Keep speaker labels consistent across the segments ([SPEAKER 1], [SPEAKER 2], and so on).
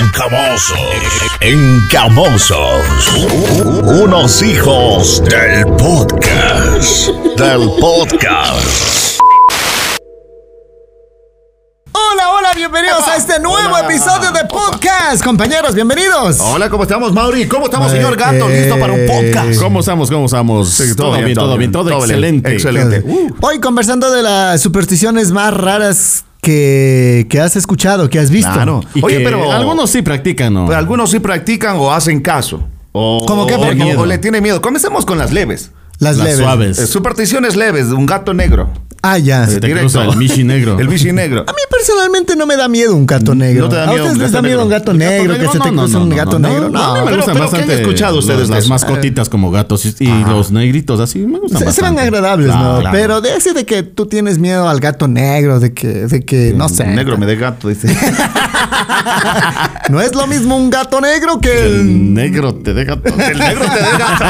[SPEAKER 1] Encamosos. Encamosos. Unos hijos del podcast. Del podcast.
[SPEAKER 2] Hola, hola, bienvenidos a este nuevo episodio de podcast. Compañeros, bienvenidos.
[SPEAKER 3] Hola, ¿cómo estamos, Mauri? ¿Cómo estamos,
[SPEAKER 2] Ay,
[SPEAKER 3] señor Gato?
[SPEAKER 2] eh,
[SPEAKER 3] ¿Listo para un podcast?
[SPEAKER 4] ¿Cómo estamos? ¿Cómo estamos? todo, bien, todo bien, todo, excelente.
[SPEAKER 3] Excelente. Uh,
[SPEAKER 2] Hoy conversando de las supersticiones más raras que, que has escuchado, que has visto.
[SPEAKER 3] Claro.
[SPEAKER 4] Y
[SPEAKER 3] Oye,
[SPEAKER 4] que
[SPEAKER 3] pero-
[SPEAKER 4] algunos sí practican, ¿no?
[SPEAKER 3] pero Uh, algunos sí practican o hacen caso. O,
[SPEAKER 2] ¿Cómo qué?
[SPEAKER 3] o-
[SPEAKER 2] Por
[SPEAKER 3] o-
[SPEAKER 4] miedo.
[SPEAKER 3] o le tiene miedo. Comencemos con las leves.
[SPEAKER 2] Las,
[SPEAKER 4] Las
[SPEAKER 2] leves.
[SPEAKER 4] suaves.
[SPEAKER 3] Eh, supersticiones leves de un gato negro.
[SPEAKER 2] Ah, ya.
[SPEAKER 4] Se te
[SPEAKER 3] directo.
[SPEAKER 4] cruza el michi negro.
[SPEAKER 3] El bici negro.
[SPEAKER 2] A mí personalmente no me da miedo un gato negro.
[SPEAKER 3] te da
[SPEAKER 2] ¿A
[SPEAKER 3] miedo
[SPEAKER 2] ustedes
[SPEAKER 3] un
[SPEAKER 2] les da
[SPEAKER 3] gato
[SPEAKER 2] miedo un
[SPEAKER 3] negro?
[SPEAKER 2] gato negro? que se te cruza un gato negro.
[SPEAKER 4] No, a mí me gustan
[SPEAKER 3] pero- pero ¿qué han
[SPEAKER 4] bastante
[SPEAKER 3] escuchado ustedes
[SPEAKER 4] las,
[SPEAKER 3] de
[SPEAKER 4] las
[SPEAKER 3] eso?
[SPEAKER 4] mascotitas como gatos y, y los negritos así me gustan
[SPEAKER 2] Se, se ven
[SPEAKER 4] bastante.
[SPEAKER 2] agradables,
[SPEAKER 4] Claro,
[SPEAKER 2] ¿no?
[SPEAKER 4] claro.
[SPEAKER 2] Pero de ese de que tú tienes miedo al gato negro, de que, de que, no sé.
[SPEAKER 3] Negro me de gato, dice.
[SPEAKER 2] No es lo mismo un gato negro que el
[SPEAKER 4] El negro te deja
[SPEAKER 3] El negro te de gato.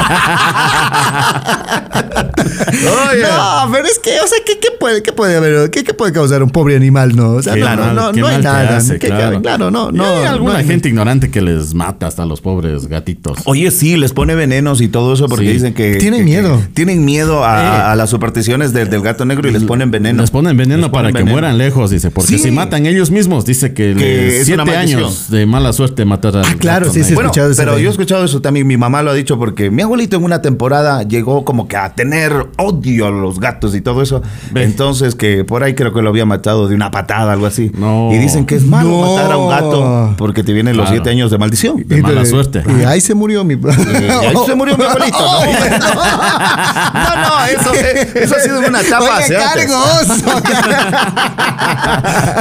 [SPEAKER 3] Oye.
[SPEAKER 2] No, pero es que, o sea, ¿qué, qué puede, qué puede haber? ¿Qué, qué puede causar un pobre animal? No, o sea,
[SPEAKER 4] Qué
[SPEAKER 2] no, no,
[SPEAKER 4] mal,
[SPEAKER 2] no,
[SPEAKER 4] qué
[SPEAKER 2] no hay
[SPEAKER 4] mal te
[SPEAKER 2] nada.
[SPEAKER 4] hace,
[SPEAKER 2] ¿Qué- qué- claro.
[SPEAKER 4] claro.
[SPEAKER 2] no,
[SPEAKER 4] Y
[SPEAKER 2] no.
[SPEAKER 4] hay alguna
[SPEAKER 2] no hay-
[SPEAKER 4] gente ignorante que les mata hasta los pobres gatitos.
[SPEAKER 3] Oye, sí, les pone venenos y todo eso porque
[SPEAKER 4] Sí.
[SPEAKER 3] dicen que...
[SPEAKER 2] Tienen
[SPEAKER 3] que- que
[SPEAKER 2] miedo.
[SPEAKER 3] tienen miedo
[SPEAKER 4] Ah,
[SPEAKER 3] a, a las supersticiones del- del gato negro y les ponen veneno.
[SPEAKER 4] Les ponen veneno
[SPEAKER 3] Les
[SPEAKER 4] para
[SPEAKER 3] ponen
[SPEAKER 4] que
[SPEAKER 3] veneno.
[SPEAKER 4] mueran lejos, dice. Porque
[SPEAKER 3] Sí.
[SPEAKER 4] si matan ellos mismos, dice que, les-
[SPEAKER 3] es una
[SPEAKER 4] siete
[SPEAKER 3] maldición.
[SPEAKER 4] años de mala suerte matar a.
[SPEAKER 2] Ah, claro, sí, sí,
[SPEAKER 3] Bueno,
[SPEAKER 2] escuchado ese
[SPEAKER 3] pero
[SPEAKER 2] de-
[SPEAKER 3] yo he escuchado eso también. Mi mamá lo ha dicho porque mi abuelito en una temporada llegó como que a tener odio a los gatos y todo eso.
[SPEAKER 4] Ve.
[SPEAKER 3] Entonces que por ahí creo que lo había matado de una patada, algo así.
[SPEAKER 4] No.
[SPEAKER 3] Y dicen que es malo
[SPEAKER 2] No.
[SPEAKER 3] matar a un gato porque te vienen los
[SPEAKER 4] Claro.
[SPEAKER 3] siete años de maldición.
[SPEAKER 4] De mala suerte.
[SPEAKER 2] Y ahí se murió mi. Oh,
[SPEAKER 3] Y ahí se murió mi abuelito. No, no, no, eso, eh, eso ha sido una etapa.
[SPEAKER 2] Oye,
[SPEAKER 3] hacia antes.
[SPEAKER 2] cargoso.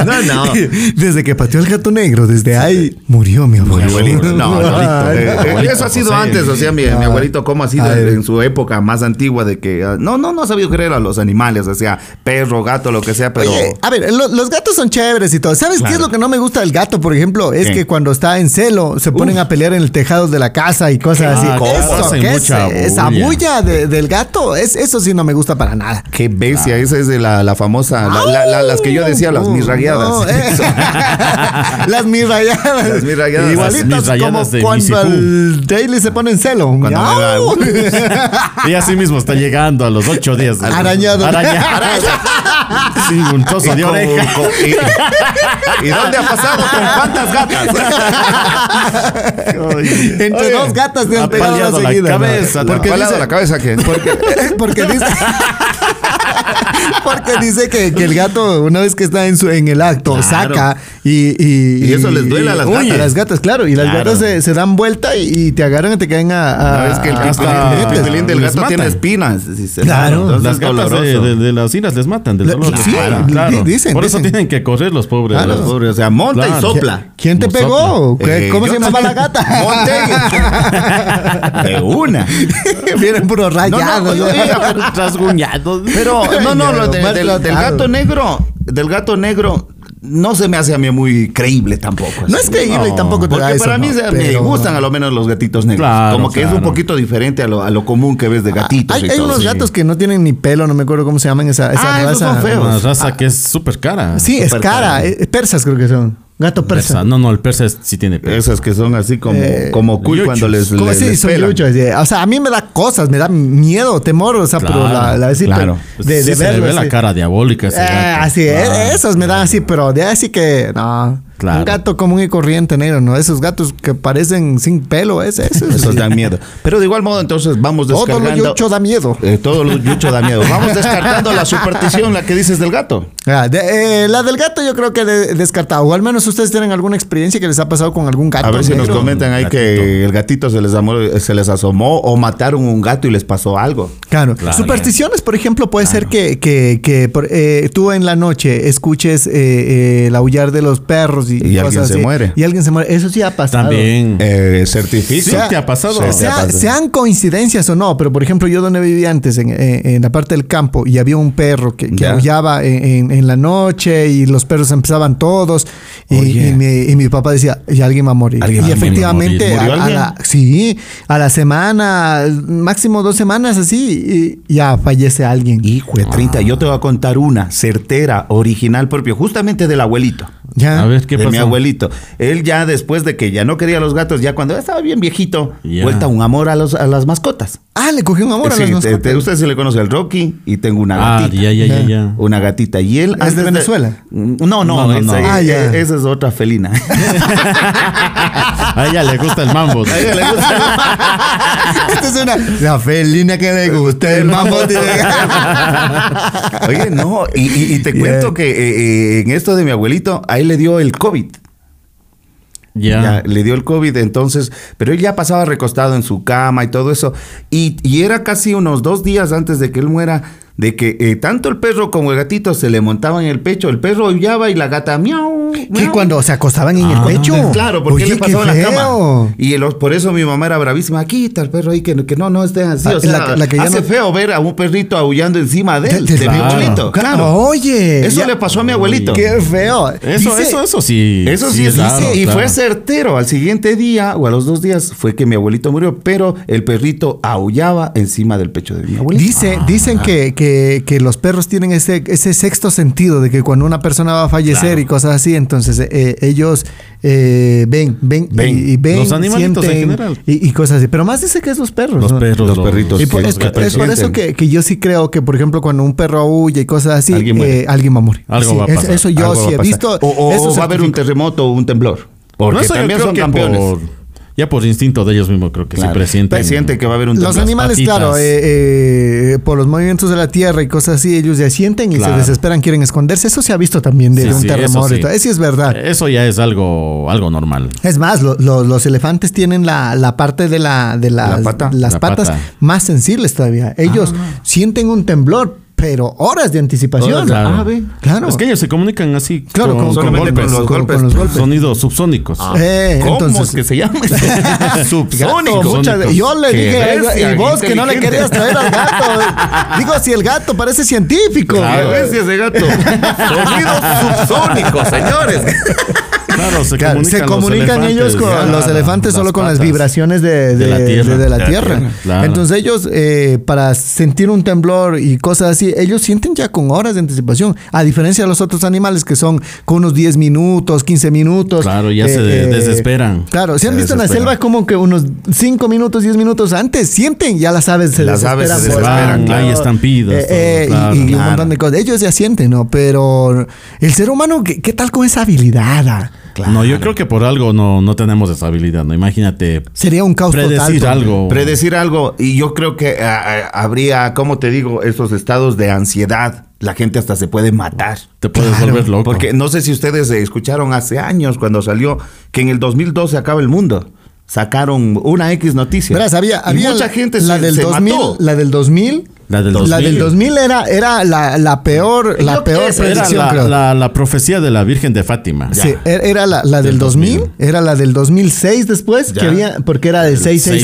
[SPEAKER 3] No, no.
[SPEAKER 2] Desde que pateó el gato negro, desde ahí murió mi
[SPEAKER 3] Mi
[SPEAKER 2] abuelito.
[SPEAKER 3] abuelito. No, no,
[SPEAKER 2] Ay,
[SPEAKER 3] eh,
[SPEAKER 2] no.
[SPEAKER 3] eh,
[SPEAKER 4] abuelito,
[SPEAKER 3] Eso ha sido
[SPEAKER 4] José.
[SPEAKER 3] antes, o sea, mi,
[SPEAKER 2] Ah,
[SPEAKER 3] mi abuelito, ¿cómo ha sido
[SPEAKER 2] Ay.
[SPEAKER 3] en su época más antigua de que ah, no, no, no ha sabido creer a los animales, o sea, perro, gato, lo que sea, pero.
[SPEAKER 2] Oye, a ver, lo- los gatos son chéveres y todo. ¿Sabes qué es lo que no me gusta del gato, por ejemplo? Es
[SPEAKER 3] ¿Qué?
[SPEAKER 2] que cuando está en celo, se ponen a pelear en el tejado de la casa y cosas así.
[SPEAKER 4] Ah, claro, hacen
[SPEAKER 2] ¿qué
[SPEAKER 4] mucha
[SPEAKER 2] es? eh, Esa
[SPEAKER 4] bulla.
[SPEAKER 2] bulla de- del gato, es, eso sí no me gusta para nada.
[SPEAKER 3] Qué bestia, esa es de la, la famosa, la- la- la- las que yo decía, las
[SPEAKER 2] Ah. No,
[SPEAKER 3] mis rayadas.
[SPEAKER 2] no, eh. las mis rayadas.
[SPEAKER 3] Las mis rayadas.
[SPEAKER 2] Igualitas
[SPEAKER 4] Las mis rayadas
[SPEAKER 2] como
[SPEAKER 4] de
[SPEAKER 2] cuando
[SPEAKER 4] Mississippi.
[SPEAKER 2] el Daily se pone en celo.
[SPEAKER 3] Cuando me da-
[SPEAKER 2] ¡Au!
[SPEAKER 4] Y así mismo está llegando a los ocho días.
[SPEAKER 2] Arañado.
[SPEAKER 4] Arañado. Sin un
[SPEAKER 3] Y
[SPEAKER 4] trozo de
[SPEAKER 3] con-
[SPEAKER 4] oreja.
[SPEAKER 3] con- y, y dónde ha pasado? ¿Con cuántas gatas?
[SPEAKER 4] Oye.
[SPEAKER 2] Entre
[SPEAKER 4] Oye,
[SPEAKER 2] dos gatas te
[SPEAKER 4] ha
[SPEAKER 2] han pegado
[SPEAKER 4] paliado la
[SPEAKER 2] seguida. ¿no?
[SPEAKER 4] cabeza, ¿no?
[SPEAKER 2] Porque
[SPEAKER 3] Porque ¿Cuál lado
[SPEAKER 2] dice,
[SPEAKER 3] de la cabeza que?
[SPEAKER 2] Porque dice. Porque dice que, que el gato, una vez que está en, su, en el acto, saca y, y.
[SPEAKER 3] Y eso les duele a las
[SPEAKER 2] huye.
[SPEAKER 3] gatas.
[SPEAKER 2] A las gatas, claro. Y las
[SPEAKER 4] Claro.
[SPEAKER 2] gatas se, se dan vuelta y, y te agarran y te caen a. a-
[SPEAKER 3] No, es que el
[SPEAKER 2] a-
[SPEAKER 3] pitulín,
[SPEAKER 4] hasta-
[SPEAKER 3] el pitulín del
[SPEAKER 4] les
[SPEAKER 3] gato tiene
[SPEAKER 4] matan.
[SPEAKER 3] espinas. sí, se-
[SPEAKER 2] Claro.
[SPEAKER 3] entonces
[SPEAKER 4] Las
[SPEAKER 3] es
[SPEAKER 4] gatas de,
[SPEAKER 3] doloroso.
[SPEAKER 4] de- de las iras les matan, del
[SPEAKER 2] La-
[SPEAKER 4] dolor. les
[SPEAKER 2] sí,
[SPEAKER 4] matan,
[SPEAKER 2] di- dicen,
[SPEAKER 4] Por eso
[SPEAKER 2] dicen.
[SPEAKER 4] tienen que correr los pobres.
[SPEAKER 3] Claro,
[SPEAKER 4] Los-
[SPEAKER 3] pobre, o sea, monta y
[SPEAKER 4] Claro.
[SPEAKER 3] sopla.
[SPEAKER 2] ¿Quién te
[SPEAKER 4] Nos
[SPEAKER 2] pegó? ¿Qué-
[SPEAKER 3] Eh,
[SPEAKER 2] ¿Cómo
[SPEAKER 3] yo
[SPEAKER 2] se llamaba la
[SPEAKER 3] también.
[SPEAKER 2] gata?
[SPEAKER 3] De una.
[SPEAKER 2] Vienen puros
[SPEAKER 3] No, no,
[SPEAKER 2] rayados.
[SPEAKER 3] oye, oiga,
[SPEAKER 4] Rasguñados.
[SPEAKER 3] pero no, no, lo de-
[SPEAKER 2] Más
[SPEAKER 3] del- del
[SPEAKER 2] tratado.
[SPEAKER 3] gato negro, del gato negro no se me hace a mí muy creíble tampoco.
[SPEAKER 2] No
[SPEAKER 3] así.
[SPEAKER 2] es creíble y
[SPEAKER 4] No,
[SPEAKER 2] tampoco te
[SPEAKER 3] Porque
[SPEAKER 2] da eso.
[SPEAKER 3] para mí
[SPEAKER 2] ¿no?
[SPEAKER 3] se- me
[SPEAKER 2] Pero-
[SPEAKER 3] gustan a lo menos los gatitos negros.
[SPEAKER 4] Claro,
[SPEAKER 3] como que es un
[SPEAKER 4] claro.
[SPEAKER 3] poquito diferente a lo, a lo común que ves de gatitos.
[SPEAKER 2] Ah, Hay,
[SPEAKER 3] y
[SPEAKER 2] hay
[SPEAKER 3] todo.
[SPEAKER 2] unos
[SPEAKER 3] Sí.
[SPEAKER 2] gatos que no tienen ni pelo, no me acuerdo cómo se llaman esa, esa
[SPEAKER 3] Ah, esos
[SPEAKER 2] raza.
[SPEAKER 3] son feos.
[SPEAKER 4] Una raza que es súper cara.
[SPEAKER 2] Sí, es
[SPEAKER 3] Súper
[SPEAKER 2] cara.
[SPEAKER 3] cara.
[SPEAKER 2] eh, Persas creo que son. Gato persa.
[SPEAKER 4] Persa. No, no, el persa es- sí tiene persa.
[SPEAKER 3] Esas que son así como,
[SPEAKER 2] Eh,
[SPEAKER 3] como cuy
[SPEAKER 4] yuchos.
[SPEAKER 3] cuando les,
[SPEAKER 2] Como
[SPEAKER 3] les,
[SPEAKER 2] sí,
[SPEAKER 3] les
[SPEAKER 2] son
[SPEAKER 3] pelan.
[SPEAKER 2] luchos, eh, O sea, a mí me da cosas, me da miedo, temor, o sea, pero
[SPEAKER 4] Claro,
[SPEAKER 2] la, la así,
[SPEAKER 3] claro.
[SPEAKER 2] pero de,
[SPEAKER 4] Pues Sí
[SPEAKER 2] de
[SPEAKER 4] se le
[SPEAKER 2] verlo,
[SPEAKER 4] ve la
[SPEAKER 2] así.
[SPEAKER 4] cara diabólica a ese
[SPEAKER 2] Eh,
[SPEAKER 4] gato. Ah,
[SPEAKER 2] así es,
[SPEAKER 4] Claro.
[SPEAKER 2] esos me dan así, pero de así que no.
[SPEAKER 4] Claro.
[SPEAKER 2] Un gato común y corriente negro, ¿no? Esos gatos que parecen sin pelo, es eso.
[SPEAKER 3] Esos dan miedo. Pero de igual modo, entonces vamos
[SPEAKER 2] Todo lo
[SPEAKER 3] descargando.
[SPEAKER 2] yucho da miedo.
[SPEAKER 3] Eh, todo lo yucho da miedo. Vamos descartando la superstición, la que dices del gato.
[SPEAKER 2] Ah, de- eh, la del gato yo creo que de- descartado. O al menos ustedes tienen alguna experiencia que les ha pasado con algún gato.
[SPEAKER 3] A ver si nos
[SPEAKER 2] negro.
[SPEAKER 3] comentan ahí que el gatito se les, amó- eh, se les asomó o mataron un gato y les pasó algo.
[SPEAKER 2] Claro.
[SPEAKER 4] Claro.
[SPEAKER 2] Supersticiones, por ejemplo, puede ser que, que, que por- eh, tú en la noche escuches eh, eh, el aullar de los perros y,
[SPEAKER 3] Y alguien se
[SPEAKER 2] así.
[SPEAKER 3] muere.
[SPEAKER 2] Y alguien se muere. Eso sí ha pasado.
[SPEAKER 4] También.
[SPEAKER 3] Eh,
[SPEAKER 4] Sí,
[SPEAKER 3] certifica.
[SPEAKER 4] te ha pasado.
[SPEAKER 3] Sí, te ha
[SPEAKER 2] Sea-
[SPEAKER 3] pasado.
[SPEAKER 2] sean coincidencias o no, pero por ejemplo, yo donde vivía antes, en, eh, en- en la parte del campo, y había un perro que, que
[SPEAKER 3] Ya.
[SPEAKER 2] aullaba en, en- en la noche y los perros empezaban todos. Y,
[SPEAKER 3] Oye.
[SPEAKER 2] y mi, y mi papá decía, y alguien va a morir.
[SPEAKER 3] Alguien
[SPEAKER 2] y
[SPEAKER 3] va a morir,
[SPEAKER 2] efectivamente,
[SPEAKER 4] morir.
[SPEAKER 2] a-
[SPEAKER 4] ¿Murió
[SPEAKER 2] a,
[SPEAKER 4] alguien?
[SPEAKER 2] la, sí, a la semana, máximo dos semanas así, y ya fallece alguien.
[SPEAKER 3] Hijo de 30, yo te voy a contar una certera, original, propio, justamente del abuelito.
[SPEAKER 2] ya.
[SPEAKER 4] A ver qué
[SPEAKER 3] de
[SPEAKER 4] pasó.
[SPEAKER 3] mi abuelito. Él ya después de que ya no quería los gatos, ya cuando estaba bien viejito,
[SPEAKER 4] Ya.
[SPEAKER 3] vuelta un amor a, los, a las mascotas. Eh,
[SPEAKER 2] Ah, le cogió un amor
[SPEAKER 3] Sí,
[SPEAKER 2] a las
[SPEAKER 3] te- te-
[SPEAKER 2] mascotas.
[SPEAKER 3] usted se le conoce al Rocky y tengo una
[SPEAKER 4] Ah,
[SPEAKER 3] gatita.
[SPEAKER 4] ya, ya, ya, ya.
[SPEAKER 3] Una gatita. Y él.
[SPEAKER 2] ¿Es de Venezuela?
[SPEAKER 3] Mm, No, no,
[SPEAKER 4] No, no,
[SPEAKER 3] esa,
[SPEAKER 4] no.
[SPEAKER 2] Ah, ya.
[SPEAKER 3] eh, esa es otra felina.
[SPEAKER 4] A ella le gusta el mambo.
[SPEAKER 3] A ella le gusta.
[SPEAKER 2] Esta es una. La felina que le gusta el mambo.
[SPEAKER 3] Oye, no, y, y- y te
[SPEAKER 2] Ya.
[SPEAKER 3] cuento que eh, eh, en esto de mi abuelito, ahí le dio el COVID.
[SPEAKER 4] Ya.
[SPEAKER 3] Ya, le dio el COVID, entonces, pero él ya pasaba recostado en su cama y todo eso. Y, y era casi unos dos días antes de que él muera, de que eh, tanto el perro como el gatito se le montaban en el pecho. El perro aullaba y la gata miau.
[SPEAKER 2] ¿Qué
[SPEAKER 3] miau.
[SPEAKER 2] cuando se acostaban en el
[SPEAKER 4] Ah,
[SPEAKER 2] pecho?
[SPEAKER 3] Claro, porque
[SPEAKER 2] Oh, Oye,
[SPEAKER 3] él le
[SPEAKER 2] qué
[SPEAKER 3] pasaba en la
[SPEAKER 2] feo.
[SPEAKER 3] cama. Y los, por eso mi mamá era bravísima. Aquí está el perro ahí, que, no- que no, no estén así.
[SPEAKER 2] Ah,
[SPEAKER 3] o sea,
[SPEAKER 2] la- la que ya
[SPEAKER 3] hace
[SPEAKER 2] no-
[SPEAKER 3] feo ver a un perrito aullando encima de
[SPEAKER 2] Te-
[SPEAKER 3] él,
[SPEAKER 2] te-
[SPEAKER 3] de mi
[SPEAKER 2] claro.
[SPEAKER 3] abuelito. Claro.
[SPEAKER 2] Oye.
[SPEAKER 3] Eso
[SPEAKER 2] ya-
[SPEAKER 3] le pasó a mi abuelito.
[SPEAKER 2] Qué feo.
[SPEAKER 4] Eso,
[SPEAKER 2] Dice-
[SPEAKER 4] eso, eso sí.
[SPEAKER 3] Eso sí, es
[SPEAKER 4] raro,
[SPEAKER 3] y
[SPEAKER 4] claro.
[SPEAKER 3] fue certero. Al siguiente día o a los dos días fue que mi abuelito murió, pero el perrito aullaba encima del pecho de mi abuelito.
[SPEAKER 2] Dice, dicen que, que- que los perros tienen ese, ese sexto sentido de que cuando una persona va a fallecer y cosas así, entonces eh, ellos eh, ven, ven,
[SPEAKER 3] Ven.
[SPEAKER 2] Y, y ven,
[SPEAKER 4] Los animalitos en general.
[SPEAKER 2] Y, y cosas así. Pero más dice que es los perros.
[SPEAKER 4] Los
[SPEAKER 2] ¿no?
[SPEAKER 4] perros.
[SPEAKER 3] Los perritos.
[SPEAKER 2] Y por,
[SPEAKER 3] que
[SPEAKER 2] es,
[SPEAKER 3] los
[SPEAKER 2] es por eso
[SPEAKER 3] presienten.
[SPEAKER 2] que, que yo sí creo que, por ejemplo, cuando un perro huye y cosas así, eh,
[SPEAKER 3] Alguien
[SPEAKER 2] alguien,
[SPEAKER 3] muere.
[SPEAKER 2] va a morir.
[SPEAKER 4] Algo
[SPEAKER 2] Sí,
[SPEAKER 4] va a
[SPEAKER 2] es-
[SPEAKER 4] pasar,
[SPEAKER 2] Eso yo
[SPEAKER 3] Algo
[SPEAKER 2] sí he
[SPEAKER 3] va a pasar.
[SPEAKER 2] visto.
[SPEAKER 3] O, o-
[SPEAKER 2] eso
[SPEAKER 3] o va a haber un
[SPEAKER 2] certifica.
[SPEAKER 3] terremoto o un temblor. Porque
[SPEAKER 4] No, eso yo
[SPEAKER 3] también
[SPEAKER 4] creo
[SPEAKER 3] son
[SPEAKER 4] que
[SPEAKER 3] campeones.
[SPEAKER 4] por- ya por instinto de ellos mismos creo que
[SPEAKER 3] Claro.
[SPEAKER 4] siempre sienten.
[SPEAKER 3] Presienten que va a haber un
[SPEAKER 2] Los
[SPEAKER 3] temblor.
[SPEAKER 2] animales,
[SPEAKER 4] patitas.
[SPEAKER 2] claro, eh, eh, por los movimientos de la tierra y cosas así, ellos ya sienten y
[SPEAKER 4] Claro.
[SPEAKER 2] se desesperan, quieren esconderse. Eso se ha visto también de
[SPEAKER 4] Sí,
[SPEAKER 2] un
[SPEAKER 4] sí, eso
[SPEAKER 2] terremoto
[SPEAKER 4] sí. Eh.
[SPEAKER 2] y todo. Eso es verdad.
[SPEAKER 4] Eso ya es algo, algo normal.
[SPEAKER 2] Es más, lo- lo- los elefantes tienen la, la parte de, la, de las-
[SPEAKER 3] La pata.
[SPEAKER 2] las
[SPEAKER 4] La
[SPEAKER 2] patas
[SPEAKER 4] pata. Ah.
[SPEAKER 2] más sensibles todavía. Ellos sienten un temblor, pero horas de anticipación.
[SPEAKER 3] Horas,
[SPEAKER 4] Claro.
[SPEAKER 3] Ah, ve.
[SPEAKER 2] Claro.
[SPEAKER 4] Es que ellos se comunican así.
[SPEAKER 2] Claro, con-
[SPEAKER 4] con, con
[SPEAKER 3] solamente
[SPEAKER 4] golpes.
[SPEAKER 3] con los
[SPEAKER 2] con-
[SPEAKER 3] golpes.
[SPEAKER 2] con los golpes.
[SPEAKER 4] Sonidos subsónicos.
[SPEAKER 2] Eh,
[SPEAKER 3] ¿Cómo
[SPEAKER 2] entonces-
[SPEAKER 3] es que se llama?
[SPEAKER 2] Gato,
[SPEAKER 4] Subsónicos.
[SPEAKER 2] muchas- yo le
[SPEAKER 3] Qué
[SPEAKER 2] dije algo,
[SPEAKER 3] bestia,
[SPEAKER 2] y vos
[SPEAKER 3] qué
[SPEAKER 2] que no le
[SPEAKER 3] inteligente.
[SPEAKER 2] querías traer al gato. Digo, si el gato parece científico. Pues,
[SPEAKER 4] Claro.
[SPEAKER 3] Qué bestia ese gato. Sonidos subsónicos, señores.
[SPEAKER 4] Claro, se
[SPEAKER 2] Claro,
[SPEAKER 4] comunican,
[SPEAKER 2] se
[SPEAKER 4] los
[SPEAKER 2] comunican ellos
[SPEAKER 4] elefantes,
[SPEAKER 2] con
[SPEAKER 4] claro,
[SPEAKER 2] los elefantes solo con las
[SPEAKER 4] patas.
[SPEAKER 2] vibraciones de, de- de- de la tierra.
[SPEAKER 4] claro.
[SPEAKER 2] Entonces ellos, eh, para sentir un temblor y cosas así, ellos sienten ya con horas de anticipación, a diferencia de los otros animales que son con unos 10 minutos, 15 minutos. eh,
[SPEAKER 4] Claro, ya se de- desesperan.
[SPEAKER 2] Claro, si han
[SPEAKER 4] Se
[SPEAKER 2] visto en la
[SPEAKER 4] desesperan.
[SPEAKER 2] selva como que unos 5 minutos, 10 minutos antes, sienten, ya las aves se
[SPEAKER 3] Las aves
[SPEAKER 2] desesperan.
[SPEAKER 3] se
[SPEAKER 2] por-
[SPEAKER 3] desesperan,
[SPEAKER 2] por-
[SPEAKER 4] hay estampidas,
[SPEAKER 2] Eh, eh,
[SPEAKER 4] todo, claro,
[SPEAKER 2] y, y un
[SPEAKER 4] claro.
[SPEAKER 2] montón de cosas. Ellos ya sienten, ¿no? Pero el ser humano, ¿qué, qué tal con esa habilidad? ah?
[SPEAKER 4] No, yo creo que por algo no, no tenemos esa habilidad. ¿no? Imagínate
[SPEAKER 2] Sería un caos
[SPEAKER 4] predecir
[SPEAKER 2] total.
[SPEAKER 4] algo.
[SPEAKER 3] Predecir algo, y yo creo que a- a- habría, como te digo, esos estados de ansiedad. La gente hasta se puede matar.
[SPEAKER 4] Te puedes volver loco.
[SPEAKER 3] Porque no sé si ustedes eh, escucharon hace años cuando salió que en el 2012 se acaba el mundo. Sacaron una X noticia.
[SPEAKER 2] Verás, había,
[SPEAKER 3] Y
[SPEAKER 2] había
[SPEAKER 3] mucha gente
[SPEAKER 2] la
[SPEAKER 3] se,
[SPEAKER 2] del
[SPEAKER 3] se
[SPEAKER 2] 2000,
[SPEAKER 3] mató.
[SPEAKER 2] la del 2000,
[SPEAKER 4] La del 2000.
[SPEAKER 2] del 2000 era era la, la peor la
[SPEAKER 3] Yo
[SPEAKER 2] peor
[SPEAKER 3] creo que
[SPEAKER 4] Era
[SPEAKER 2] predicción,
[SPEAKER 4] la,
[SPEAKER 2] creo.
[SPEAKER 4] la- la profecía de la Virgen de Fátima.
[SPEAKER 2] Sí, era- era la, la del 2000, era la del 2006 después,
[SPEAKER 3] Ya.
[SPEAKER 2] que había, porque era del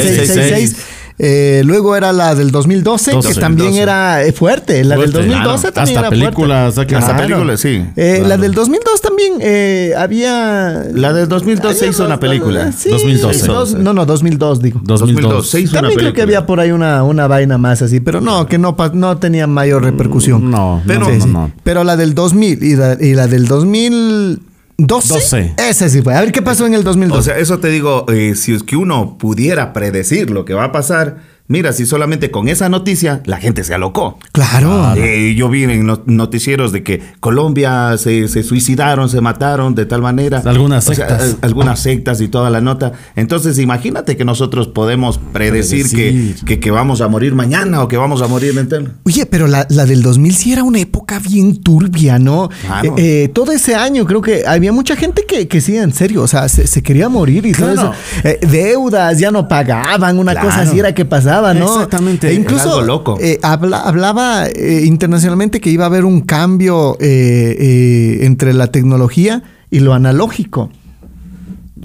[SPEAKER 2] 66666. Eh, luego era la del 2012, que
[SPEAKER 4] 12,
[SPEAKER 2] también
[SPEAKER 3] 12.
[SPEAKER 2] era eh, fuerte. La del
[SPEAKER 4] Fuerte,
[SPEAKER 2] 2012
[SPEAKER 4] claro.
[SPEAKER 2] también
[SPEAKER 4] Hasta
[SPEAKER 2] era fuerte.
[SPEAKER 4] películas, hasta
[SPEAKER 3] Hasta películas, sí,
[SPEAKER 2] Eh, La
[SPEAKER 3] claro.
[SPEAKER 2] del 2002 también eh, había...
[SPEAKER 3] La del 2002 se hizo una película.
[SPEAKER 2] eh, Sí,
[SPEAKER 4] 2012.
[SPEAKER 2] dos- no, no, 2002 digo.
[SPEAKER 4] 2002.
[SPEAKER 3] se hizo
[SPEAKER 2] También
[SPEAKER 3] una
[SPEAKER 2] creo que
[SPEAKER 3] película.
[SPEAKER 2] había por ahí una, una vaina más así, pero no, que no, pa- no tenía mayor repercusión.
[SPEAKER 4] Mm, No, no,
[SPEAKER 2] pero,
[SPEAKER 4] no, no, no.
[SPEAKER 2] pero la del 2000 y la, y la del 2012.
[SPEAKER 4] 12.
[SPEAKER 2] Esa sí fue. A ver qué pasó en el
[SPEAKER 3] O
[SPEAKER 2] 2012.
[SPEAKER 3] sea, eso te digo, eh, si es que uno pudiera predecir lo que va a pasar, mira, si solamente con esa noticia la gente se alocó.
[SPEAKER 2] claro.
[SPEAKER 3] Eh, yo vi en no- noticieros de que Colombia se, se suicidaron, se mataron de tal manera.
[SPEAKER 4] Algunas sectas.
[SPEAKER 3] al- algunas sectas y toda la nota. Entonces, imagínate que nosotros podemos predecir,
[SPEAKER 4] Predecir.
[SPEAKER 3] Que, que, que vamos a morir mañana o que vamos a morir en tal.
[SPEAKER 2] Oye, pero la, la del 2000 sí era una época bien turbia, ¿no?
[SPEAKER 3] Claro.
[SPEAKER 2] Eh, eh, todo ese año creo que había mucha gente que, que sí, en serio, o sea, se, se quería morir y todo
[SPEAKER 4] Claro.
[SPEAKER 2] eso. Eh, deudas, ya no pagaban, una
[SPEAKER 3] Claro.
[SPEAKER 2] cosa así era que pasaba, ¿no?
[SPEAKER 4] Exactamente.
[SPEAKER 2] E
[SPEAKER 4] Era
[SPEAKER 2] incluso
[SPEAKER 3] algo loco.
[SPEAKER 2] eh, habla- hablaba eh, internacionalmente que iba a haber un cambio eh, eh, entre la tecnología y lo analógico.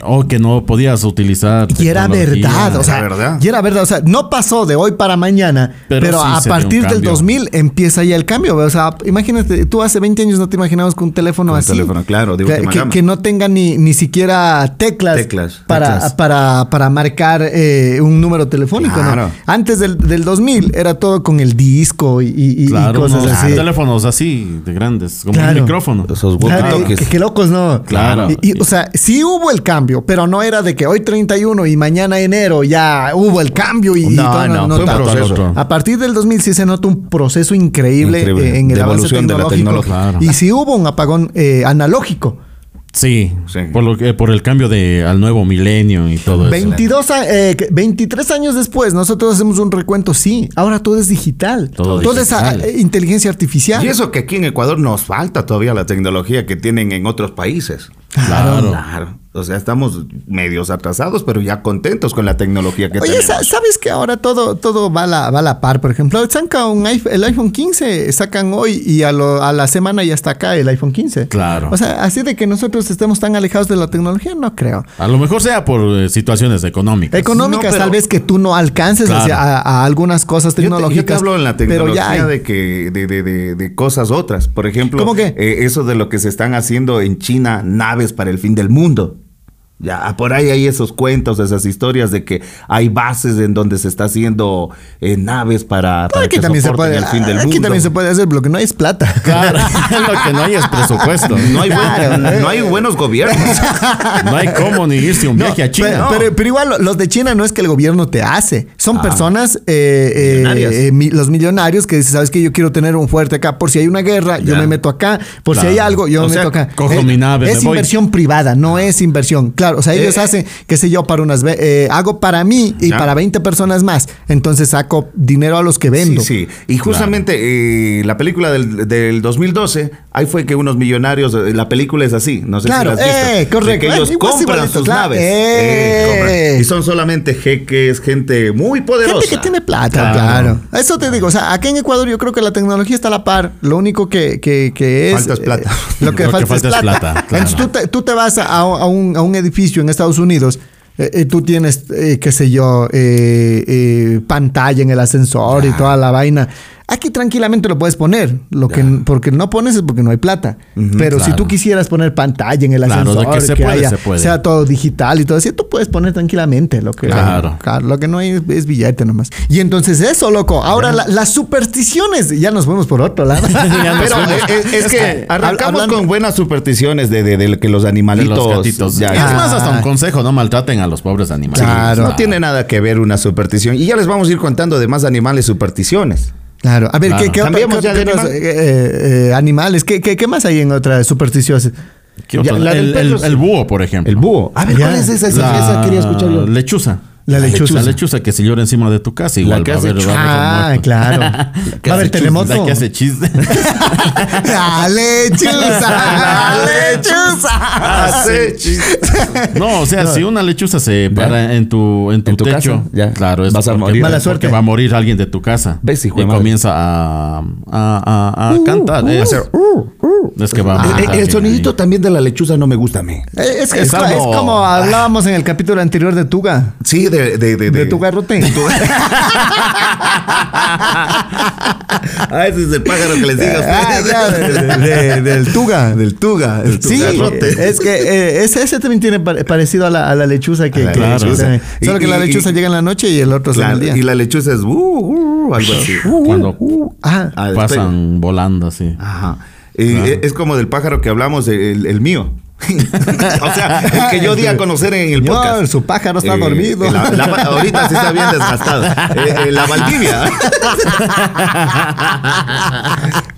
[SPEAKER 4] O Oh, que no podías utilizar.
[SPEAKER 2] Y era
[SPEAKER 4] tecnología.
[SPEAKER 2] verdad, o sea,
[SPEAKER 3] era verdad.
[SPEAKER 2] y era verdad, o sea, no pasó de hoy para mañana, pero,
[SPEAKER 4] Pero sí
[SPEAKER 2] a
[SPEAKER 4] se dio un
[SPEAKER 2] partir del
[SPEAKER 4] cambio.
[SPEAKER 2] 2000 empieza ya el cambio, o sea, imagínate, tú hace 20 años no te imaginabas que un teléfono
[SPEAKER 3] Con un
[SPEAKER 2] así,
[SPEAKER 3] teléfono, claro, de
[SPEAKER 2] que,
[SPEAKER 3] última
[SPEAKER 2] que-
[SPEAKER 3] gama.
[SPEAKER 2] que no tenga ni, ni siquiera teclas,
[SPEAKER 3] Teclas,
[SPEAKER 2] para,
[SPEAKER 3] teclas.
[SPEAKER 2] Para, para marcar eh, un número telefónico, ¿no?
[SPEAKER 3] Claro.
[SPEAKER 2] Antes del, del 2000 era todo con el disco y, y- y
[SPEAKER 4] Claro,
[SPEAKER 2] cosas
[SPEAKER 4] unos
[SPEAKER 2] así.
[SPEAKER 4] teléfonos así, de grandes, como
[SPEAKER 2] Claro.
[SPEAKER 4] un micrófono.
[SPEAKER 3] Esos
[SPEAKER 2] Claro,
[SPEAKER 3] walkie-talkies.
[SPEAKER 2] que, que locos, ¿no?
[SPEAKER 4] Claro.
[SPEAKER 2] Y, y, o sea, sí hubo el cambio, pero no era de que hoy 31 y mañana enero ya hubo el cambio y, y
[SPEAKER 3] No,
[SPEAKER 2] todo,
[SPEAKER 3] no, fue un
[SPEAKER 2] tanto.
[SPEAKER 4] proceso.
[SPEAKER 2] A partir del 2000 sí se nota un proceso increíble,
[SPEAKER 3] Increíble,
[SPEAKER 2] eh, en el
[SPEAKER 3] de
[SPEAKER 2] avance
[SPEAKER 3] evolución de la
[SPEAKER 2] tecnológico.
[SPEAKER 3] tecnología.
[SPEAKER 4] Claro.
[SPEAKER 2] Y sí hubo un apagón eh, analógico.
[SPEAKER 4] Sí,
[SPEAKER 3] Sí.
[SPEAKER 4] Por, lo que, por el cambio de, al nuevo milenio y todo
[SPEAKER 3] Pues
[SPEAKER 4] eso.
[SPEAKER 2] 22 a- eh, que- 23 años después, nosotros hacemos un recuento, sí, ahora todo es digital.
[SPEAKER 4] Todo
[SPEAKER 2] Toda esa
[SPEAKER 4] digital.
[SPEAKER 2] eh, inteligencia artificial.
[SPEAKER 3] Y eso que aquí en Ecuador nos falta todavía la tecnología que tienen en otros países.
[SPEAKER 4] Claro.
[SPEAKER 3] Claro. O sea, estamos medios atrasados, pero ya contentos con la tecnología que
[SPEAKER 2] Oye,
[SPEAKER 3] tenemos.
[SPEAKER 2] sa- ¿sabes que ahora todo, todo va, a la, va a la par? Por ejemplo, sacan un iPhone- el iPhone 15, sacan hoy y a, lo- a la semana ya está acá el iPhone 15.
[SPEAKER 4] Claro.
[SPEAKER 2] O sea, así de que nosotros estemos tan alejados de la tecnología, no creo.
[SPEAKER 4] A lo mejor sea por eh, situaciones económicas.
[SPEAKER 2] Económicas,
[SPEAKER 3] no, pero-
[SPEAKER 2] tal vez que tú no alcances
[SPEAKER 4] Claro.
[SPEAKER 2] hacia- a, a algunas cosas
[SPEAKER 3] Yo te- yo te
[SPEAKER 2] tecnológicas.
[SPEAKER 3] hablo en la
[SPEAKER 2] pero ya
[SPEAKER 3] tecnología
[SPEAKER 2] hay.
[SPEAKER 3] de que de, de- de- de cosas otras. Por ejemplo,
[SPEAKER 2] ¿Cómo qué?
[SPEAKER 3] eh, eso de lo que se están haciendo en China, naves para el fin del mundo. Ya, ah, por ahí hay esos cuentos, esas historias de que hay bases en donde se está haciendo eh, naves para, para
[SPEAKER 2] Aquí
[SPEAKER 3] que
[SPEAKER 2] también se
[SPEAKER 3] soporten
[SPEAKER 2] puede. ah,
[SPEAKER 3] el fin del
[SPEAKER 2] aquí
[SPEAKER 3] mundo.
[SPEAKER 2] también se puede hacer, pero lo que no hay es plata.
[SPEAKER 4] Claro, lo que no hay es presupuesto.
[SPEAKER 3] No hay, buen-
[SPEAKER 2] Claro.
[SPEAKER 3] no hay buenos gobiernos.
[SPEAKER 4] No hay cómo ni irse un
[SPEAKER 2] No,
[SPEAKER 4] viaje a China.
[SPEAKER 2] Pero,
[SPEAKER 4] No. Ah.
[SPEAKER 2] pero- pero igual, lo- los de China no es que el gobierno te hace. Son personas, eh, eh,
[SPEAKER 3] Millonarias.
[SPEAKER 2] eh, mi- los millonarios que dicen, ¿sabes qué? Yo quiero tener un fuerte acá. Por si hay una guerra, yo
[SPEAKER 3] Ya.
[SPEAKER 2] me meto acá. Por si
[SPEAKER 4] Claro.
[SPEAKER 2] hay algo, yo
[SPEAKER 3] O
[SPEAKER 2] me
[SPEAKER 3] sea,
[SPEAKER 2] meto acá.
[SPEAKER 4] cojo
[SPEAKER 2] Eh,
[SPEAKER 4] mi nave,
[SPEAKER 2] es
[SPEAKER 4] me voy. Ah.
[SPEAKER 2] inversión privada, no es inversión. Claro, o sea, ellos
[SPEAKER 3] Eh,
[SPEAKER 2] hacen, qué sé yo, para unas... ve- eh, hago para mí y
[SPEAKER 3] Ya.
[SPEAKER 2] para 20 personas más. Entonces saco dinero a los que vendo.
[SPEAKER 3] Sí, sí. Y justamente eh, la película del, del 2012, ahí fue que unos millonarios, eh, la película es así, no sé
[SPEAKER 2] Claro,
[SPEAKER 3] si la has visto.
[SPEAKER 2] eh,
[SPEAKER 3] de
[SPEAKER 2] correcto.
[SPEAKER 3] Que ellos
[SPEAKER 2] Eh, igual,
[SPEAKER 3] compran
[SPEAKER 2] igualito,
[SPEAKER 3] sus
[SPEAKER 2] claro.
[SPEAKER 3] naves.
[SPEAKER 2] Eh.
[SPEAKER 3] compran. Y son solamente jeques, gente muy poderosa.
[SPEAKER 2] Gente que tiene plata, claro. Eso te digo, o sea, acá en Ecuador yo creo que la tecnología está a la par. Lo único que, que, que es...
[SPEAKER 3] Falta es plata.
[SPEAKER 2] eh, lo que falta, es plata.
[SPEAKER 4] claro.
[SPEAKER 2] Entonces tú te, tú te vas a, a un, a un edificio en Estados Unidos. eh, eh, tú tienes, eh, qué sé yo, eh, eh, pantalla en el ascensor y toda la vaina. Aquí tranquilamente lo puedes poner. Lo que porque no pones es porque no hay plata. Pero si
[SPEAKER 4] claro.
[SPEAKER 2] tú quisieras poner pantalla en el
[SPEAKER 4] Claro, de
[SPEAKER 2] ascensor,
[SPEAKER 4] que se puede, se puede.
[SPEAKER 2] sea todo digital y todo así, tú puedes poner tranquilamente lo que
[SPEAKER 4] Claro.
[SPEAKER 2] Claro, lo que no hay es, es billete nomás. Y entonces eso, loco. Ahora la- las supersticiones, ya nos fuimos por otro lado.
[SPEAKER 4] Ya nos
[SPEAKER 3] Pero
[SPEAKER 4] fuimos.
[SPEAKER 3] eh, eh, es, que arrancamos
[SPEAKER 2] hablando-
[SPEAKER 3] con buenas supersticiones de, de- de que los
[SPEAKER 4] De
[SPEAKER 3] animalitos.
[SPEAKER 4] los gatitos.
[SPEAKER 3] ya-
[SPEAKER 4] es más, hasta un consejo, no maltraten a los pobres animales.
[SPEAKER 2] Ah, Claro.
[SPEAKER 3] No tiene nada que ver una superstición. Y ya les vamos a ir contando de más animales supersticiones.
[SPEAKER 2] Claro. A ver, ¿qué,
[SPEAKER 4] Claro.
[SPEAKER 2] qué otra-
[SPEAKER 3] Cambiemos
[SPEAKER 2] qué
[SPEAKER 3] ya de
[SPEAKER 2] otros,
[SPEAKER 3] animal.
[SPEAKER 2] eh, eh, animales? ¿Qué, qué, qué más hay en otras supersticiosas?
[SPEAKER 4] ¿Qué otro?
[SPEAKER 3] Ya, la del
[SPEAKER 4] el, el-
[SPEAKER 3] perro,
[SPEAKER 4] el búho, por ejemplo.
[SPEAKER 3] El búho. A ver,
[SPEAKER 2] Ya.
[SPEAKER 3] ¿cuál es esa? Esa,
[SPEAKER 4] La
[SPEAKER 3] esa quería escuchar yo.
[SPEAKER 4] Lechuza.
[SPEAKER 2] La lechuza.
[SPEAKER 4] La lechuza que si llora encima de tu casa, igual
[SPEAKER 3] que
[SPEAKER 4] va a
[SPEAKER 3] hace
[SPEAKER 4] haber. va a haber un
[SPEAKER 2] Ah,
[SPEAKER 4] muerto.
[SPEAKER 2] claro. Va a haber
[SPEAKER 4] La
[SPEAKER 2] telemoto.
[SPEAKER 4] que hace chiste.
[SPEAKER 2] ¡Dale, chusa! ¡Dale, chusa!
[SPEAKER 3] Hace
[SPEAKER 4] No, o sea, si una lechuza se para en tu, en tu,
[SPEAKER 3] En tu
[SPEAKER 4] techo,
[SPEAKER 3] casa, ya.
[SPEAKER 4] claro, es
[SPEAKER 3] Vas a
[SPEAKER 4] porque-
[SPEAKER 3] morir.
[SPEAKER 2] Mala suerte.
[SPEAKER 4] Porque va a morir alguien de tu casa.
[SPEAKER 3] ¿Ves, hijo de
[SPEAKER 4] y
[SPEAKER 3] madre? Uh,
[SPEAKER 4] comienza a, a, a- a cantar. eh, hacer, es que va a
[SPEAKER 2] Ah,
[SPEAKER 3] Eh,
[SPEAKER 4] morir
[SPEAKER 3] eh, el
[SPEAKER 4] alguien
[SPEAKER 3] sonidito
[SPEAKER 4] ahí.
[SPEAKER 3] también de la lechuza no me gusta a mí.
[SPEAKER 2] Eh, Es, es-
[SPEAKER 4] Es
[SPEAKER 2] es
[SPEAKER 4] como-
[SPEAKER 2] como hablábamos en el capítulo anterior de Tuga.
[SPEAKER 3] Sí, de, de, de,
[SPEAKER 2] De tu garrote.
[SPEAKER 3] Ah, ese es el pájaro que les diga a
[SPEAKER 2] Ah,
[SPEAKER 3] ustedes.
[SPEAKER 2] ya, de- de- de- del Tuga.
[SPEAKER 3] Del tuga. El
[SPEAKER 2] Sí,
[SPEAKER 3] tugarrote.
[SPEAKER 2] es que eh, ese, ese también tiene pare- parecido a la, a la lechuza que...
[SPEAKER 3] A la
[SPEAKER 2] que-
[SPEAKER 3] lechuza.
[SPEAKER 2] también.
[SPEAKER 3] Y-
[SPEAKER 2] Solo que la
[SPEAKER 3] y-
[SPEAKER 2] lechuza
[SPEAKER 3] y-
[SPEAKER 2] llega en la noche y el otro sale
[SPEAKER 3] Claro,
[SPEAKER 2] en el
[SPEAKER 3] y
[SPEAKER 2] día.
[SPEAKER 3] la lechuza es uh, uh, algo así.
[SPEAKER 4] Cuando
[SPEAKER 2] Ah,
[SPEAKER 3] Ah, después-
[SPEAKER 4] pasan volando así.
[SPEAKER 3] Ajá. Y e- Es como del pájaro que hablamos, el, el mío. o sea, el que yo di a conocer en el
[SPEAKER 2] No,
[SPEAKER 3] podcast. Eh,
[SPEAKER 2] su pájaro está dormido.
[SPEAKER 3] la- la- ahorita sí está bien desgastado. Eh, eh, la Valdivia.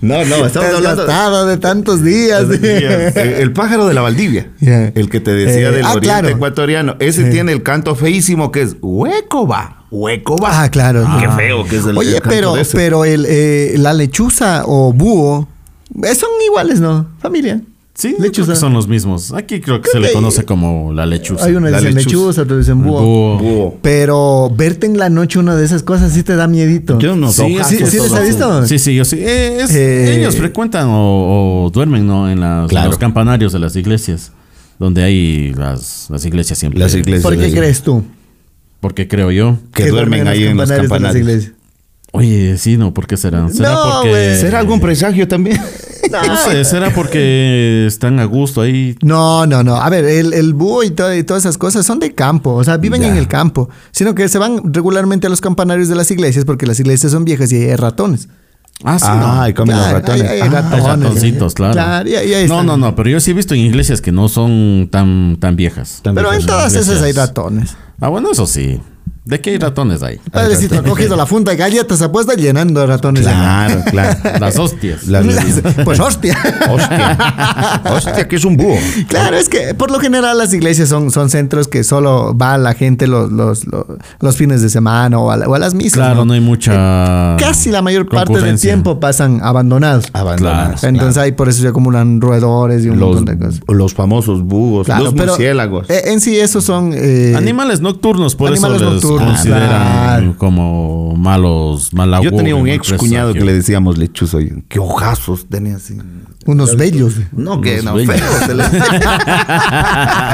[SPEAKER 3] no, no, estamos hablando.
[SPEAKER 2] desgastado de tantos días.
[SPEAKER 3] Eh, El pájaro de la Valdivia,
[SPEAKER 2] Yeah.
[SPEAKER 3] el que te decía
[SPEAKER 2] Eh,
[SPEAKER 3] del
[SPEAKER 2] ah,
[SPEAKER 3] oriente
[SPEAKER 2] claro.
[SPEAKER 3] ecuatoriano, ese tiene el canto feísimo que es hueco va, hueco va.
[SPEAKER 2] Ah, claro.
[SPEAKER 3] Qué
[SPEAKER 2] Ah.
[SPEAKER 3] feo que es el,
[SPEAKER 2] Oye,
[SPEAKER 3] el canto
[SPEAKER 2] pero,
[SPEAKER 3] de ese.
[SPEAKER 2] pero el, eh, la lechuza o búho eh, son iguales, ¿no? Familia.
[SPEAKER 4] Sí, yo creo
[SPEAKER 2] lechuza.
[SPEAKER 4] que son los mismos. Aquí creo que
[SPEAKER 2] Creo
[SPEAKER 4] se
[SPEAKER 2] que
[SPEAKER 4] le conoce como la lechuza.
[SPEAKER 2] Hay una
[SPEAKER 3] La
[SPEAKER 2] dicen
[SPEAKER 3] lechuza.
[SPEAKER 2] lechuza, otros dicen búho.
[SPEAKER 4] Búho.
[SPEAKER 3] Búho.
[SPEAKER 2] Pero verte en la noche una de esas cosas sí te da miedito.
[SPEAKER 3] Tiene unos
[SPEAKER 4] Sí,
[SPEAKER 3] ojazos
[SPEAKER 2] sí, sí,
[SPEAKER 3] todo
[SPEAKER 2] les ha
[SPEAKER 3] así.
[SPEAKER 2] visto.
[SPEAKER 4] Sí, sí, yo sí. Eh, es-
[SPEAKER 2] Eh,
[SPEAKER 4] ellos frecuentan o, o duermen, ¿no? En, las- en los campanarios de las iglesias. donde hay las, las iglesias siempre.
[SPEAKER 3] Las iglesias.
[SPEAKER 2] ¿Por qué
[SPEAKER 3] Sí.
[SPEAKER 2] crees tú?
[SPEAKER 4] Porque creo yo.
[SPEAKER 3] Que duermen ahí en los
[SPEAKER 2] de las
[SPEAKER 3] campanarios.
[SPEAKER 2] iglesias?
[SPEAKER 4] Oye, sí, no, ¿por qué será? ¿Será
[SPEAKER 2] No,
[SPEAKER 4] porque.
[SPEAKER 2] güey.
[SPEAKER 3] ¿Será algún presagio también?
[SPEAKER 4] No sé, será porque están a gusto ahí.
[SPEAKER 2] No, no, no. A ver, el, el búho y, to- y todas esas cosas son de campo, o sea, viven en el campo, sino que se van regularmente a los campanarios de las iglesias porque las iglesias son viejas y hay ratones.
[SPEAKER 4] Ah, sí.
[SPEAKER 3] Ah, y comen los
[SPEAKER 2] Claro,
[SPEAKER 3] ratones.
[SPEAKER 2] ahí hay
[SPEAKER 3] Ah,
[SPEAKER 2] ratones.
[SPEAKER 4] ratoncitos, claro.
[SPEAKER 2] Claro, y ahí- ahí
[SPEAKER 4] no,
[SPEAKER 2] están.
[SPEAKER 4] no, no, pero yo sí he visto en iglesias que no son tan, tan viejas.
[SPEAKER 3] Tan
[SPEAKER 2] Pero en
[SPEAKER 3] viejas, ¿no?
[SPEAKER 2] todas esas
[SPEAKER 4] iglesias.
[SPEAKER 2] hay ratones.
[SPEAKER 4] Ah, bueno, eso sí. ¿De qué hay ratones hay?
[SPEAKER 2] Padrecito, ha cogido la funda de galletas, apuesta llenando de ratones.
[SPEAKER 3] Claro, claro.
[SPEAKER 4] Las hostias.
[SPEAKER 3] Las-
[SPEAKER 2] Las- pues hostia.
[SPEAKER 3] Hostia. Hostia, que es un búho.
[SPEAKER 2] Claro, es que por lo general las iglesias son, son centros que solo va la gente los, los, los, los fines de semana o a, la- o a las misas.
[SPEAKER 4] Claro, no hay mucha.
[SPEAKER 2] Eh, Casi la mayor parte del
[SPEAKER 4] concurrencia.
[SPEAKER 2] tiempo pasan abandonados.
[SPEAKER 3] Abandonadas.
[SPEAKER 2] Entonces ahí por eso se acumulan roedores y un
[SPEAKER 3] Los,
[SPEAKER 2] montón de cosas.
[SPEAKER 3] los famosos búhos,
[SPEAKER 2] Claro,
[SPEAKER 3] los
[SPEAKER 2] pero,
[SPEAKER 3] murciélagos.
[SPEAKER 2] eh, en sí, esos son. eh,
[SPEAKER 4] Animales nocturnos, por
[SPEAKER 2] Animales
[SPEAKER 4] eso los
[SPEAKER 2] nocturnos,
[SPEAKER 4] consideran
[SPEAKER 2] claro.
[SPEAKER 4] como malos, mal
[SPEAKER 3] Yo
[SPEAKER 4] augurio,
[SPEAKER 3] tenía un
[SPEAKER 4] mal
[SPEAKER 3] ex cuñado que
[SPEAKER 4] presagio.
[SPEAKER 3] le decíamos lechuzo. y- Qué ojazos tenía así.
[SPEAKER 2] unos bellos.
[SPEAKER 3] No, que
[SPEAKER 4] Unos
[SPEAKER 3] no,
[SPEAKER 4] bellos.
[SPEAKER 3] feos, se les-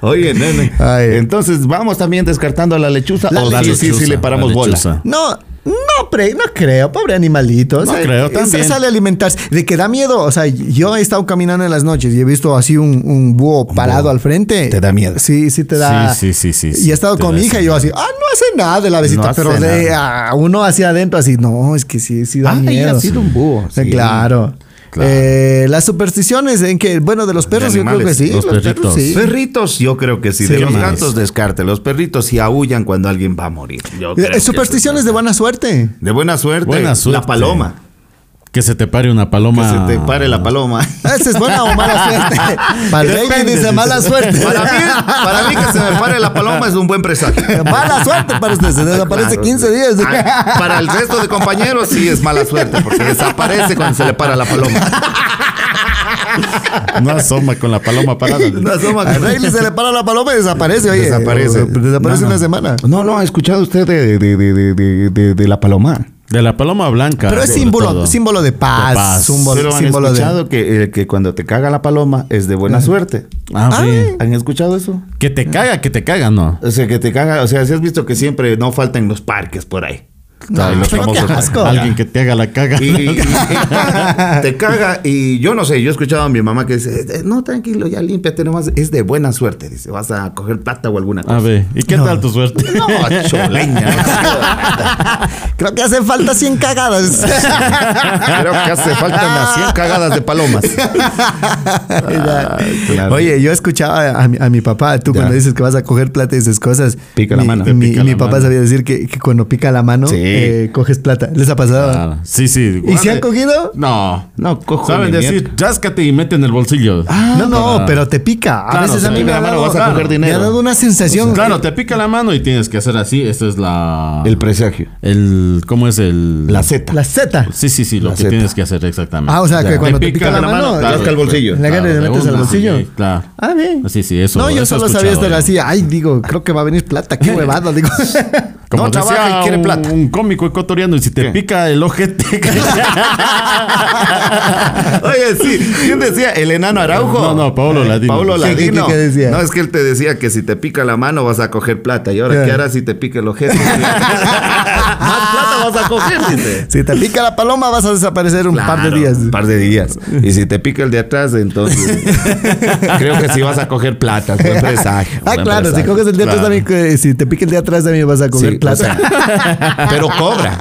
[SPEAKER 3] Oye, nene.
[SPEAKER 2] Ay.
[SPEAKER 3] Entonces, vamos también descartando a la lechuza.
[SPEAKER 4] La
[SPEAKER 3] o sí,
[SPEAKER 4] lechuza,
[SPEAKER 3] sí, sí, le
[SPEAKER 4] la
[SPEAKER 3] paramos bola.
[SPEAKER 4] lechuza.
[SPEAKER 2] No, no, pre- no creo, pobre animalito. o
[SPEAKER 4] No
[SPEAKER 2] sea,
[SPEAKER 4] creo,
[SPEAKER 2] eh,
[SPEAKER 4] también.
[SPEAKER 2] Sale a alimentarse. De que da miedo. O sea, yo he estado caminando en las noches y he visto así un, un búho parado al frente.
[SPEAKER 3] Te da miedo.
[SPEAKER 2] Sí, sí te da.
[SPEAKER 4] Sí, sí, sí, sí,
[SPEAKER 2] Y
[SPEAKER 4] sí,
[SPEAKER 2] he estado
[SPEAKER 4] te
[SPEAKER 2] con
[SPEAKER 4] da
[SPEAKER 2] mi hija y yo así, ah, no hace nada de la visita.
[SPEAKER 3] hace
[SPEAKER 2] pero de a uno hacia adentro así, no, es que sí, sí da
[SPEAKER 3] Ah, y ha
[SPEAKER 2] miedo.
[SPEAKER 3] sido un búho,
[SPEAKER 2] Sí,
[SPEAKER 3] sí.
[SPEAKER 2] Claro.
[SPEAKER 4] Claro.
[SPEAKER 2] Eh, las supersticiones en que, bueno, de los perros yo creo que
[SPEAKER 3] animales,
[SPEAKER 2] sí.
[SPEAKER 4] los perritos.
[SPEAKER 2] sí.
[SPEAKER 3] Perritos, yo creo que sí.
[SPEAKER 2] Sí.
[SPEAKER 3] De los
[SPEAKER 2] Sí.
[SPEAKER 3] gatos, descarte. Los perritos sí aullan cuando alguien va a morir. Yo creo
[SPEAKER 2] Eh,
[SPEAKER 3] que
[SPEAKER 2] supersticiones de buena suerte.
[SPEAKER 3] De buena suerte.
[SPEAKER 4] Buena
[SPEAKER 3] La
[SPEAKER 4] suerte.
[SPEAKER 3] paloma.
[SPEAKER 4] Que se te pare una
[SPEAKER 3] Que
[SPEAKER 4] paloma.
[SPEAKER 3] se te pare
[SPEAKER 4] Ah.
[SPEAKER 3] la paloma.
[SPEAKER 2] ¿Esa es buena o mala suerte? Para el baby
[SPEAKER 3] Depende.
[SPEAKER 2] dice mala suerte.
[SPEAKER 3] Para mí, para mí que se me pare la paloma es un buen presagio.
[SPEAKER 2] Mala suerte para usted. Se desaparece
[SPEAKER 3] Claro.
[SPEAKER 2] 15 días.
[SPEAKER 3] Ah, Para el resto de compañeros sí es mala suerte porque desaparece cuando se le para la paloma.
[SPEAKER 4] No asoma con la paloma parada.
[SPEAKER 3] No asoma.
[SPEAKER 2] A Rayleigh se le para la paloma y desaparece. Oye.
[SPEAKER 3] Desaparece.
[SPEAKER 2] O- Desaparece
[SPEAKER 3] No, no.
[SPEAKER 2] una semana.
[SPEAKER 3] No, no, ha escuchado usted de, de- de- de- de- de- de la paloma.
[SPEAKER 4] De la paloma blanca.
[SPEAKER 2] Pero es
[SPEAKER 4] sobre
[SPEAKER 2] símbolo,
[SPEAKER 4] todo.
[SPEAKER 2] símbolo de paz.
[SPEAKER 4] De paz.
[SPEAKER 2] Símbolo,
[SPEAKER 3] Pero han
[SPEAKER 2] símbolo de.
[SPEAKER 3] escuchado que, eh, que cuando te caga la paloma es de buena suerte.
[SPEAKER 4] Ah, sí.
[SPEAKER 3] ¿Han escuchado eso?
[SPEAKER 4] Que te caga, que te caga, no.
[SPEAKER 3] O sea, que te caga, o sea, si has visto que siempre no faltan los parques por ahí.
[SPEAKER 2] No,
[SPEAKER 3] Los
[SPEAKER 2] pero qué
[SPEAKER 3] famosos parques.
[SPEAKER 2] asco.
[SPEAKER 4] Alguien que te haga la caga.
[SPEAKER 3] Y, y- y te caga y yo no sé, yo he escuchado a mi mamá que dice, "Eh, no, tranquilo, ya límpiate nomás, es de buena suerte, dice, vas a coger plata o alguna
[SPEAKER 2] Ah.
[SPEAKER 3] cosa.
[SPEAKER 4] A ver, ¿y qué
[SPEAKER 2] No.
[SPEAKER 4] tal tu suerte?
[SPEAKER 3] No, choleña.
[SPEAKER 2] Creo que hacen falta 100 cagadas.
[SPEAKER 3] Creo que hace falta unas 100 cagadas de palomas.
[SPEAKER 2] Ya.
[SPEAKER 3] claro.
[SPEAKER 2] Oye, yo escuchaba a mi, a mi papá, tú
[SPEAKER 3] Ya.
[SPEAKER 2] cuando dices que vas a coger plata y esas cosas.
[SPEAKER 3] Pica la
[SPEAKER 2] mi,
[SPEAKER 3] mano.
[SPEAKER 2] Mi,
[SPEAKER 4] Pica
[SPEAKER 2] mi
[SPEAKER 4] la
[SPEAKER 2] papá
[SPEAKER 4] mano.
[SPEAKER 2] sabía decir que, que cuando pica la mano,
[SPEAKER 3] Sí.
[SPEAKER 2] eh, coges plata. ¿Les ha pasado?
[SPEAKER 4] Ah, sí, sí.
[SPEAKER 2] ¿Y si han cogido?
[SPEAKER 4] No.
[SPEAKER 3] No, cojo
[SPEAKER 4] Saben
[SPEAKER 3] ni
[SPEAKER 4] decir, ráscate y mete en el bolsillo.
[SPEAKER 2] no, no, pero te pica. Ah, A
[SPEAKER 4] Claro,
[SPEAKER 2] veces
[SPEAKER 4] te
[SPEAKER 2] a mí
[SPEAKER 4] pica
[SPEAKER 2] me ha
[SPEAKER 4] la mano,
[SPEAKER 2] dado,
[SPEAKER 4] vas a
[SPEAKER 2] claro,
[SPEAKER 4] coger
[SPEAKER 2] me ha
[SPEAKER 4] dinero.
[SPEAKER 2] dado una sensación.
[SPEAKER 4] Claro, te pica la mano y tienes que hacer así. Esa es la.
[SPEAKER 3] El presagio.
[SPEAKER 4] el- ¿Cómo es el.
[SPEAKER 3] La Z.
[SPEAKER 2] La Z.
[SPEAKER 4] Sí, sí, sí, lo
[SPEAKER 3] La
[SPEAKER 4] que
[SPEAKER 3] zeta.
[SPEAKER 4] tienes que hacer exactamente.
[SPEAKER 2] Ah, o sea, que cuando te pica
[SPEAKER 4] pican
[SPEAKER 2] la mano,
[SPEAKER 4] claro,
[SPEAKER 3] rasca el bolsillo.
[SPEAKER 2] La cara
[SPEAKER 4] claro,
[SPEAKER 2] le
[SPEAKER 4] de
[SPEAKER 2] metes al
[SPEAKER 4] una,
[SPEAKER 2] bolsillo.
[SPEAKER 4] sí, claro.
[SPEAKER 2] Ah, bien.
[SPEAKER 4] Sí, sí, eso-
[SPEAKER 2] No, yo
[SPEAKER 4] eso he
[SPEAKER 2] solo sabía
[SPEAKER 4] escuchado
[SPEAKER 2] estar
[SPEAKER 4] yo.
[SPEAKER 2] así. Ay, digo, creo que va a venir plata. Qué huevada, digo.
[SPEAKER 4] Como
[SPEAKER 3] No
[SPEAKER 4] decía
[SPEAKER 3] trabaja y quiere
[SPEAKER 4] un-
[SPEAKER 3] plata.
[SPEAKER 4] Un cómico ecuatoriano, y si te
[SPEAKER 3] ¿Qué?
[SPEAKER 4] pica el ojete.
[SPEAKER 3] Oye, sí. ¿Quién decía? ¿El enano Araujo?
[SPEAKER 4] No, no, Pablo Ladino.
[SPEAKER 3] Pablo
[SPEAKER 2] ¿Qué- qué-
[SPEAKER 3] Ladino.
[SPEAKER 2] qué decía?
[SPEAKER 3] No, es que él te decía que si te pica la mano vas a coger plata. ¿Y ahora
[SPEAKER 2] Ya.
[SPEAKER 3] qué harás si te pica el ojete? Más plata vas a coger, dice.
[SPEAKER 2] si te pica la paloma, vas a desaparecer un par de
[SPEAKER 3] Claro,
[SPEAKER 2] días.
[SPEAKER 3] Un par de días. Y si te pica el de atrás, entonces creo que sí vas a coger plata. Buen presagio.
[SPEAKER 2] Ah,
[SPEAKER 3] buen
[SPEAKER 2] claro, si
[SPEAKER 3] presagio.
[SPEAKER 2] coges el de atrás
[SPEAKER 4] Claro.
[SPEAKER 2] también, que si te pica el de atrás también vas a coger
[SPEAKER 3] Sí,
[SPEAKER 2] plata.
[SPEAKER 3] o sea, pero cobra.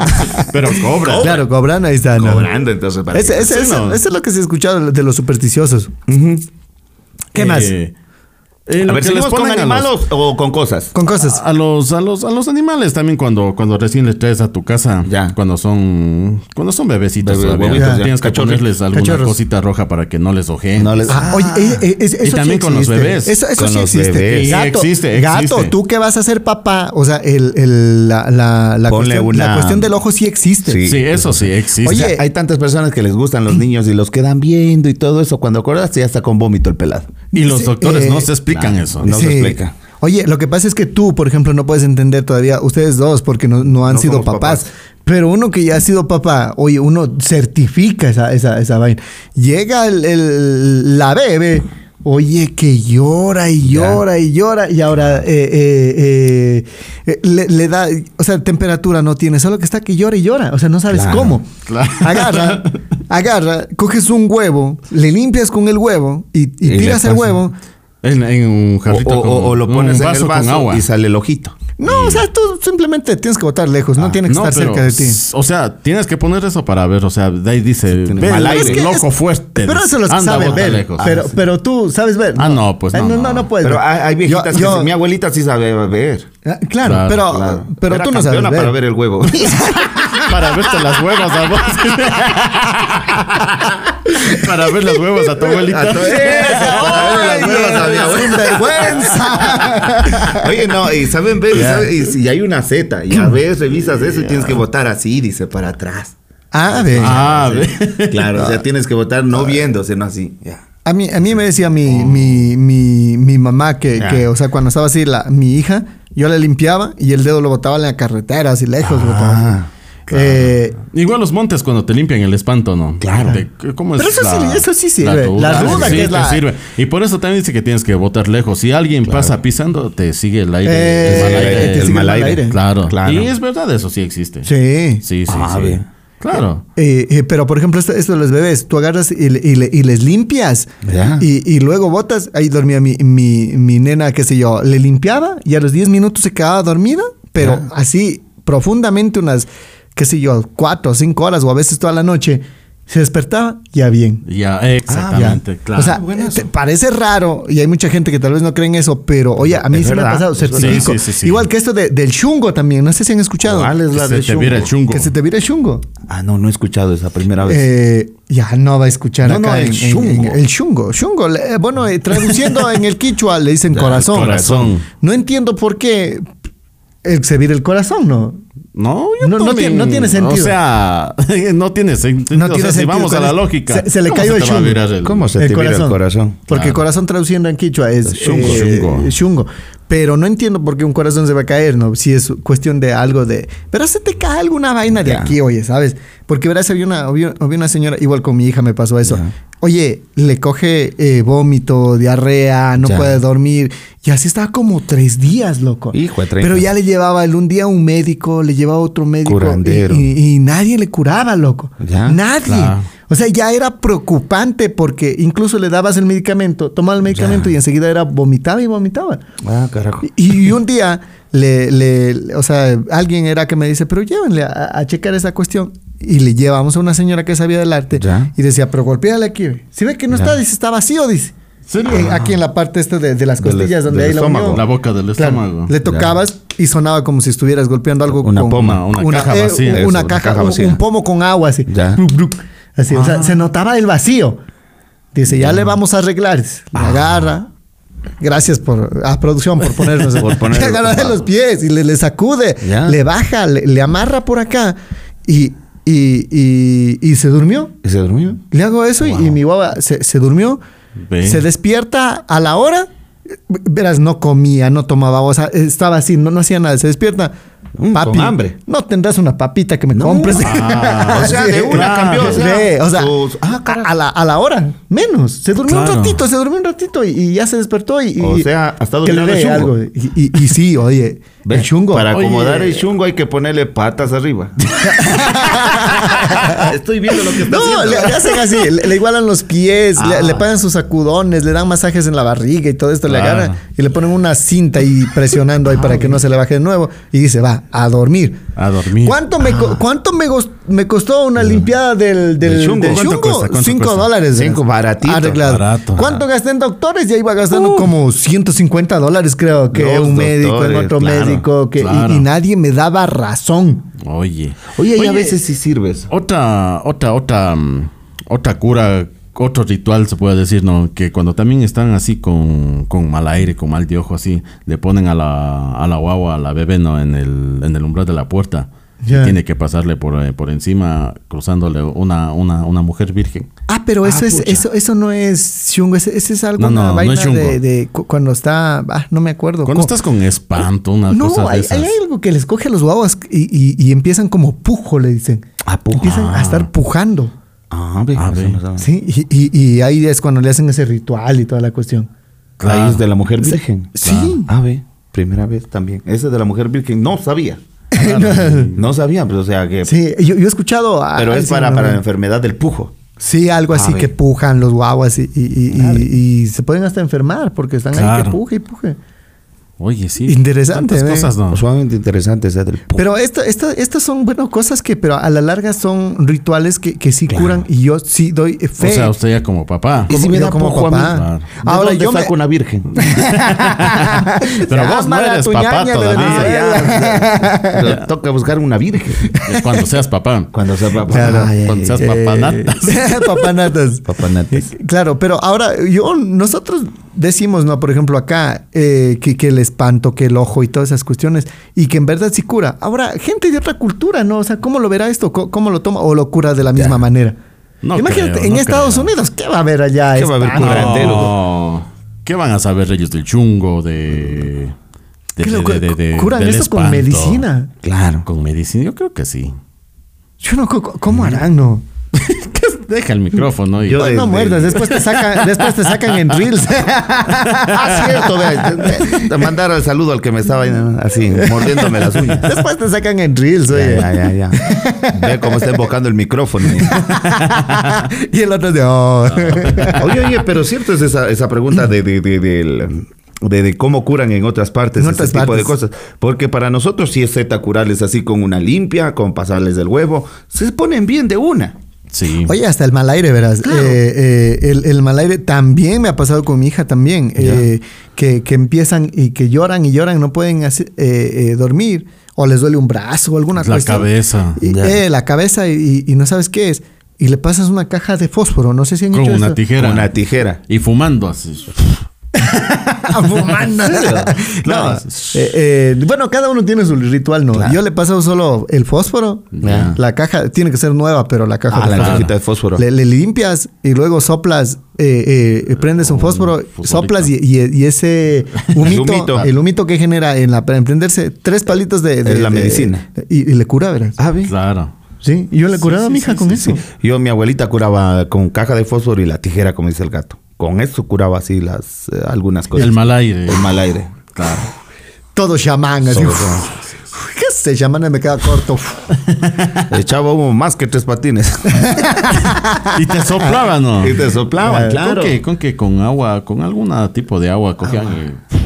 [SPEAKER 4] Pero cobra.
[SPEAKER 2] claro, cobran, ahí está. ¿no?
[SPEAKER 3] Cobrando, entonces. para
[SPEAKER 2] Ese-
[SPEAKER 3] que-
[SPEAKER 2] ese-
[SPEAKER 4] Sí,
[SPEAKER 2] ese-
[SPEAKER 4] no.
[SPEAKER 2] Eso es lo que se ha escuchado de los supersticiosos. ¿Qué
[SPEAKER 4] Eh,
[SPEAKER 2] más?
[SPEAKER 4] eh,
[SPEAKER 3] A
[SPEAKER 4] lo
[SPEAKER 3] ver,
[SPEAKER 4] que les
[SPEAKER 3] ¿seguimos con
[SPEAKER 4] ponen a los-
[SPEAKER 3] animales o con cosas?
[SPEAKER 2] Con cosas.
[SPEAKER 4] A los, a los, a los animales también cuando, cuando recién les traes a tu casa,
[SPEAKER 3] Ya.
[SPEAKER 4] cuando son, cuando son bebecitos
[SPEAKER 3] Bebé-
[SPEAKER 4] todavía,
[SPEAKER 3] huevitos, ya.
[SPEAKER 4] tienes que
[SPEAKER 3] Cachorros.
[SPEAKER 4] ponerles alguna
[SPEAKER 2] Cachorros.
[SPEAKER 4] cosita roja para que no les ojeen.
[SPEAKER 3] No les-
[SPEAKER 2] Ah, oye, eh, eh, es- eso
[SPEAKER 4] Y también
[SPEAKER 2] sí
[SPEAKER 4] con los
[SPEAKER 2] existe.
[SPEAKER 4] bebés.
[SPEAKER 2] Eso, eso
[SPEAKER 3] Con
[SPEAKER 2] sí
[SPEAKER 3] los
[SPEAKER 2] existe.
[SPEAKER 3] bebés.
[SPEAKER 4] Sí, existe, existe.
[SPEAKER 2] Gato, tú que vas a ser papá, o sea, el, el- la, la, la
[SPEAKER 3] Ponle
[SPEAKER 2] cuestión, la
[SPEAKER 3] una-
[SPEAKER 2] cuestión del ojo sí existe.
[SPEAKER 3] Sí.
[SPEAKER 4] Sí, eso sí existe.
[SPEAKER 2] Oye,
[SPEAKER 3] Hay tantas personas que les gustan los niños y los quedan viendo y todo eso. Cuando acordaste ya está con vómito el pelado.
[SPEAKER 4] y los
[SPEAKER 2] sí,
[SPEAKER 4] doctores
[SPEAKER 2] eh,
[SPEAKER 4] no se explican
[SPEAKER 3] claro,
[SPEAKER 4] eso.
[SPEAKER 3] no. se explica.
[SPEAKER 2] Oye, lo que pasa es que tú, por ejemplo, no puedes entender todavía, ustedes dos, porque no, no han
[SPEAKER 3] No
[SPEAKER 2] sido
[SPEAKER 3] somos
[SPEAKER 2] papás.
[SPEAKER 3] papás.
[SPEAKER 2] Pero uno que ya ha sido papá, oye, uno certifica esa, esa, esa vaina. Llega el, el- la bebé Oye, que llora y llora y llora. Y ahora eh, eh, eh, eh, le, le da, o sea, temperatura no tiene, solo que está que llora y llora. O sea, no sabes
[SPEAKER 3] Claro,
[SPEAKER 2] cómo.
[SPEAKER 3] claro.
[SPEAKER 2] Agarra, agarra, coges un huevo, le limpias con el huevo y, y
[SPEAKER 3] Y le
[SPEAKER 2] tiras el
[SPEAKER 3] pasas.
[SPEAKER 2] huevo.
[SPEAKER 4] En, en un
[SPEAKER 3] O,
[SPEAKER 4] jarrito.
[SPEAKER 3] o- o-
[SPEAKER 4] con-
[SPEAKER 3] o lo
[SPEAKER 4] no,
[SPEAKER 3] pones
[SPEAKER 4] un
[SPEAKER 3] en el
[SPEAKER 4] vaso con
[SPEAKER 3] vaso
[SPEAKER 4] agua.
[SPEAKER 3] y sale el ojito.
[SPEAKER 2] No, o sea, tú simplemente tienes que botar lejos, no tiene que
[SPEAKER 4] Ah, No,
[SPEAKER 2] estar
[SPEAKER 4] pero,
[SPEAKER 2] cerca de ti.
[SPEAKER 4] s- O sea, tienes que poner eso para ver. O sea, de ahí dice,
[SPEAKER 3] tiene-
[SPEAKER 4] ve
[SPEAKER 3] Al
[SPEAKER 4] al
[SPEAKER 3] aire.
[SPEAKER 4] aire,
[SPEAKER 2] Es que
[SPEAKER 4] loco
[SPEAKER 2] es-
[SPEAKER 4] fuerte.
[SPEAKER 2] Pero eso los
[SPEAKER 4] Anda,
[SPEAKER 2] saben
[SPEAKER 4] bota
[SPEAKER 2] ver.
[SPEAKER 4] lejos.
[SPEAKER 2] Pero,
[SPEAKER 4] Ah, sí.
[SPEAKER 2] pero tú sabes ver.
[SPEAKER 4] Ah, no, pues,
[SPEAKER 2] Eh,
[SPEAKER 4] no,
[SPEAKER 2] No,
[SPEAKER 4] no.
[SPEAKER 2] no, no puedes.
[SPEAKER 3] Pero
[SPEAKER 2] ver.
[SPEAKER 3] hay, hay viejitas
[SPEAKER 2] Yo-
[SPEAKER 3] que
[SPEAKER 2] yo-
[SPEAKER 3] dicen, mi abuelita sí sabe ver.
[SPEAKER 2] Ah, Claro,
[SPEAKER 4] Claro,
[SPEAKER 2] pero,
[SPEAKER 3] Claro.
[SPEAKER 2] pero
[SPEAKER 3] Era
[SPEAKER 2] tú no sabes
[SPEAKER 3] campeona
[SPEAKER 2] ver.
[SPEAKER 3] para ver el huevo.
[SPEAKER 4] Para verte las huevas a vos. para ver las huevas a tu abuelita.
[SPEAKER 3] Para ver
[SPEAKER 2] Ay,
[SPEAKER 3] las huevas a mi
[SPEAKER 2] es
[SPEAKER 3] abuela.
[SPEAKER 2] un vergüenza.
[SPEAKER 3] Oye, no, y saben ver, y saben- y, si hay una Z, y a veces revisas eso y tienes que votar así, dice, para atrás.
[SPEAKER 2] A ver.
[SPEAKER 4] Ah,
[SPEAKER 3] Sí.
[SPEAKER 4] ve.
[SPEAKER 3] Claro, o sea, tienes que votar no viendo, sino así. Ya.
[SPEAKER 2] A mí, a mí me decía
[SPEAKER 4] Oh.
[SPEAKER 2] mi, mi, mi, mi mamá que,
[SPEAKER 3] Ya.
[SPEAKER 2] que, o sea, cuando estaba así, la, mi hija, yo la limpiaba y el dedo lo botaba en la carretera, así lejos.
[SPEAKER 4] Ah,
[SPEAKER 2] lo botaba. Eh,
[SPEAKER 4] Igual los montes cuando te limpian el espanto, ¿no? Claro. ¿Cómo es
[SPEAKER 2] Pero eso sí- eso sí sirve. La
[SPEAKER 4] duda?
[SPEAKER 2] duda
[SPEAKER 4] Sí,
[SPEAKER 2] que es
[SPEAKER 4] te
[SPEAKER 2] la-
[SPEAKER 4] sirve. Y por eso también dice que tienes que botar lejos. Si alguien pasa pisando, te sigue el aire.
[SPEAKER 2] Eh,
[SPEAKER 4] el mal
[SPEAKER 2] te
[SPEAKER 4] aire.
[SPEAKER 2] sigue el mal aire.
[SPEAKER 4] Claro.
[SPEAKER 3] Claro.
[SPEAKER 4] Y es verdad, eso sí existe.
[SPEAKER 2] sí.
[SPEAKER 4] Sí, sí,
[SPEAKER 3] Ah,
[SPEAKER 4] sí.
[SPEAKER 3] bien.
[SPEAKER 4] Claro.
[SPEAKER 2] Eh, eh, pero, por ejemplo, esto, esto de los bebés, tú agarras y, le- y le- y les limpias
[SPEAKER 3] Ya.
[SPEAKER 2] y, y luego botas. Ahí dormía mi, mi, mi nena, qué sé yo, le limpiaba y a los 10 minutos se quedaba dormida, pero así profundamente unas, qué sé yo, 4 o 5 horas o a veces toda la noche, se despertaba ya bien.
[SPEAKER 4] Ya,
[SPEAKER 3] Ah,
[SPEAKER 4] exactamente.
[SPEAKER 2] Ya.
[SPEAKER 4] Claro.
[SPEAKER 2] O sea, te parece raro y hay mucha gente que tal vez no cree en eso, pero oye, a mí sí
[SPEAKER 3] Es
[SPEAKER 2] me ha
[SPEAKER 3] verdad,
[SPEAKER 2] pasado,
[SPEAKER 3] es verdad.
[SPEAKER 2] certifico.
[SPEAKER 4] Sí, sí, sí, sí.
[SPEAKER 2] Igual que esto de- del chungo también, no sé si han escuchado.
[SPEAKER 3] ¿Cuál es
[SPEAKER 4] Que
[SPEAKER 3] la
[SPEAKER 4] se
[SPEAKER 3] de
[SPEAKER 4] te viera el
[SPEAKER 3] chungo?
[SPEAKER 4] chungo.
[SPEAKER 2] Que se te vira el chungo.
[SPEAKER 3] Ah, no, no he escuchado esa primera vez.
[SPEAKER 2] Eh, ya no va a escuchar
[SPEAKER 3] No,
[SPEAKER 2] acá
[SPEAKER 3] no, el
[SPEAKER 2] en- en-
[SPEAKER 3] chungo.
[SPEAKER 2] en- el chungo. Chungo, le- eh, bueno, eh, traduciendo en el quichua le dicen corazón.
[SPEAKER 4] corazón.
[SPEAKER 2] No entiendo por qué el, se vira el corazón, ¿no?
[SPEAKER 4] No, yo
[SPEAKER 2] No- no
[SPEAKER 4] también-
[SPEAKER 2] tiene- no tiene sentido.
[SPEAKER 4] O sea, no tiene sentido.
[SPEAKER 2] No
[SPEAKER 4] o
[SPEAKER 2] tiene
[SPEAKER 4] sea, si
[SPEAKER 2] sentido.
[SPEAKER 4] vamos a la
[SPEAKER 2] ¿Cuál es?
[SPEAKER 4] lógica.
[SPEAKER 2] Se, se le
[SPEAKER 4] ¿cómo
[SPEAKER 2] cayó
[SPEAKER 4] se
[SPEAKER 2] el
[SPEAKER 4] te va a
[SPEAKER 2] chungo.
[SPEAKER 4] virar el-
[SPEAKER 3] ¿Cómo se te vira el corazón?
[SPEAKER 2] Porque
[SPEAKER 4] Claro.
[SPEAKER 2] corazón traduciendo en quichua es
[SPEAKER 3] Chungo.
[SPEAKER 2] eh,
[SPEAKER 4] Chungo.
[SPEAKER 2] chungo. Pero no entiendo por qué un corazón se va a caer, ¿no? Si es cuestión de algo de... Pero se te cae alguna vaina de
[SPEAKER 3] Ya.
[SPEAKER 2] aquí, oye, ¿sabes? Porque verás, había una, había, había una señora, igual con mi hija me pasó eso.
[SPEAKER 3] Ya.
[SPEAKER 2] Oye, le coge eh, vómito, diarrea, no
[SPEAKER 3] Ya.
[SPEAKER 2] puede dormir. Y así estaba como tres días, loco.
[SPEAKER 3] Hijo de treinta.
[SPEAKER 2] Pero ya le llevaba el un día un médico, le llevaba otro médico. y-
[SPEAKER 3] Curandero.
[SPEAKER 2] Y, y nadie le curaba, loco.
[SPEAKER 3] Ya.
[SPEAKER 2] Nadie.
[SPEAKER 4] Claro.
[SPEAKER 2] O sea, ya era preocupante porque incluso le dabas el medicamento, tomaba el medicamento y enseguida era vomitaba y vomitaba.
[SPEAKER 3] Ah, carajo.
[SPEAKER 2] Y, y un día, le, le- le- o sea, alguien era que me dice, pero llévenle a, a checar esa cuestión. Y le llevamos a una señora que sabía del arte
[SPEAKER 3] Ya.
[SPEAKER 2] y decía, pero golpéale aquí. ve. Si ve que no
[SPEAKER 3] Ya.
[SPEAKER 2] está, dice, está vacío, dice.
[SPEAKER 4] ¿Serio?
[SPEAKER 2] Eh, aquí en la parte esta de, de las
[SPEAKER 3] Del-
[SPEAKER 2] costillas donde
[SPEAKER 3] del
[SPEAKER 2] hay la
[SPEAKER 3] estómago.
[SPEAKER 2] unión.
[SPEAKER 4] La boca del
[SPEAKER 2] Claro,
[SPEAKER 4] estómago.
[SPEAKER 2] Le tocabas y sonaba como si estuvieras golpeando algo
[SPEAKER 3] Una poma,
[SPEAKER 4] una caja vacía.
[SPEAKER 2] eh,
[SPEAKER 3] Eso,
[SPEAKER 2] una caja, un-
[SPEAKER 3] vacía.
[SPEAKER 2] un pomo con agua así.
[SPEAKER 3] Ya.
[SPEAKER 2] Blup, blup. Así, o sea, se notaba el vacío. Dice, ya le vamos a arreglar. Le
[SPEAKER 3] Ah.
[SPEAKER 2] agarra. Gracias por a producción por ponernos.
[SPEAKER 3] Por poner- ah.
[SPEAKER 2] Le agarra de los pies y le, le sacude,
[SPEAKER 3] Ya.
[SPEAKER 2] le baja, le, le amarra por acá y, y, y- y se durmió.
[SPEAKER 3] ¿Y ¿Se durmió?
[SPEAKER 2] Le hago eso y, y mi guava se, se durmió.
[SPEAKER 4] Ve.
[SPEAKER 2] Se despierta a la hora. Verás, no comía, no tomaba, o sea, estaba así, no, no hacía nada. Se despierta.
[SPEAKER 3] Mm,
[SPEAKER 2] Papi,
[SPEAKER 3] con hambre.
[SPEAKER 2] no tendrás una papita que me compres.
[SPEAKER 4] Ah,
[SPEAKER 3] o sea, de una cambió, o sea,
[SPEAKER 2] Ve, o sea,
[SPEAKER 3] sus- ah,
[SPEAKER 2] a, a la, a la hora, menos. Se durmió un
[SPEAKER 4] Claro.
[SPEAKER 2] ratito, se durmió un ratito y, y ya se despertó. Y, y-
[SPEAKER 3] O sea, ha estado
[SPEAKER 2] que le
[SPEAKER 3] mirando el
[SPEAKER 2] dé
[SPEAKER 3] chungo.
[SPEAKER 2] algo. Y, y- y sí, oye, el chungo.
[SPEAKER 3] Eh, Para
[SPEAKER 4] Oye.
[SPEAKER 3] acomodar el chungo hay que ponerle patas arriba. Estoy viendo lo que está
[SPEAKER 2] No, le,
[SPEAKER 3] haciendo. Ah.
[SPEAKER 2] le hacen así, le, le igualan los pies, le, le pagan sus sacudones, le dan masajes en la barriga y todo esto, le
[SPEAKER 4] Claro.
[SPEAKER 2] agarran y le ponen una cinta ahí presionando
[SPEAKER 3] Ah,
[SPEAKER 2] ahí para que no se le baje de nuevo y dice, va, a dormir.
[SPEAKER 4] A dormir.
[SPEAKER 2] ¿Cuánto, me, co- ¿cuánto me, gos- me costó una limpiada del, del,
[SPEAKER 3] Ah. Del chungo.
[SPEAKER 2] del
[SPEAKER 3] ¿Cuánto
[SPEAKER 2] chungo?
[SPEAKER 4] cuesta? ¿Cuánto
[SPEAKER 2] Cinco
[SPEAKER 4] cuesta?
[SPEAKER 2] dólares.
[SPEAKER 3] Cinco, baratito.
[SPEAKER 2] Arreglado.
[SPEAKER 4] Barato.
[SPEAKER 2] ¿Cuánto gasté en doctores? Ya iba gastando como 150 dólares, creo, que
[SPEAKER 3] Los
[SPEAKER 2] un médico, en
[SPEAKER 3] doctores,
[SPEAKER 2] otro
[SPEAKER 3] claro,
[SPEAKER 2] médico, que, y-
[SPEAKER 4] claro.
[SPEAKER 2] y, nadie me daba razón.
[SPEAKER 4] Oye.
[SPEAKER 3] Oye, y a veces sí sirves.
[SPEAKER 4] Otra, otra, otra, mm, otra cura, otro ritual se puede decir, ¿no? Que cuando también están así con, con mal aire, con mal de ojo, así, le ponen a la, a la guagua, a la bebé, ¿no? En el, en el umbral de la puerta.
[SPEAKER 2] Ya.
[SPEAKER 4] Y tiene que pasarle por, eh, por encima, cruzándole una, una, una mujer virgen.
[SPEAKER 2] Ah, pero eso es,
[SPEAKER 3] pucha.
[SPEAKER 2] eso, eso no es chungo, ese- ese es algo
[SPEAKER 4] No, no,
[SPEAKER 2] una
[SPEAKER 4] no
[SPEAKER 2] vaina
[SPEAKER 4] es chungo.
[SPEAKER 2] de, de cu- cuando está, ah, no me acuerdo.
[SPEAKER 4] Cuando
[SPEAKER 2] Co-
[SPEAKER 4] estás con espanto, una
[SPEAKER 2] no,
[SPEAKER 4] cosa de
[SPEAKER 2] hay,
[SPEAKER 4] esas.
[SPEAKER 2] hay algo que les coge a los guaguas y, y- y empiezan como pujo, le dicen.
[SPEAKER 3] Ah, pujo.
[SPEAKER 2] Empiezan
[SPEAKER 4] Ah.
[SPEAKER 2] a estar pujando.
[SPEAKER 3] Ah, ve,
[SPEAKER 4] Ah,
[SPEAKER 3] eso
[SPEAKER 4] ve.
[SPEAKER 3] no sabe.
[SPEAKER 2] Sí, y, y- y ahí es cuando le hacen ese ritual y toda la cuestión.
[SPEAKER 3] Ahí Ah, es de la mujer
[SPEAKER 2] Sí.
[SPEAKER 3] virgen.
[SPEAKER 2] Sí.
[SPEAKER 3] Ah, ve, primera vez también. Ese de la mujer virgen no sabía. no sabía, pero o sea que.
[SPEAKER 2] Sí, yo, yo he escuchado. a-
[SPEAKER 3] Pero es
[SPEAKER 2] sí,
[SPEAKER 3] para,
[SPEAKER 2] no,
[SPEAKER 3] para la
[SPEAKER 2] no.
[SPEAKER 3] enfermedad del pujo.
[SPEAKER 2] Sí, algo
[SPEAKER 3] A
[SPEAKER 2] así
[SPEAKER 3] ver.
[SPEAKER 2] que pujan los guaguas y, y- y- y- y se pueden hasta enfermar porque están ahí que
[SPEAKER 4] Claro.
[SPEAKER 2] puje y puje.
[SPEAKER 4] Oye, sí.
[SPEAKER 2] Interesante,
[SPEAKER 4] Tantas
[SPEAKER 2] ¿eh?
[SPEAKER 4] cosas, ¿no?
[SPEAKER 3] Sumamente interesante esa del pujo.
[SPEAKER 2] Pero esta- esta- estas son, bueno, cosas que, pero a la larga son rituales que, que sí curan y yo sí doy fe.
[SPEAKER 4] O sea, usted ya como papá.
[SPEAKER 3] ¿Y
[SPEAKER 2] como-
[SPEAKER 3] si me
[SPEAKER 2] yo
[SPEAKER 3] da
[SPEAKER 2] como
[SPEAKER 3] pujo a mí?
[SPEAKER 2] papá.
[SPEAKER 4] Claro.
[SPEAKER 3] ¿De
[SPEAKER 2] Ahora
[SPEAKER 3] dónde
[SPEAKER 2] yo me-
[SPEAKER 3] saco una virgen.
[SPEAKER 4] Pero vos no
[SPEAKER 2] Llámala a
[SPEAKER 4] eres
[SPEAKER 2] tu
[SPEAKER 4] papá
[SPEAKER 2] ñaña, le
[SPEAKER 4] todavía.
[SPEAKER 2] decía.
[SPEAKER 3] Pero toca buscar una virgen.
[SPEAKER 4] Es cuando seas papá.
[SPEAKER 3] Cuando sea papá.
[SPEAKER 2] Claro.
[SPEAKER 3] Ay, ay,
[SPEAKER 4] Cuando seas
[SPEAKER 3] ay.
[SPEAKER 4] papanatas.
[SPEAKER 2] papanatas. Eh,
[SPEAKER 3] Papanatas.
[SPEAKER 2] Claro, pero ahora yo, nosotros decimos, ¿no? Por ejemplo, acá, eh, que, que el espanto, que el ojo y todas esas cuestiones, y que en verdad sí cura. Ahora, gente de otra cultura, ¿no? O sea, ¿cómo lo verá esto? ¿Cómo, cómo lo toma? ¿O lo cura de la misma manera?
[SPEAKER 4] No
[SPEAKER 2] Imagínate,
[SPEAKER 4] creo,
[SPEAKER 2] en
[SPEAKER 4] no
[SPEAKER 2] Estados
[SPEAKER 4] creo.
[SPEAKER 2] Unidos, ¿qué va a haber allá?
[SPEAKER 3] ¿Qué va a haber
[SPEAKER 2] Espanto.
[SPEAKER 3] curandero?
[SPEAKER 4] No. ¿Qué van a saber ellos del chungo, de... de-
[SPEAKER 2] ¿Qué lo-
[SPEAKER 4] de- de- de-
[SPEAKER 2] curan
[SPEAKER 4] del
[SPEAKER 2] eso con
[SPEAKER 4] espanto?
[SPEAKER 2] medicina?
[SPEAKER 4] Claro. Con medicina, yo creo que sí.
[SPEAKER 2] Yo no, co- co- ¿cómo harán, no?
[SPEAKER 4] Deja el
[SPEAKER 2] Mm,
[SPEAKER 4] micrófono y...
[SPEAKER 3] Yo-
[SPEAKER 2] No,
[SPEAKER 3] desde-
[SPEAKER 2] no muerdas, después te sacan, después te sacan en reels.
[SPEAKER 3] Ah, cierto, vea. de- de Mandar el saludo al que me estaba ahí, así, mordiéndome las uñas.
[SPEAKER 2] después te sacan en reels, oye.
[SPEAKER 3] Ya, ya, ya, ya. Ve cómo está embocando el micrófono.
[SPEAKER 2] y el otro es de, oh.
[SPEAKER 3] Oye, oye, pero cierto es esa, esa pregunta de, de, de- del- de- de cómo curan en otras partes
[SPEAKER 2] En otras
[SPEAKER 3] ese tipo de
[SPEAKER 2] partes.
[SPEAKER 3] cosas. Porque para nosotros sí es Z curarles así con una limpia, con pasarles del huevo. Se ponen bien de una.
[SPEAKER 4] Sí.
[SPEAKER 2] Oye, hasta el mal aire, verás.
[SPEAKER 3] Claro.
[SPEAKER 2] Eh, eh, el, el mal aire también me ha pasado con mi hija también. eh, que, que empiezan y que lloran y lloran, no pueden hacer- eh, eh, dormir. O les duele un brazo o alguna
[SPEAKER 4] La
[SPEAKER 2] cuestión.
[SPEAKER 4] cabeza.
[SPEAKER 2] Y,
[SPEAKER 3] Ya.
[SPEAKER 2] eh, la cabeza y, y- y no sabes qué es. Y le pasas una caja de fósforo. No sé si han
[SPEAKER 4] Con
[SPEAKER 2] hecho
[SPEAKER 4] una
[SPEAKER 2] eso.
[SPEAKER 4] tijera.
[SPEAKER 3] Con una tijera.
[SPEAKER 4] Y fumando así.
[SPEAKER 2] Ah, Fumando. no,
[SPEAKER 4] Claro.
[SPEAKER 2] eh, eh, bueno, cada uno tiene su ritual, ¿no? Yo le he pasado solo el fósforo.
[SPEAKER 4] Ya.
[SPEAKER 2] La caja tiene que ser nueva, pero la caja
[SPEAKER 3] Ah,
[SPEAKER 2] de
[SPEAKER 3] la
[SPEAKER 2] fósforo.
[SPEAKER 3] cajita de fósforo.
[SPEAKER 2] Le, le limpias y luego soplas, eh, eh, prendes un
[SPEAKER 4] Un
[SPEAKER 2] fósforo,
[SPEAKER 4] fosforito.
[SPEAKER 2] soplas y, y- y ese humito, el, humito.
[SPEAKER 3] humito.
[SPEAKER 2] que genera en la, para emprenderse, tres palitos de... de-
[SPEAKER 3] Es la
[SPEAKER 2] de-
[SPEAKER 3] medicina.
[SPEAKER 2] y, y le cura, verás.
[SPEAKER 3] Ah, ve.
[SPEAKER 4] Claro.
[SPEAKER 2] Sí, y yo le he curado a mi hija con eso.
[SPEAKER 3] Yo, mi abuelita curaba con caja de fósforo y la tijera, como dice el gato. Con eso curaba así las eh, algunas cosas.
[SPEAKER 4] El mal aire.
[SPEAKER 3] El mal aire.
[SPEAKER 4] Claro.
[SPEAKER 2] Todo chamán, así.
[SPEAKER 3] Sobre todo.
[SPEAKER 2] ¿Qué se chamán? Me queda corto.
[SPEAKER 3] Echaba humo más que tres patines.
[SPEAKER 4] Y te soplaba, ¿no?
[SPEAKER 3] Y te soplaban, claro.
[SPEAKER 4] ¿Con qué? ¿Con qué? Con agua, con algún tipo de agua Eh, cogían y-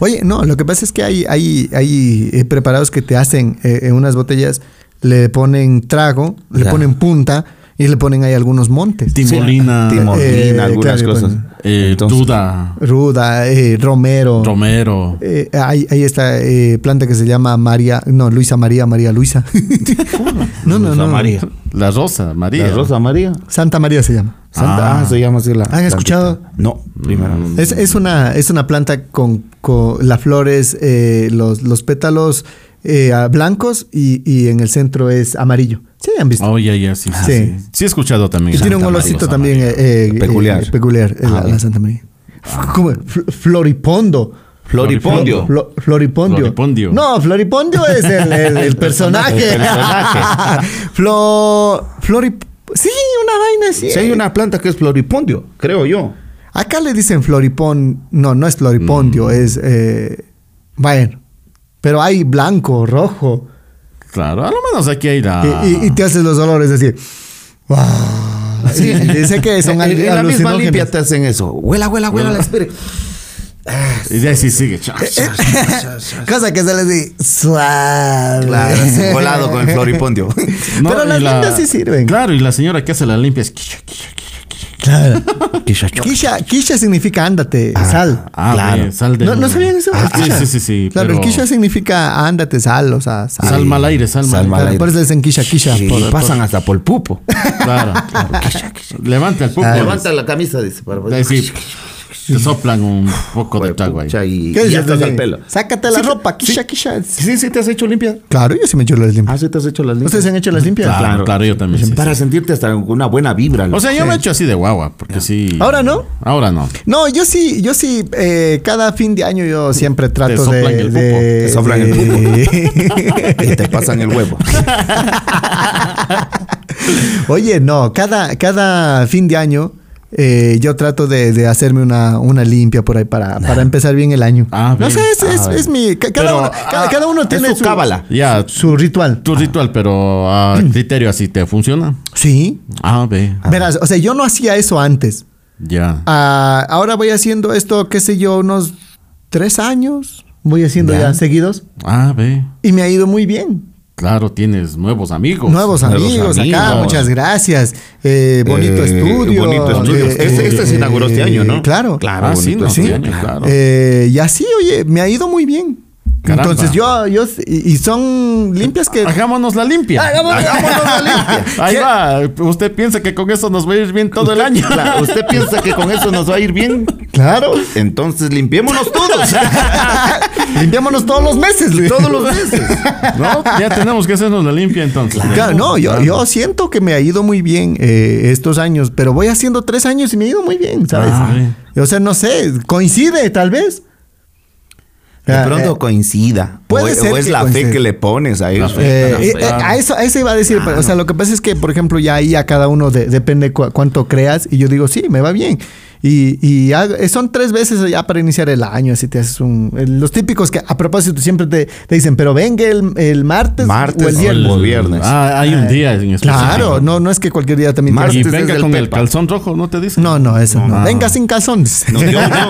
[SPEAKER 2] Oye, no, lo que pasa es que hay, hay, hay eh, preparados que te hacen eh, en unas botellas, le ponen trago, le
[SPEAKER 3] Ya.
[SPEAKER 2] ponen punta y le ponen ahí algunos montes.
[SPEAKER 4] Timolina,
[SPEAKER 3] Timolina,
[SPEAKER 2] Eh,
[SPEAKER 3] algunas
[SPEAKER 2] claro,
[SPEAKER 3] cosas.
[SPEAKER 2] bueno.
[SPEAKER 4] eh,
[SPEAKER 3] Entonces,
[SPEAKER 4] Duda,
[SPEAKER 2] Ruda, eh, Romero.
[SPEAKER 4] Romero.
[SPEAKER 2] Eh, hay, hay esta eh, planta que se llama María, no, Luisa María, María Luisa. no, no,
[SPEAKER 3] Rosa
[SPEAKER 2] no.
[SPEAKER 3] María.
[SPEAKER 4] La Rosa, María.
[SPEAKER 3] La Rosa María.
[SPEAKER 2] Santa María se llama.
[SPEAKER 3] Santa,
[SPEAKER 4] Ah.
[SPEAKER 3] ah, se llama así la.
[SPEAKER 2] ¿Han escuchado?
[SPEAKER 3] No, primera vez.
[SPEAKER 2] Es,
[SPEAKER 4] Mm.
[SPEAKER 2] es una, es una planta con, con las flores, eh, los, los pétalos eh, ah, blancos y, y en el centro es amarillo. Sí, han visto.
[SPEAKER 4] Oh, ya, ya, sí, sí,
[SPEAKER 2] Ah, Sí.
[SPEAKER 4] sí. Sí he escuchado también.
[SPEAKER 2] Y tiene un
[SPEAKER 4] Santa
[SPEAKER 2] olorcito
[SPEAKER 4] Rosa
[SPEAKER 2] también
[SPEAKER 4] María. Ah,
[SPEAKER 2] eh, eh,
[SPEAKER 3] Peculiar.
[SPEAKER 2] eh, peculiar, eh, la, la Santa María. F- ¿Cómo? Fl- Floripondo.
[SPEAKER 3] Floripondio.
[SPEAKER 2] Flo- floripondio.
[SPEAKER 4] Floripondio.
[SPEAKER 2] No, Floripondio es el, el- el personaje.
[SPEAKER 3] El personaje.
[SPEAKER 2] Flo, florip- sí, una vaina así.
[SPEAKER 3] Sí, hay una planta que es floripondio, creo yo.
[SPEAKER 2] Acá le dicen floripon... No, no es floripondio,
[SPEAKER 3] Mm.
[SPEAKER 2] es... eh, Bueno. Pero hay blanco, rojo.
[SPEAKER 4] Claro, a lo menos aquí hay la.
[SPEAKER 2] eh. Y, y- y
[SPEAKER 3] Ah.
[SPEAKER 2] te haces los dolores así. ¡Wow! Sí, dice que son
[SPEAKER 3] en,
[SPEAKER 2] al-
[SPEAKER 3] en Ah. la misma
[SPEAKER 2] alucinógenos.
[SPEAKER 3] limpia te hacen eso. Huela, huela, huela, la espere.
[SPEAKER 4] Y de ahí sí sigue.
[SPEAKER 2] eh, Cosa que sale así suave.
[SPEAKER 3] Claro, así, volado con el floripondio.
[SPEAKER 4] No,
[SPEAKER 2] Pero
[SPEAKER 4] y
[SPEAKER 2] las lindas sí sirven.
[SPEAKER 4] Claro, y la señora que hace la limpia es. quicha, quicha, quicha, quicha.
[SPEAKER 2] Claro. Quisha, quisha significa ándate, sal.
[SPEAKER 4] Ah,
[SPEAKER 3] Claro.
[SPEAKER 4] ve, sal de.
[SPEAKER 2] ¿No, ¿No sabían eso?
[SPEAKER 4] Ah,
[SPEAKER 2] El
[SPEAKER 4] sí,
[SPEAKER 2] quisha.
[SPEAKER 4] sí, sí, sí.
[SPEAKER 2] Claro, el
[SPEAKER 4] pero-
[SPEAKER 2] quisha significa ándate, sal, o sea, sal.
[SPEAKER 4] Sal mal aire, sal
[SPEAKER 3] Sal
[SPEAKER 4] mal
[SPEAKER 3] mal
[SPEAKER 4] aire.
[SPEAKER 2] Claro,
[SPEAKER 3] aire.
[SPEAKER 2] por eso le dicen quisha, quisha.
[SPEAKER 3] Sí,
[SPEAKER 2] por- por-
[SPEAKER 3] pasan hasta por el pupo.
[SPEAKER 4] Claro. Levanta el
[SPEAKER 2] Ah,
[SPEAKER 4] pupo.
[SPEAKER 3] Levanta la camisa, dice. Para...
[SPEAKER 4] De ahí sí, te soplan un poco de trago ahí.
[SPEAKER 3] Pucha, y,
[SPEAKER 2] ¿Qué
[SPEAKER 3] y
[SPEAKER 2] dices,
[SPEAKER 3] ya estás
[SPEAKER 2] Daniel?
[SPEAKER 3] al pelo.
[SPEAKER 2] Sácate la ropa, quisha, quisha.
[SPEAKER 3] Sí, sí, te has hecho limpia.
[SPEAKER 2] Claro, yo sí me he hecho las
[SPEAKER 3] Ah,
[SPEAKER 2] limpias.
[SPEAKER 3] sí, te has hecho las limpias.
[SPEAKER 2] ¿Ustedes se han hecho las limpias?
[SPEAKER 4] Claro, claro, yo también. sí,
[SPEAKER 3] Para sentirte hasta con una buena vibra.
[SPEAKER 4] sí.
[SPEAKER 3] loco.
[SPEAKER 4] O sea, yo me he hecho así de guagua, porque sí.
[SPEAKER 2] ¿Ahora no?
[SPEAKER 4] Ahora no.
[SPEAKER 2] No, yo sí, yo sí, eh, cada fin de año yo siempre trato
[SPEAKER 4] soplan
[SPEAKER 2] de...
[SPEAKER 4] el pupo,
[SPEAKER 2] de-
[SPEAKER 4] te
[SPEAKER 3] soplan el
[SPEAKER 2] de-
[SPEAKER 3] y te pasan el huevo.
[SPEAKER 2] Oye, no, cada, cada fin de año eh, yo trato de, de hacerme una, una limpia por ahí para, para empezar bien el año.
[SPEAKER 4] Ah,
[SPEAKER 2] no
[SPEAKER 4] bien.
[SPEAKER 2] sé, es, es-
[SPEAKER 4] Ah,
[SPEAKER 2] es mi. ca- Cada,
[SPEAKER 4] Pero,
[SPEAKER 2] uno, ca- cada,
[SPEAKER 4] ah,
[SPEAKER 2] uno
[SPEAKER 3] es
[SPEAKER 2] tiene
[SPEAKER 3] su cábala.
[SPEAKER 4] Ya,
[SPEAKER 2] Su Ah. ritual.
[SPEAKER 4] tu ritual, pero a criterio así, ¿te funciona?
[SPEAKER 2] Sí.
[SPEAKER 4] Ah, ve.
[SPEAKER 2] Verás, o sea, yo no hacía eso antes.
[SPEAKER 4] Ya.
[SPEAKER 2] Ah, ahora voy haciendo esto, qué sé yo, unos tres años. Voy haciendo
[SPEAKER 4] Ya.
[SPEAKER 2] ya seguidos.
[SPEAKER 4] Ah, ve.
[SPEAKER 2] Y me ha ido muy bien.
[SPEAKER 4] Claro, tienes nuevos amigos.
[SPEAKER 2] Nuevos amigos, acá,
[SPEAKER 4] amigos.
[SPEAKER 2] muchas gracias. Eh, bonito
[SPEAKER 3] Eh,
[SPEAKER 2] estudio. eh,
[SPEAKER 3] bonito estudio. Este- este se inauguró este año, ¿no?
[SPEAKER 2] Claro.
[SPEAKER 3] Claro.
[SPEAKER 4] Ah, sí,
[SPEAKER 3] bonito,
[SPEAKER 4] no,
[SPEAKER 2] sí.
[SPEAKER 4] sí, claro.
[SPEAKER 2] Eh, y así, oye, me ha ido muy bien.
[SPEAKER 4] Caramba.
[SPEAKER 2] Entonces yo, yo, y y son limpias que...
[SPEAKER 4] Hagámonos la limpia.
[SPEAKER 2] Hagamos- hagámonos la
[SPEAKER 4] limpia. Ahí va. Usted piensa que con eso nos va a ir bien todo el año.
[SPEAKER 3] Claro, ¿Usted piensa que con eso nos va a ir bien?
[SPEAKER 2] Claro.
[SPEAKER 3] Entonces limpiémonos todos.
[SPEAKER 2] Limpiámonos todos los meses. Luis.
[SPEAKER 3] todos los meses.
[SPEAKER 4] ¿No? Ya tenemos que hacernos la limpia entonces.
[SPEAKER 2] Claro, no, yo, yo siento que me ha ido muy bien eh, estos años, pero voy haciendo tres años y me ha ido muy bien, ¿sabes?
[SPEAKER 4] Ah,
[SPEAKER 2] o sea, no sé, coincide tal vez.
[SPEAKER 3] De
[SPEAKER 2] Ah,
[SPEAKER 3] pronto
[SPEAKER 2] eh,
[SPEAKER 3] coincida.
[SPEAKER 2] puede
[SPEAKER 3] o,
[SPEAKER 2] ser
[SPEAKER 3] o es
[SPEAKER 2] que
[SPEAKER 3] la
[SPEAKER 2] coincida.
[SPEAKER 3] fe que le pones a ellos.
[SPEAKER 2] Eh,
[SPEAKER 4] Claro,
[SPEAKER 2] eh,
[SPEAKER 4] claro.
[SPEAKER 2] eh, a, eso, a eso iba a decir, pero, o sea, lo que pasa es que, por ejemplo, ya ahí a cada uno de- depende cu- cuánto creas y yo digo, sí, me va bien. Y, y hago- eh, son tres veces ya para iniciar el año, así te haces un... eh, Los típicos que a propósito siempre te, te dicen, pero venga el, el martes,
[SPEAKER 3] Martes
[SPEAKER 2] o el
[SPEAKER 3] o
[SPEAKER 2] viernes.
[SPEAKER 3] el- viernes.
[SPEAKER 4] Ah, hay un día en específico.
[SPEAKER 2] Claro, no, no es que cualquier día también...
[SPEAKER 3] Martes
[SPEAKER 4] Y
[SPEAKER 2] tengas-
[SPEAKER 3] es
[SPEAKER 4] venga
[SPEAKER 3] del
[SPEAKER 4] con el
[SPEAKER 3] Pepa.
[SPEAKER 4] calzón rojo, ¿no te dicen?
[SPEAKER 2] No, no, eso no.
[SPEAKER 4] Ah.
[SPEAKER 2] Venga sin calzones.
[SPEAKER 3] No, yo no.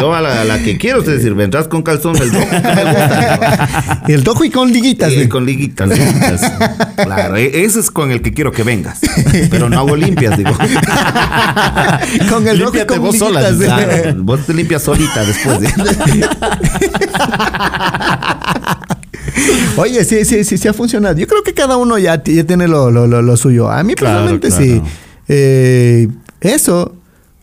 [SPEAKER 3] Yo a la, a la que quiero es decir, vendrás con calzón el rojo que me gusta.
[SPEAKER 2] el tojo y con liguitas.
[SPEAKER 3] Y
[SPEAKER 2] güey.
[SPEAKER 3] con liguitas. liguitas. Claro, e- ese es con el que quiero que vengas. Pero no hago limpias, digo.
[SPEAKER 2] con el tojo y
[SPEAKER 4] Límpiate
[SPEAKER 2] con
[SPEAKER 4] vos sola,
[SPEAKER 2] liguitas. ¿eh? güey.
[SPEAKER 3] Claro, vos te limpias solita después. de-
[SPEAKER 2] Oye, sí, sí, sí, sí ha funcionado. Yo creo que cada uno ya, ti- ya tiene lo, lo- lo- lo suyo. A mí
[SPEAKER 4] Claro,
[SPEAKER 2] personalmente
[SPEAKER 4] claro.
[SPEAKER 2] sí. Eh, eso.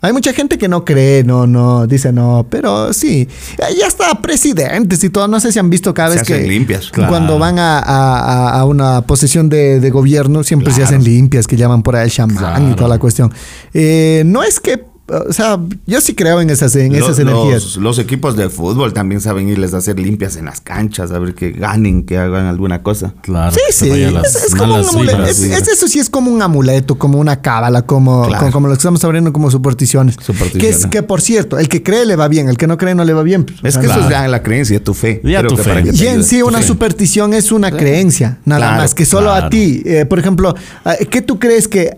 [SPEAKER 2] Hay mucha gente que no cree, no, no, dice no, pero sí. Eh, Ya está presidentes y todo. No sé si han visto cada
[SPEAKER 3] Se
[SPEAKER 2] vez
[SPEAKER 3] hacen
[SPEAKER 2] que.
[SPEAKER 3] limpias.
[SPEAKER 2] Cuando
[SPEAKER 4] Claro.
[SPEAKER 2] van a, a- a- a una posesión de, de gobierno, siempre se hacen limpias, que llaman por ahí el chamán y
[SPEAKER 4] Claro.
[SPEAKER 2] toda la cuestión. Eh, no es que. O sea, yo sí creo en esas, en
[SPEAKER 3] Lo-
[SPEAKER 2] esas energías.
[SPEAKER 3] los, los equipos de fútbol también saben irles a hacer limpias en las canchas, a ver que ganen, que hagan alguna cosa.
[SPEAKER 4] Claro.
[SPEAKER 2] Sí,
[SPEAKER 4] que se
[SPEAKER 2] sí.
[SPEAKER 4] vayan las
[SPEAKER 2] Es, es como un
[SPEAKER 4] malas
[SPEAKER 2] amuleto.
[SPEAKER 4] vibras.
[SPEAKER 2] Es- es- eso sí es como un amuleto, como una cábala, como,
[SPEAKER 3] Claro.
[SPEAKER 2] co- como lo que estamos abriendo como supersticiones.
[SPEAKER 3] Supersticiones.
[SPEAKER 2] Que, es, que por cierto, el que cree le va bien, el que no cree no le va bien.
[SPEAKER 3] Es que eso es la, la creencia, tu fe.
[SPEAKER 4] Ya tu
[SPEAKER 3] que
[SPEAKER 4] fe.
[SPEAKER 3] para que te
[SPEAKER 2] Y en
[SPEAKER 3] ayude.
[SPEAKER 2] sí,
[SPEAKER 3] Tu
[SPEAKER 2] una
[SPEAKER 3] fe.
[SPEAKER 2] superstición es una creencia, nada
[SPEAKER 3] Claro,
[SPEAKER 2] más, que solo a
[SPEAKER 4] claro.
[SPEAKER 2] ti. Eh, por ejemplo, eh, ¿qué tú crees que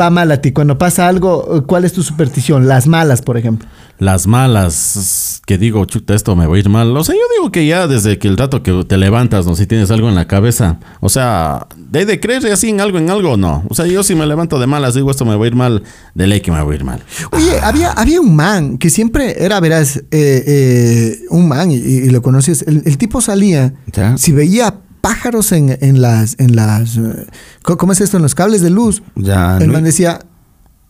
[SPEAKER 2] va mal a ti? Cuando pasa algo, eh, ¿cuál es tu superstición? Las malas, por ejemplo.
[SPEAKER 4] las malas que digo, chuta, esto me va a ir mal. O sea, yo digo que ya desde que el rato que te levantas, no si tienes algo en la cabeza, o sea, de, de creer así en algo, en algo, no. O sea, yo si me levanto de malas, digo, esto me va a ir mal, de ley que me va a ir mal.
[SPEAKER 2] Oye, había, había un man que siempre era, verás, eh, eh, un man, y, y lo conoces. El, el tipo salía,
[SPEAKER 3] Ya.
[SPEAKER 2] si veía pájaros en, en las, en las, eh, co- ¿cómo es esto? En los cables de luz.
[SPEAKER 3] Ya,
[SPEAKER 2] el
[SPEAKER 3] ¿no?
[SPEAKER 2] man decía,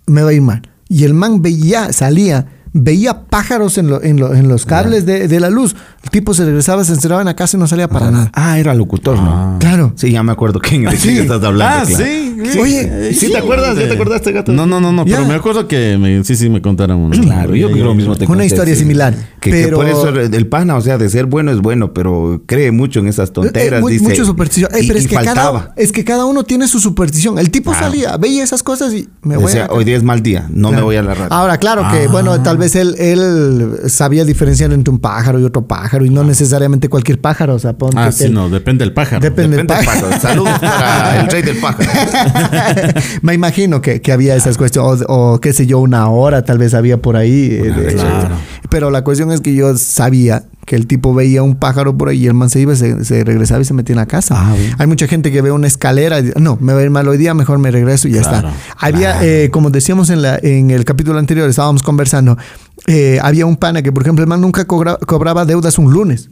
[SPEAKER 2] me va a ir mal. Y el man veía, salía, veía pájaros en, lo- en, lo- en los cables de, de la luz. El tipo se regresaba, se encerraba en la casa y no salía para nada.
[SPEAKER 3] Ah, era locutor, ¿no?
[SPEAKER 2] Claro.
[SPEAKER 3] Sí, ya me acuerdo quién de quién estás hablando.
[SPEAKER 4] Ah,
[SPEAKER 3] claro.
[SPEAKER 4] sí.
[SPEAKER 2] Oye,
[SPEAKER 3] ¿Sí te acuerdas? ¿Ya te acordaste, gato?
[SPEAKER 4] No, no, no, no,
[SPEAKER 2] Ya.
[SPEAKER 4] pero me acuerdo que me- sí, sí, me contaron uno.
[SPEAKER 3] Claro, yo creo que lo mismo te
[SPEAKER 2] Una
[SPEAKER 3] conté,
[SPEAKER 2] historia
[SPEAKER 3] sí.
[SPEAKER 2] similar,
[SPEAKER 3] Que,
[SPEAKER 2] pero-
[SPEAKER 3] que por eso el el pana, o sea, de ser bueno es bueno, pero cree mucho en esas tonteras.
[SPEAKER 2] Eh, mu-
[SPEAKER 3] dice,
[SPEAKER 2] mucho superstición. Eh,
[SPEAKER 3] y-
[SPEAKER 2] pero
[SPEAKER 3] y
[SPEAKER 2] es que, cada,
[SPEAKER 3] faltaba.
[SPEAKER 2] es que cada uno tiene su superstición. El tipo
[SPEAKER 3] Claro.
[SPEAKER 2] salía, veía esas cosas y me voy
[SPEAKER 3] O sea,
[SPEAKER 2] a... la
[SPEAKER 3] hoy día es mal día, no me
[SPEAKER 2] Claro.
[SPEAKER 3] voy a la radio.
[SPEAKER 2] Ahora, claro
[SPEAKER 4] Ah.
[SPEAKER 2] que, bueno, tal vez él, él sabía diferenciar entre un pájaro y otro pájaro y no necesariamente cualquier pájaro. O sea, ponte
[SPEAKER 4] Ah,
[SPEAKER 2] que
[SPEAKER 4] sí,
[SPEAKER 2] él-
[SPEAKER 4] no, depende del pájaro.
[SPEAKER 2] Depende del
[SPEAKER 3] Depende del
[SPEAKER 2] pájaro.
[SPEAKER 3] pájaro. Saludos para el rey del pájaro.
[SPEAKER 2] Me imagino que, que había esas cuestiones, o, o qué sé yo, una hora tal vez había por ahí. eh, de-
[SPEAKER 4] claro.
[SPEAKER 2] Pero la cuestión es que yo sabía que el tipo veía un pájaro por ahí y el man se iba, se, se regresaba y se metía en la casa.
[SPEAKER 3] Ah,
[SPEAKER 2] Hay mucha gente que ve una escalera y dice, no, me va a ir mal hoy día, mejor me regreso y ya
[SPEAKER 4] Claro,
[SPEAKER 2] está. Había, eh, como decíamos en, la, en el capítulo anterior, estábamos conversando, eh, había un pana que, por ejemplo, el man nunca cobra- cobraba deudas un lunes.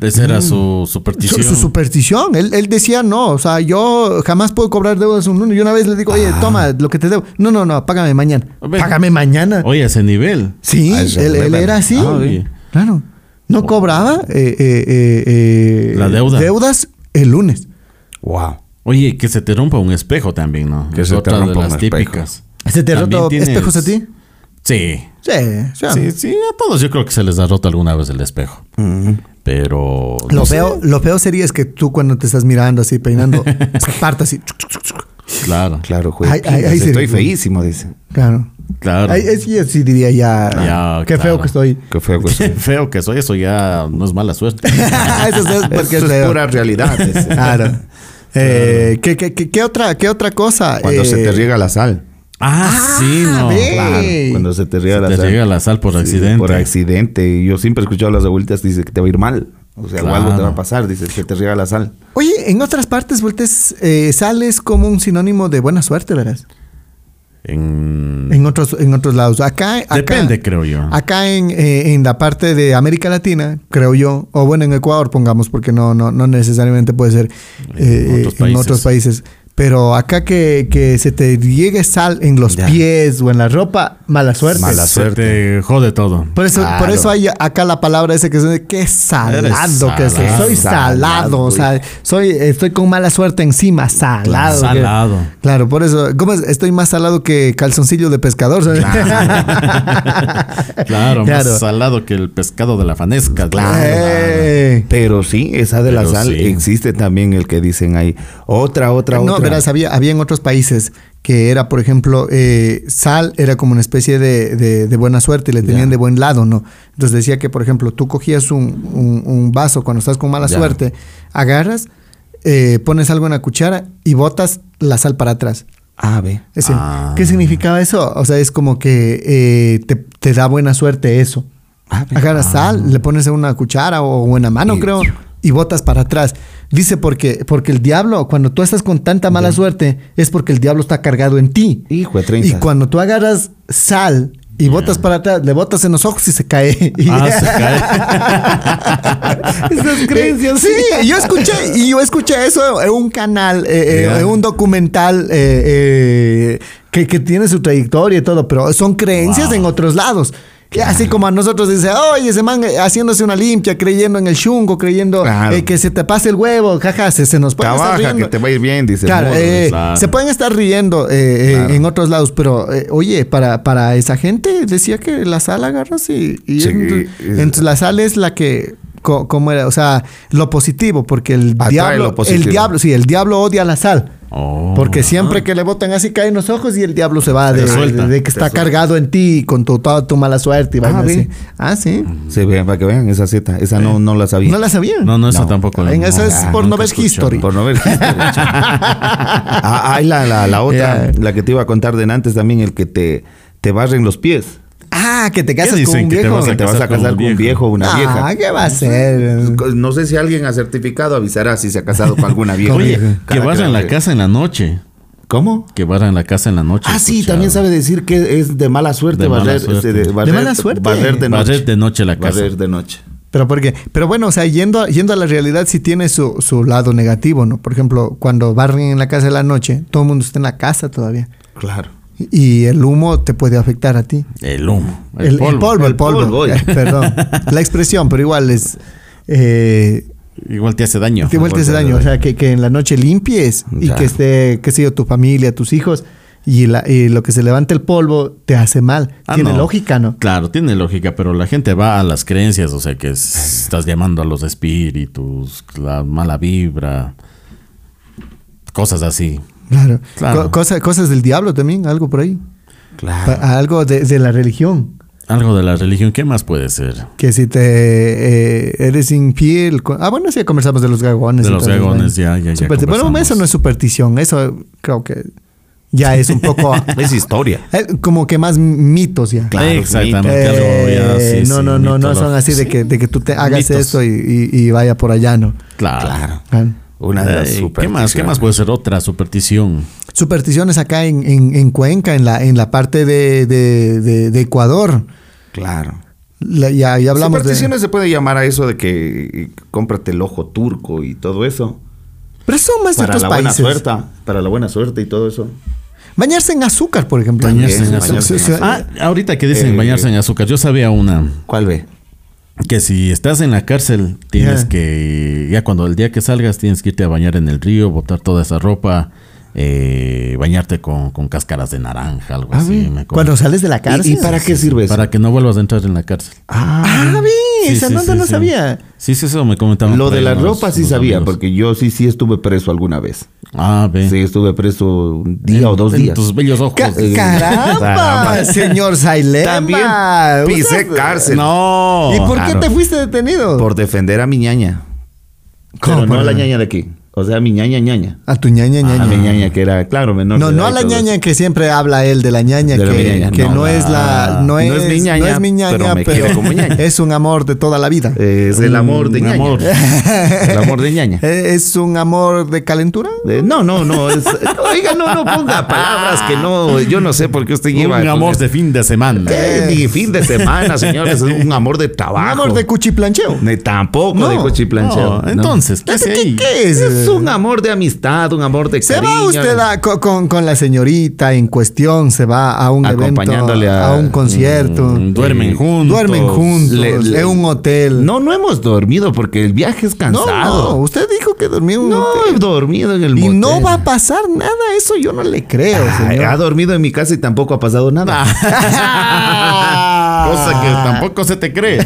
[SPEAKER 4] Esa era su
[SPEAKER 2] Su,
[SPEAKER 4] superstición.
[SPEAKER 2] Mm. su superstición. Él, él decía, no, o sea, yo jamás puedo cobrar deudas un lunes. Y una vez le digo, oye,
[SPEAKER 4] Ah.
[SPEAKER 2] toma lo que te debo. No, no, no, págame mañana.
[SPEAKER 4] Ve.
[SPEAKER 2] Págame mañana.
[SPEAKER 4] Oye, ese nivel.
[SPEAKER 2] Sí,
[SPEAKER 3] Ah, eso,
[SPEAKER 2] él, él
[SPEAKER 3] ve,
[SPEAKER 2] era
[SPEAKER 3] ve.
[SPEAKER 2] así.
[SPEAKER 4] Ah, oye.
[SPEAKER 2] claro. No cobraba eh, eh, eh, eh,
[SPEAKER 4] La deuda.
[SPEAKER 2] deudas el lunes.
[SPEAKER 3] Wow.
[SPEAKER 4] Oye, que se te rompa un espejo también, ¿no?
[SPEAKER 3] Que se te rompa un espejo.
[SPEAKER 2] ¿Se te ha
[SPEAKER 4] También
[SPEAKER 2] roto
[SPEAKER 4] tienes-
[SPEAKER 2] espejos a ti?
[SPEAKER 4] Sí.
[SPEAKER 2] Sí, sí.
[SPEAKER 4] Sí, sí, a todos yo creo que se les ha roto alguna vez el espejo. Pero.
[SPEAKER 2] Lo,
[SPEAKER 4] no sé,
[SPEAKER 2] feo, lo feo sería es que tú cuando te estás mirando así, peinando, se parta así. chuc, chuc, chuc, chuc.
[SPEAKER 4] Claro.
[SPEAKER 3] Claro, juez.
[SPEAKER 2] Ay, ay, ay, sí.
[SPEAKER 3] estoy feísimo, dice.
[SPEAKER 2] Claro.
[SPEAKER 4] Claro.
[SPEAKER 2] Ahí- ahí sí, yo sí diría ya.
[SPEAKER 4] Ya,
[SPEAKER 2] qué
[SPEAKER 4] claro.
[SPEAKER 2] feo que estoy.
[SPEAKER 3] Qué feo, pues.
[SPEAKER 4] Qué feo que soy, eso ya no es mala suerte.
[SPEAKER 2] Eso es porque
[SPEAKER 3] Eso
[SPEAKER 2] es
[SPEAKER 3] es
[SPEAKER 2] feo.
[SPEAKER 3] pura realidad. dice.
[SPEAKER 2] Claro. Eh, ¿qué, qué, qué, qué otra, ¿Qué otra cosa?
[SPEAKER 3] Cuando se
[SPEAKER 2] Eh,
[SPEAKER 3] te riega la sal.
[SPEAKER 4] ah, sí, no.
[SPEAKER 2] ve.
[SPEAKER 3] Claro,
[SPEAKER 2] Ey.
[SPEAKER 3] cuando se te riega
[SPEAKER 4] Se
[SPEAKER 3] la
[SPEAKER 4] te
[SPEAKER 3] sal.
[SPEAKER 4] riega la sal por
[SPEAKER 3] Sí,
[SPEAKER 4] accidente.
[SPEAKER 3] Por accidente. Y Yo siempre he escuchado las abuelitas dice que te va a ir mal. O sea, o
[SPEAKER 4] Claro.
[SPEAKER 3] algo te va a pasar. Dice, se te riega la sal.
[SPEAKER 2] Oye, en otras partes, vueltas, eh, sales como un sinónimo de buena suerte, verás.
[SPEAKER 4] En-
[SPEAKER 2] En otros, en otros lados. Acá, acá-
[SPEAKER 4] Mm. Depende, creo yo.
[SPEAKER 2] Acá en, eh, en la parte de América Latina, creo yo, o bueno, en Ecuador, pongamos, porque no, no, no necesariamente puede ser eh, en,
[SPEAKER 4] En
[SPEAKER 2] otros
[SPEAKER 4] otros
[SPEAKER 2] países. Pero acá que, que se te llegue sal en los
[SPEAKER 3] Ya.
[SPEAKER 2] pies o en la ropa, mala suerte.
[SPEAKER 3] Mala
[SPEAKER 4] se te jode todo.
[SPEAKER 2] Por eso,
[SPEAKER 3] Claro.
[SPEAKER 2] por eso hay acá la palabra esa que es qué salado que soy.
[SPEAKER 4] salado.
[SPEAKER 2] Soy salado, o sea, soy, estoy con mala suerte encima, salado. que-
[SPEAKER 4] Salado.
[SPEAKER 2] Claro, por eso, ¿cómo es? Estoy más salado que calzoncillo de pescador. ¿sabes?
[SPEAKER 4] Ah. Claro,
[SPEAKER 2] Claro.
[SPEAKER 4] más salado que el pescado de la fanesca.
[SPEAKER 2] Eh.
[SPEAKER 3] Pero sí, esa de la
[SPEAKER 4] Pero
[SPEAKER 3] sal
[SPEAKER 4] sí.
[SPEAKER 3] existe también el que dicen ahí. Otra, otra,
[SPEAKER 2] No,
[SPEAKER 3] otra.
[SPEAKER 2] verás, había, había en otros países que era, por ejemplo, eh, sal era como una especie de, de- de buena suerte y le tenían de buen lado, ¿no? Entonces decía que, por ejemplo, tú cogías un, un- un vaso cuando estás con mala
[SPEAKER 3] Ya.
[SPEAKER 2] suerte, agarras, eh, pones algo en la cuchara y botas la sal para atrás.
[SPEAKER 3] Ah, ve.
[SPEAKER 2] Es decir,
[SPEAKER 4] Ah.
[SPEAKER 2] ¿qué significaba eso? O sea, es como que eh, te, te da buena suerte eso.
[SPEAKER 3] Ah, ve.
[SPEAKER 2] Agarras sal, le pones en una cuchara o o en la mano,
[SPEAKER 3] Y-
[SPEAKER 2] creo, y botas para atrás. Dice porque, porque el diablo, cuando tú estás con tanta mala suerte, es porque el diablo está cargado en ti.
[SPEAKER 3] Hijo de treinta.
[SPEAKER 2] Y cuando tú agarras sal y botas para atrás, le botas en los ojos y se cae.
[SPEAKER 4] Ah, se cae.
[SPEAKER 2] Esas creencias. Sí, yo escuché, y yo escuché eso en un canal, eh, eh,
[SPEAKER 4] Ya.
[SPEAKER 2] en un documental eh, eh, que, que tiene su trayectoria y todo, pero son creencias
[SPEAKER 4] Wow.
[SPEAKER 2] en otros lados. Que Así como a nosotros dice, oye, ese man eh, haciéndose una limpia, creyendo en el chungo, creyendo
[SPEAKER 3] Claro.
[SPEAKER 2] eh, que se te pase el huevo, jaja, se, se nos puede estar
[SPEAKER 3] Trabaja, que
[SPEAKER 2] riendo.
[SPEAKER 3] te va a ir bien, dice.
[SPEAKER 2] Claro,
[SPEAKER 3] Mudo,
[SPEAKER 2] eh,
[SPEAKER 3] dice.
[SPEAKER 4] claro.
[SPEAKER 2] se pueden estar riendo eh, eh,
[SPEAKER 3] Claro.
[SPEAKER 2] en otros lados, pero eh, oye, para, para esa gente decía que la sal agarras y, y
[SPEAKER 3] Sí,
[SPEAKER 2] ent-
[SPEAKER 3] y-
[SPEAKER 2] entonces la sal es la que co- como era, o sea, lo positivo, porque el
[SPEAKER 3] Atrae
[SPEAKER 2] diablo,
[SPEAKER 3] lo positivo.
[SPEAKER 2] el diablo, sí, el diablo odia la sal.
[SPEAKER 4] Oh.
[SPEAKER 2] Porque siempre que le botan así caen los ojos y el diablo se va de,
[SPEAKER 4] Te suelta.
[SPEAKER 2] de- de que está cargado en ti con tu, toda tu mala suerte. Y
[SPEAKER 3] Ah,
[SPEAKER 2] vaina
[SPEAKER 3] ve.
[SPEAKER 2] así. Ah, sí.
[SPEAKER 3] Se vean, para que vean esa cita. Esa no, no la sabía.
[SPEAKER 2] No la sabía.
[SPEAKER 4] No, no, eso
[SPEAKER 3] No.
[SPEAKER 4] tampoco.
[SPEAKER 2] En eso es por no
[SPEAKER 4] nunca
[SPEAKER 2] ver
[SPEAKER 4] escuché.
[SPEAKER 2] history.
[SPEAKER 3] Por no ver. ah, hay la, la, la otra,
[SPEAKER 2] Ya.
[SPEAKER 3] la que te iba a contar de antes también, el que te, te barren los pies.
[SPEAKER 2] Ah, que te casas con
[SPEAKER 4] dicen
[SPEAKER 2] un
[SPEAKER 4] que te
[SPEAKER 2] viejo.
[SPEAKER 4] vas
[SPEAKER 3] Que
[SPEAKER 4] a
[SPEAKER 3] te vas a casar con un viejo o una
[SPEAKER 2] Ah,
[SPEAKER 3] vieja.
[SPEAKER 2] ¿qué va a ser?
[SPEAKER 3] No sé si alguien ha certificado, avisará si se ha casado con alguna vieja.
[SPEAKER 4] Oye, que
[SPEAKER 3] Cada
[SPEAKER 4] vas en la
[SPEAKER 3] que-
[SPEAKER 4] casa en la noche.
[SPEAKER 3] ¿Cómo?
[SPEAKER 4] Que vas en la casa en la noche.
[SPEAKER 3] Ah, sí,
[SPEAKER 4] escuchaba.
[SPEAKER 3] también sabe decir que es de mala suerte
[SPEAKER 4] De mala
[SPEAKER 3] barrer.
[SPEAKER 4] suerte.
[SPEAKER 3] este,
[SPEAKER 4] De
[SPEAKER 3] barrer-
[SPEAKER 2] mala suerte.
[SPEAKER 3] Barrer de noche.
[SPEAKER 4] Barrer de noche la casa.
[SPEAKER 3] Barrer de noche.
[SPEAKER 2] Pero porque, pero bueno, o sea, yendo, a- yendo a la realidad sí tiene su, su lado negativo, ¿no? Por ejemplo, cuando barren en la casa de la noche, todo el mundo está en la casa todavía.
[SPEAKER 3] Claro.
[SPEAKER 2] Y el humo te puede afectar a ti.
[SPEAKER 4] El humo.
[SPEAKER 2] El, el polvo, el polvo.
[SPEAKER 3] el polvo, ya.
[SPEAKER 2] Perdón. La expresión, pero igual es. Eh,
[SPEAKER 4] Igual te hace daño.
[SPEAKER 2] te vuelves ese daño. O sea, que, que en la noche limpies y
[SPEAKER 3] Ya.
[SPEAKER 2] que esté, qué sé yo, tu familia, tus hijos. Y, la- y lo que se levanta el polvo te hace mal.
[SPEAKER 4] Ah,
[SPEAKER 2] tiene lógica, ¿no?
[SPEAKER 4] Claro, tiene lógica, pero la gente va a las creencias, o sea que es- estás llamando a los espíritus, la mala vibra, cosas así.
[SPEAKER 2] Claro.
[SPEAKER 4] Claro.
[SPEAKER 2] Co- cosa- cosas del diablo también, algo por ahí.
[SPEAKER 3] Claro.
[SPEAKER 2] Pa- algo de, de la religión.
[SPEAKER 4] Algo de la religión, ¿qué más puede ser?
[SPEAKER 2] Que si te eh, eres infiel. con- ah, bueno, sí, conversamos de los gagones.
[SPEAKER 4] De
[SPEAKER 2] y
[SPEAKER 4] los
[SPEAKER 2] todas esas vainas.
[SPEAKER 4] gagones, ya, ya, ya
[SPEAKER 2] Supersti- Bueno,
[SPEAKER 4] conversamos.
[SPEAKER 2] eso no es superstición. Eso creo que ya es un poco.
[SPEAKER 3] Es historia.
[SPEAKER 2] eh, como que más mitos ya.
[SPEAKER 3] Claro,
[SPEAKER 4] Exactamente.
[SPEAKER 2] Eh,
[SPEAKER 4] algo ya, sí,
[SPEAKER 2] no, no,
[SPEAKER 4] sí,
[SPEAKER 2] no, no
[SPEAKER 4] mitológico.
[SPEAKER 2] son así de que, de que tú te hagas
[SPEAKER 4] Mitos.
[SPEAKER 2] esto y, y- y vaya por allá, ¿no?
[SPEAKER 4] Claro.
[SPEAKER 3] Claro.
[SPEAKER 2] Claro.
[SPEAKER 3] Una de
[SPEAKER 4] Ay,
[SPEAKER 3] las
[SPEAKER 4] Ah. ¿Qué
[SPEAKER 3] supersticiones.
[SPEAKER 4] más? ¿Qué más puede ser otra superstición?
[SPEAKER 2] Supersticiones acá en, en- en Cuenca, en la, en la parte de, de- de- de Ecuador.
[SPEAKER 3] Claro.
[SPEAKER 2] La- ya, ya hablamos de.
[SPEAKER 3] supersticiones se puede llamar a eso de que eh, cómprate el ojo turco y todo eso.
[SPEAKER 2] Pero son más de
[SPEAKER 3] Para
[SPEAKER 2] otros
[SPEAKER 3] la buena
[SPEAKER 2] países.
[SPEAKER 3] suerte. Para la buena suerte y todo eso.
[SPEAKER 2] Bañarse en azúcar, por ejemplo.
[SPEAKER 4] Bañarse en
[SPEAKER 2] Sí,
[SPEAKER 4] azúcar.
[SPEAKER 2] sí, sí.
[SPEAKER 4] Ah, ahorita que dicen
[SPEAKER 3] Eh,
[SPEAKER 4] bañarse en azúcar, yo sabía una.
[SPEAKER 3] ¿Cuál ve?
[SPEAKER 4] Que si estás en la cárcel, tienes
[SPEAKER 2] Ya.
[SPEAKER 4] que, ya cuando el día que salgas, tienes que irte a bañar en el río, botar toda esa ropa, eh, bañarte con, con cáscaras de naranja, algo así. me acuerdo.
[SPEAKER 2] ah, Cuando sales de la
[SPEAKER 3] ¿Y,
[SPEAKER 2] cárcel.
[SPEAKER 3] para qué sirve eso?
[SPEAKER 4] Para que no vuelvas a entrar en la cárcel.
[SPEAKER 2] Ah, ve.
[SPEAKER 4] Sí,
[SPEAKER 2] esa
[SPEAKER 4] sí,
[SPEAKER 2] nota
[SPEAKER 4] sí,
[SPEAKER 2] no
[SPEAKER 4] sí.
[SPEAKER 2] sabía.
[SPEAKER 4] Sí, sí, eso me comentaban.
[SPEAKER 3] Lo
[SPEAKER 4] por
[SPEAKER 3] de
[SPEAKER 4] ahí
[SPEAKER 3] la
[SPEAKER 4] unos-
[SPEAKER 3] ropa sí
[SPEAKER 4] unos
[SPEAKER 3] sabía,
[SPEAKER 4] amigos.
[SPEAKER 3] porque yo sí, sí estuve preso alguna vez.
[SPEAKER 4] Ah, ve.
[SPEAKER 3] Sí, estuve preso un día
[SPEAKER 4] En-
[SPEAKER 3] o dos
[SPEAKER 4] en
[SPEAKER 3] días.
[SPEAKER 4] Tus bellos ojos.
[SPEAKER 2] Ca-
[SPEAKER 3] Eh,
[SPEAKER 2] caramba,
[SPEAKER 3] caramba.
[SPEAKER 2] señor Sailema.
[SPEAKER 3] También pisé
[SPEAKER 2] Usted-
[SPEAKER 3] cárcel
[SPEAKER 4] pues, No.
[SPEAKER 2] ¿Y por qué
[SPEAKER 3] claro.
[SPEAKER 2] te fuiste detenido?
[SPEAKER 3] por defender a mi ñaña.
[SPEAKER 2] ¿Cómo
[SPEAKER 3] Pero no
[SPEAKER 2] por-
[SPEAKER 3] a la ñaña de aquí. O sea, a mi ñaña ñaña.
[SPEAKER 2] A tu ñaña, ñaña.
[SPEAKER 3] A mi ñaña que era, claro, menor.
[SPEAKER 2] No,
[SPEAKER 3] de
[SPEAKER 2] no
[SPEAKER 3] edad
[SPEAKER 2] a
[SPEAKER 3] y
[SPEAKER 2] la
[SPEAKER 3] todo
[SPEAKER 2] ñaña
[SPEAKER 3] eso.
[SPEAKER 2] que siempre habla él de la ñaña,
[SPEAKER 3] De la
[SPEAKER 2] que,
[SPEAKER 3] ñaña,
[SPEAKER 2] que no,
[SPEAKER 3] no,
[SPEAKER 2] es la.
[SPEAKER 3] la-
[SPEAKER 2] No es,
[SPEAKER 3] no es mi ñaña,
[SPEAKER 2] no es mi ñaña,
[SPEAKER 3] pero me
[SPEAKER 2] pero
[SPEAKER 3] quiere como ñaña.
[SPEAKER 2] es un amor de toda la vida.
[SPEAKER 3] Es el amor de
[SPEAKER 4] Mm,
[SPEAKER 3] ñaña.
[SPEAKER 4] amor.
[SPEAKER 3] El amor de ñaña.
[SPEAKER 2] Eh, ¿Es un amor de calentura?
[SPEAKER 3] Eh, no, no, no. es- oiga, no, no ponga palabras que no. Yo no sé por qué usted lleva.
[SPEAKER 4] Un amor de fin de semana.
[SPEAKER 3] Eh, ni fin de semana, señores. Es un amor de trabajo.
[SPEAKER 2] ¿Un amor de cuchiplancheo?
[SPEAKER 3] Ni tampoco
[SPEAKER 2] No,
[SPEAKER 3] de cochiplancheo.
[SPEAKER 4] No,
[SPEAKER 3] no.
[SPEAKER 4] entonces, ¿qué hace
[SPEAKER 2] ¿Qué,
[SPEAKER 4] ahí?
[SPEAKER 2] qué es?
[SPEAKER 3] Es un amor de amistad, un amor de
[SPEAKER 2] ¿Se
[SPEAKER 3] cariño.
[SPEAKER 2] va usted a- co- con, con la señorita en cuestión? ¿Se va a un evento?
[SPEAKER 3] Acompañándole a-
[SPEAKER 2] A un concierto.
[SPEAKER 4] Mm, duermen juntos.
[SPEAKER 2] Duermen juntos.
[SPEAKER 3] Le- le-
[SPEAKER 2] en un hotel.
[SPEAKER 3] No, no hemos dormido porque el viaje es
[SPEAKER 2] no, no,
[SPEAKER 3] cansado.
[SPEAKER 2] Usted dijo que dormía en un
[SPEAKER 3] No, he
[SPEAKER 2] hotel.
[SPEAKER 3] dormido en el
[SPEAKER 2] Y
[SPEAKER 3] motel.
[SPEAKER 2] no va a pasar nada. Eso yo no le creo,
[SPEAKER 3] Ay,
[SPEAKER 2] señor. Ah.
[SPEAKER 3] ha dormido en mi casa y tampoco ha pasado nada.
[SPEAKER 4] Cosa que tampoco se te cree.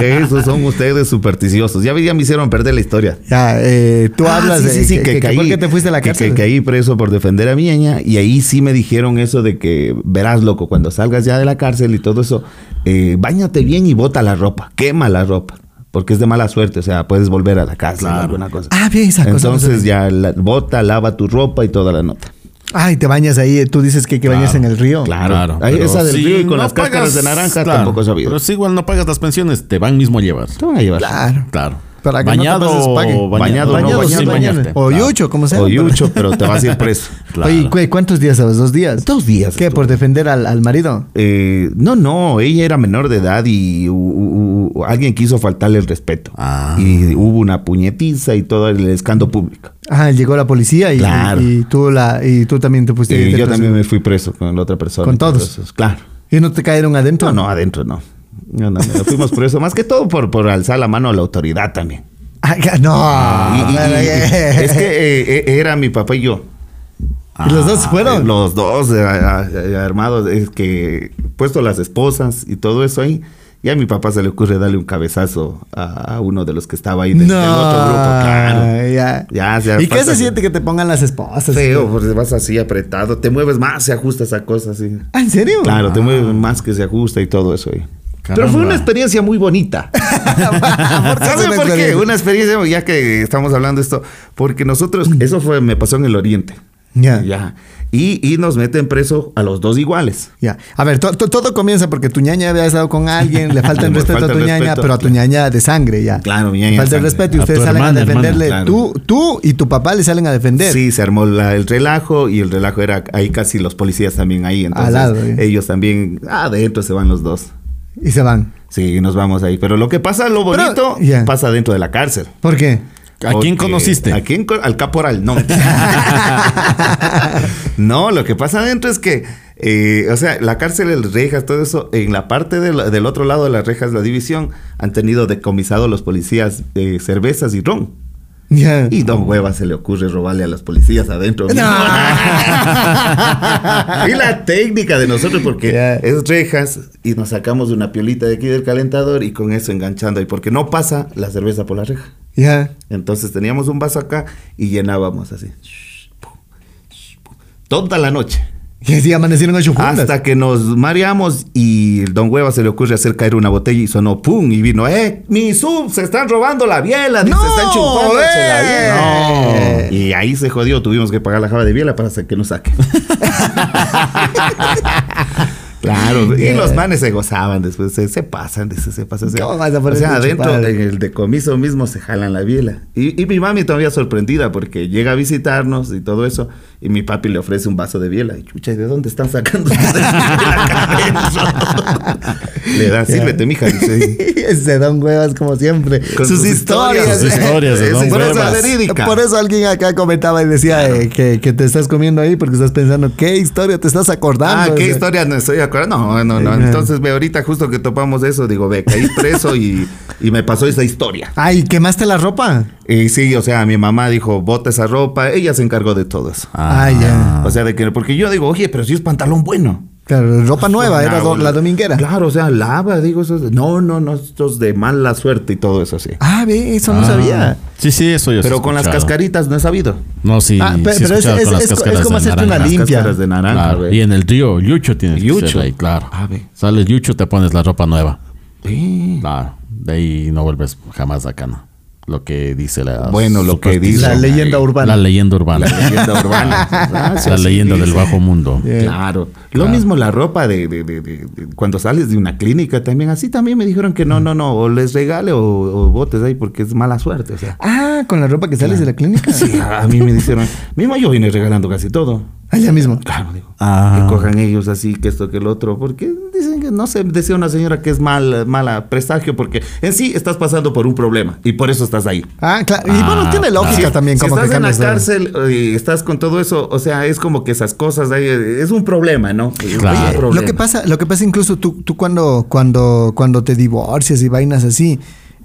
[SPEAKER 3] Esos son ustedes supersticiosos. Ya, ya me hicieron perder la historia.
[SPEAKER 2] Ya, eh, tú
[SPEAKER 3] Ah,
[SPEAKER 2] hablas
[SPEAKER 3] sí,
[SPEAKER 2] de
[SPEAKER 3] sí, sí, que, caí,
[SPEAKER 2] ¿Por qué te fuiste a la
[SPEAKER 3] que-
[SPEAKER 2] cárcel?
[SPEAKER 3] Que, caí preso por defender a mi ñaña y ahí sí me dijeron eso de que verás loco cuando salgas ya de la cárcel y todo eso, eh, báñate bien y bota la ropa, quema la ropa, porque es de mala suerte, o sea, puedes volver a la cárcel o
[SPEAKER 4] Claro.
[SPEAKER 3] alguna cosa.
[SPEAKER 2] Ah, bien, esa cosa.
[SPEAKER 3] Entonces ya la- bota, lava tu ropa y toda la nota.
[SPEAKER 2] Ay, te bañas ahí. Tú dices que, que bañas en
[SPEAKER 4] Claro,
[SPEAKER 2] el río.
[SPEAKER 3] Claro. Ahí
[SPEAKER 4] pero
[SPEAKER 3] esa del
[SPEAKER 4] si
[SPEAKER 3] río y con
[SPEAKER 4] no
[SPEAKER 3] las cáscaras de
[SPEAKER 4] pagas,
[SPEAKER 3] naranja
[SPEAKER 4] claro,
[SPEAKER 3] tampoco sabía.
[SPEAKER 4] Pero si igual no pagas las pensiones, te van mismo a llevar.
[SPEAKER 3] Te van a llevar.
[SPEAKER 2] Claro.
[SPEAKER 4] Claro.
[SPEAKER 2] Para que no te
[SPEAKER 4] bañado,
[SPEAKER 2] pases, pague.
[SPEAKER 4] o baña-
[SPEAKER 3] Bañado,
[SPEAKER 4] no,
[SPEAKER 3] bañado,
[SPEAKER 4] sin
[SPEAKER 3] sí,
[SPEAKER 2] bañado.
[SPEAKER 4] bañarte.
[SPEAKER 2] O
[SPEAKER 4] Claro.
[SPEAKER 2] yucho, como sea.
[SPEAKER 3] O yucho, pero te vas a ir preso.
[SPEAKER 4] Claro.
[SPEAKER 2] Oye, ¿cu- ¿cuántos días sabes? ¿Dos días?
[SPEAKER 3] Dos días.
[SPEAKER 2] ¿Qué? ¿Por defender al, al marido?
[SPEAKER 3] Eh, no, no, ella era menor de edad y u- u- u- alguien quiso faltarle el respeto.
[SPEAKER 4] Ah.
[SPEAKER 3] Y hubo una puñetiza y todo el escándalo público.
[SPEAKER 2] Ah, llegó la policía y,
[SPEAKER 3] Claro.
[SPEAKER 2] y, tú, la, y tú también te
[SPEAKER 3] Y
[SPEAKER 2] pusiste...
[SPEAKER 3] Eh, yo
[SPEAKER 2] te pus-
[SPEAKER 3] también me fui preso con la otra persona.
[SPEAKER 2] ¿Con
[SPEAKER 3] y todo
[SPEAKER 2] todos?
[SPEAKER 3] eso. Claro.
[SPEAKER 2] ¿Y no te cayeron adentro?
[SPEAKER 3] No, no, adentro no. No, no, no, fuimos presos. Más que todo por, por alzar la mano a la autoridad también.
[SPEAKER 2] Ah, ya- no. Ah.
[SPEAKER 3] Y- y- y- y- es que eh, eh, era mi papá y yo.
[SPEAKER 2] ¿Y los dos se
[SPEAKER 3] Eh,
[SPEAKER 2] fueron?
[SPEAKER 3] Los dos eh, a- a- armados, es que puesto las esposas y todo eso ahí. Y a mi papá se le ocurre darle un cabezazo a, a uno de los que estaba ahí del,
[SPEAKER 2] no.
[SPEAKER 3] del otro grupo, claro.
[SPEAKER 2] ya.
[SPEAKER 3] Ya, se
[SPEAKER 2] ¿Y qué
[SPEAKER 3] falta-
[SPEAKER 2] se siente que te pongan las esposas? Este,
[SPEAKER 3] Feo, porque vas así apretado, te mueves más, se ajusta esa cosa así.
[SPEAKER 2] Ah, ¿En serio?
[SPEAKER 3] Claro, te mueves más que se ajusta y todo eso ahí. Pero fue
[SPEAKER 4] Caramba.
[SPEAKER 3] una experiencia muy bonita.
[SPEAKER 2] ¿Por qué es
[SPEAKER 3] ¿Sabe
[SPEAKER 2] una
[SPEAKER 3] por qué?
[SPEAKER 2] experiencia?
[SPEAKER 3] Una experiencia, ya que estamos hablando de esto, porque nosotros,
[SPEAKER 2] Mm.
[SPEAKER 3] eso fue, me pasó en el oriente.
[SPEAKER 2] Ya.
[SPEAKER 3] Ya. Y, y nos meten preso a los dos iguales.
[SPEAKER 2] Ya. A ver, to- to- todo comienza porque tu ñaña había estado con alguien, le falta el
[SPEAKER 3] Le
[SPEAKER 2] respeto
[SPEAKER 3] falta
[SPEAKER 2] a tu
[SPEAKER 3] el
[SPEAKER 2] ñaña,
[SPEAKER 3] respeto,
[SPEAKER 2] pero a tu
[SPEAKER 3] claro.
[SPEAKER 2] ñaña de sangre ya.
[SPEAKER 3] Claro, mi ñaña
[SPEAKER 2] Le Falta
[SPEAKER 3] de
[SPEAKER 2] el
[SPEAKER 3] sangre.
[SPEAKER 2] respeto y
[SPEAKER 4] A
[SPEAKER 2] ustedes
[SPEAKER 4] tu
[SPEAKER 2] salen a
[SPEAKER 4] hermana, hermana,
[SPEAKER 2] defenderle.
[SPEAKER 3] claro.
[SPEAKER 2] Tú, tú y tu papá le salen a defender.
[SPEAKER 3] Sí, se armó la- el relajo y el relajo era ahí casi los policías también ahí. Entonces,
[SPEAKER 2] Al lado, ¿eh?
[SPEAKER 3] ellos también adentro se van los dos.
[SPEAKER 2] Y se van.
[SPEAKER 3] Sí, nos vamos ahí. Pero lo que pasa, lo
[SPEAKER 2] Pero-
[SPEAKER 3] bonito,
[SPEAKER 2] ya.
[SPEAKER 3] pasa dentro de la cárcel.
[SPEAKER 2] ¿Por qué?
[SPEAKER 4] ¿A quién
[SPEAKER 3] Porque-
[SPEAKER 4] conociste?
[SPEAKER 3] ¿A quién? con- Al caporal, no. no, lo que pasa adentro es que, eh, o sea, la cárcel, el rejas, todo eso, en la parte de la- del otro lado de las rejas, la división, han tenido decomisado los policías eh, cervezas y ron.
[SPEAKER 2] Ya.
[SPEAKER 3] Y don Hueva se le ocurre robarle a los policías adentro.
[SPEAKER 2] No.
[SPEAKER 3] y la técnica de nosotros, porque
[SPEAKER 2] Ya.
[SPEAKER 3] es rejas y nos sacamos una piolita de aquí del calentador y con eso enganchando. Y porque no pasa la cerveza por la reja.
[SPEAKER 2] Ya.
[SPEAKER 3] Entonces teníamos un vaso acá y llenábamos así. Toda la noche.
[SPEAKER 2] Y así amanecieron ocho juntas.
[SPEAKER 3] Hasta que nos mareamos y el don Hueva se le ocurre hacer caer una botella y sonó pum y vino, ¡eh! ¡Mi sub! ¡Se están robando la biela! dice,
[SPEAKER 2] ¡No,
[SPEAKER 3] ¡Se están chupando
[SPEAKER 2] eh!
[SPEAKER 3] la biela".
[SPEAKER 2] No.
[SPEAKER 3] Y ahí se jodió, tuvimos que pagar la java de biela para que nos saquen. Claro, y los manes se gozaban después, se, se pasan, dice, se pasan. o sea,
[SPEAKER 2] ¿Cómo vas a poner
[SPEAKER 3] o sea,
[SPEAKER 2] tu
[SPEAKER 3] adentro,
[SPEAKER 2] chupada?
[SPEAKER 3] en el decomiso mismo se jalan la biela. Y, y mi mami todavía sorprendida porque llega a visitarnos y todo eso, y mi papi le ofrece un vaso de biela. Y chucha, ¿y de dónde están sacando ustedes biela acá adentro? Le da, sírvete, mija. Dice,
[SPEAKER 2] Ese don huevas como siempre.
[SPEAKER 3] Con
[SPEAKER 2] sus,
[SPEAKER 3] sus
[SPEAKER 2] historias.
[SPEAKER 3] historias.
[SPEAKER 4] Sus historias, de
[SPEAKER 3] Ese
[SPEAKER 4] don
[SPEAKER 2] por,
[SPEAKER 3] historia
[SPEAKER 4] Huevas.
[SPEAKER 2] eso,
[SPEAKER 3] verídica.
[SPEAKER 2] por eso alguien acá comentaba y decía eh, que, que te estás comiendo ahí porque estás pensando qué historia te estás acordando.
[SPEAKER 3] Ah,
[SPEAKER 2] O
[SPEAKER 3] qué
[SPEAKER 2] sea,
[SPEAKER 3] historia no estoy de acuerdo. No, no, no.
[SPEAKER 2] Ajá.
[SPEAKER 3] Entonces, ve, ahorita justo que topamos eso, digo, ve, caí preso y, y me pasó esa historia.
[SPEAKER 2] Ay, ¿quemaste la ropa?
[SPEAKER 3] Y sí, o sea, mi mamá dijo, bota esa ropa, ella se encargó de todo eso.
[SPEAKER 2] Ah, ya.
[SPEAKER 3] O sea, de que, porque yo digo, oye, pero si es pantalón bueno.
[SPEAKER 2] Claro, ropa nueva, era do-
[SPEAKER 3] Nah,
[SPEAKER 2] la dominguera.
[SPEAKER 3] Ah, Claro, o sea, lava, digo, eso es- no, no, no, estos de mala suerte y todo eso así.
[SPEAKER 2] Ah, ve, eso no
[SPEAKER 4] Ah.
[SPEAKER 2] sabía.
[SPEAKER 4] Sí, sí, eso yo sí
[SPEAKER 3] Pero
[SPEAKER 4] he
[SPEAKER 3] con las
[SPEAKER 4] escuchado.
[SPEAKER 3] cascaritas no he sabido.
[SPEAKER 4] No, sí.
[SPEAKER 2] Ah,
[SPEAKER 4] sí
[SPEAKER 2] pe-
[SPEAKER 4] he
[SPEAKER 2] pero es-
[SPEAKER 4] escuchado
[SPEAKER 2] es-
[SPEAKER 4] con las
[SPEAKER 2] es co- es
[SPEAKER 4] cascaras
[SPEAKER 2] como
[SPEAKER 4] de
[SPEAKER 2] hacerte una
[SPEAKER 4] naranja.
[SPEAKER 3] Las
[SPEAKER 2] Limpia.
[SPEAKER 3] cáscaras de naranja,
[SPEAKER 4] Claro,
[SPEAKER 3] güey.
[SPEAKER 4] Y en el río, yucho tienes
[SPEAKER 3] Yucho.
[SPEAKER 4] que ser ahí, claro.
[SPEAKER 3] A ver.
[SPEAKER 4] Sales yucho, te pones la ropa nueva.
[SPEAKER 3] Sí.
[SPEAKER 4] Claro. De ahí no vuelves jamás acá, ¿no? Lo que dice la...
[SPEAKER 3] Bueno, lo que dice.
[SPEAKER 2] La leyenda urbana.
[SPEAKER 4] La leyenda urbana.
[SPEAKER 3] La leyenda urbana. Ah, sí,
[SPEAKER 4] La
[SPEAKER 3] así
[SPEAKER 4] leyenda del
[SPEAKER 3] dice.
[SPEAKER 4] bajo mundo.
[SPEAKER 3] Claro. Lo mismo la ropa de, de- de- de- de- cuando sales de una clínica también. Así también me dijeron que
[SPEAKER 2] Mm.
[SPEAKER 3] no, no, no. O les regale o, o botes ahí porque es mala suerte. O sea,
[SPEAKER 2] Ah, con la ropa que sales de la clínica.
[SPEAKER 3] Sí, a mí me dijeron. Mismo yo vine regalando casi todo.
[SPEAKER 2] Allá Ah, mismo.
[SPEAKER 3] Claro, digo.
[SPEAKER 4] Ah.
[SPEAKER 3] Que cojan ellos así, que esto, que el otro. Porque dicen que no sé. Decía una señora que es mal, mala presagio porque en sí estás pasando por un problema y por eso estás ahí.
[SPEAKER 2] Ah, claro. Y
[SPEAKER 4] Ah,
[SPEAKER 2] bueno, tiene lógica
[SPEAKER 4] claro.
[SPEAKER 2] también.
[SPEAKER 3] si
[SPEAKER 2] como
[SPEAKER 3] estás
[SPEAKER 2] que
[SPEAKER 3] en la
[SPEAKER 2] cambias de-
[SPEAKER 3] cárcel eh, y estás con todo eso, o sea, es como que esas cosas, ahí, eh, es un problema, ¿no? Es un
[SPEAKER 4] Claro.
[SPEAKER 3] problema.
[SPEAKER 2] Lo que pasa, lo que pasa incluso tú, tú cuando, cuando, cuando te divorcias y vainas así,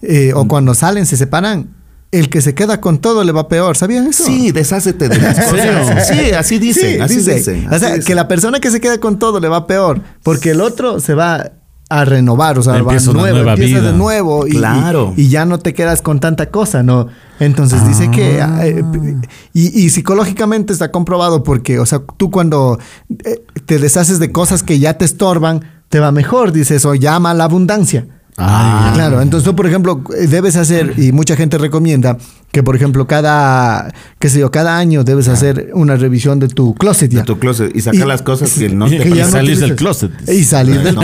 [SPEAKER 2] eh,
[SPEAKER 3] Mm.
[SPEAKER 2] o cuando salen, se separan, el que se queda con todo le va peor. ¿Sabían eso?
[SPEAKER 3] Sí, deshácete de las cosas. Sí, así dicen,
[SPEAKER 2] Sí,
[SPEAKER 3] así
[SPEAKER 2] dice.
[SPEAKER 3] dicen.
[SPEAKER 2] O sea,
[SPEAKER 3] así
[SPEAKER 2] que
[SPEAKER 3] dicen.
[SPEAKER 2] la persona que se queda con todo le va peor, porque el otro se va a renovar, o sea, va
[SPEAKER 4] Empieza una
[SPEAKER 2] nuevo,
[SPEAKER 4] nueva
[SPEAKER 2] empieza
[SPEAKER 4] vida.
[SPEAKER 2] de nuevo y,
[SPEAKER 3] Claro.
[SPEAKER 2] y, y ya no te quedas con tanta cosa, ¿no? Entonces dice que
[SPEAKER 3] Ah.
[SPEAKER 2] eh, p- y, y psicológicamente está comprobado porque, o sea, tú cuando eh, te deshaces de cosas que ya te estorban, te va mejor, dice eso, llama a la abundancia.
[SPEAKER 4] Ah,
[SPEAKER 2] Claro, entonces tú, por ejemplo, eh, debes hacer, y mucha gente recomienda, que por ejemplo, cada, qué sé yo, cada año debes hacer una revisión de tu closet ya.
[SPEAKER 3] De tu closet y sacar
[SPEAKER 2] Y-
[SPEAKER 3] las cosas que no
[SPEAKER 4] y-
[SPEAKER 3] te
[SPEAKER 4] y
[SPEAKER 3] pasan.
[SPEAKER 4] salir del
[SPEAKER 2] utilizas.
[SPEAKER 4] closet.
[SPEAKER 2] Y salir del
[SPEAKER 3] No.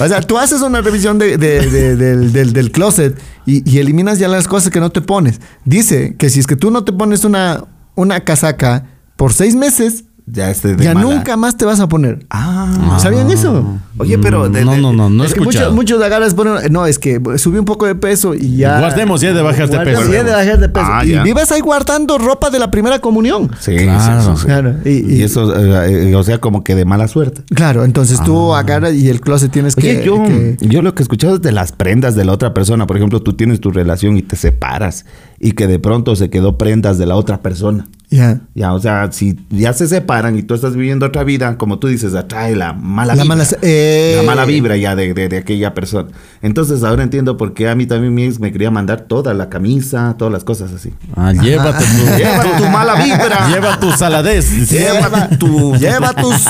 [SPEAKER 2] o sea, tú haces una revisión de- de- de- del, del- del closet y, y eliminas ya las cosas que no te pones. Dice que si es que tú no te pones una, una casaca por seis meses,
[SPEAKER 3] Ya, este de
[SPEAKER 2] ya
[SPEAKER 3] mala.
[SPEAKER 2] nunca Mm, más te vas a poner.
[SPEAKER 3] Ah.
[SPEAKER 2] ¿Sabían eso?
[SPEAKER 3] Oye, pero. de-
[SPEAKER 4] Mm, No,
[SPEAKER 3] de-
[SPEAKER 4] no, no, no he
[SPEAKER 2] Es que
[SPEAKER 4] escuchado.
[SPEAKER 2] muchos, muchos agarras ponen, no, es que subí un poco de peso y ya.
[SPEAKER 4] Guardemos ya de bajar de
[SPEAKER 2] Guardemos
[SPEAKER 4] peso.
[SPEAKER 2] ya de bajar de peso.
[SPEAKER 3] Ah,
[SPEAKER 2] y
[SPEAKER 3] ya.
[SPEAKER 2] vivas ahí guardando ropa de la primera comunión.
[SPEAKER 3] Sí,
[SPEAKER 4] Claro.
[SPEAKER 3] sí, sí, sí.
[SPEAKER 2] Claro. Y,
[SPEAKER 3] Y,
[SPEAKER 2] y-
[SPEAKER 3] eso, eh, eh, o sea, como que de mala suerte.
[SPEAKER 2] Claro, entonces tú agarras y el closet tienes
[SPEAKER 3] Ah. Oye,
[SPEAKER 2] que.
[SPEAKER 3] yo,
[SPEAKER 2] que-
[SPEAKER 3] yo lo que he escuchado es de las prendas de la otra persona. Por ejemplo, tú tienes tu relación y te separas y que de pronto se quedó prendas de la otra persona.
[SPEAKER 2] Ya.
[SPEAKER 3] Ya, o sea, si ya se separan y tú estás viviendo otra vida, como tú dices, atrae la mala
[SPEAKER 2] La
[SPEAKER 3] vibra.
[SPEAKER 2] mala- eh.
[SPEAKER 3] La mala vibra ya de, de- de aquella persona. Entonces ahora entiendo por qué a mí también mi ex me quería mandar toda la camisa, todas las cosas así.
[SPEAKER 4] Ah, llévate tu...
[SPEAKER 3] Lleva tu mala vibra.
[SPEAKER 4] Lleva tu saladez.
[SPEAKER 3] Lleva tu-
[SPEAKER 2] lleva tus,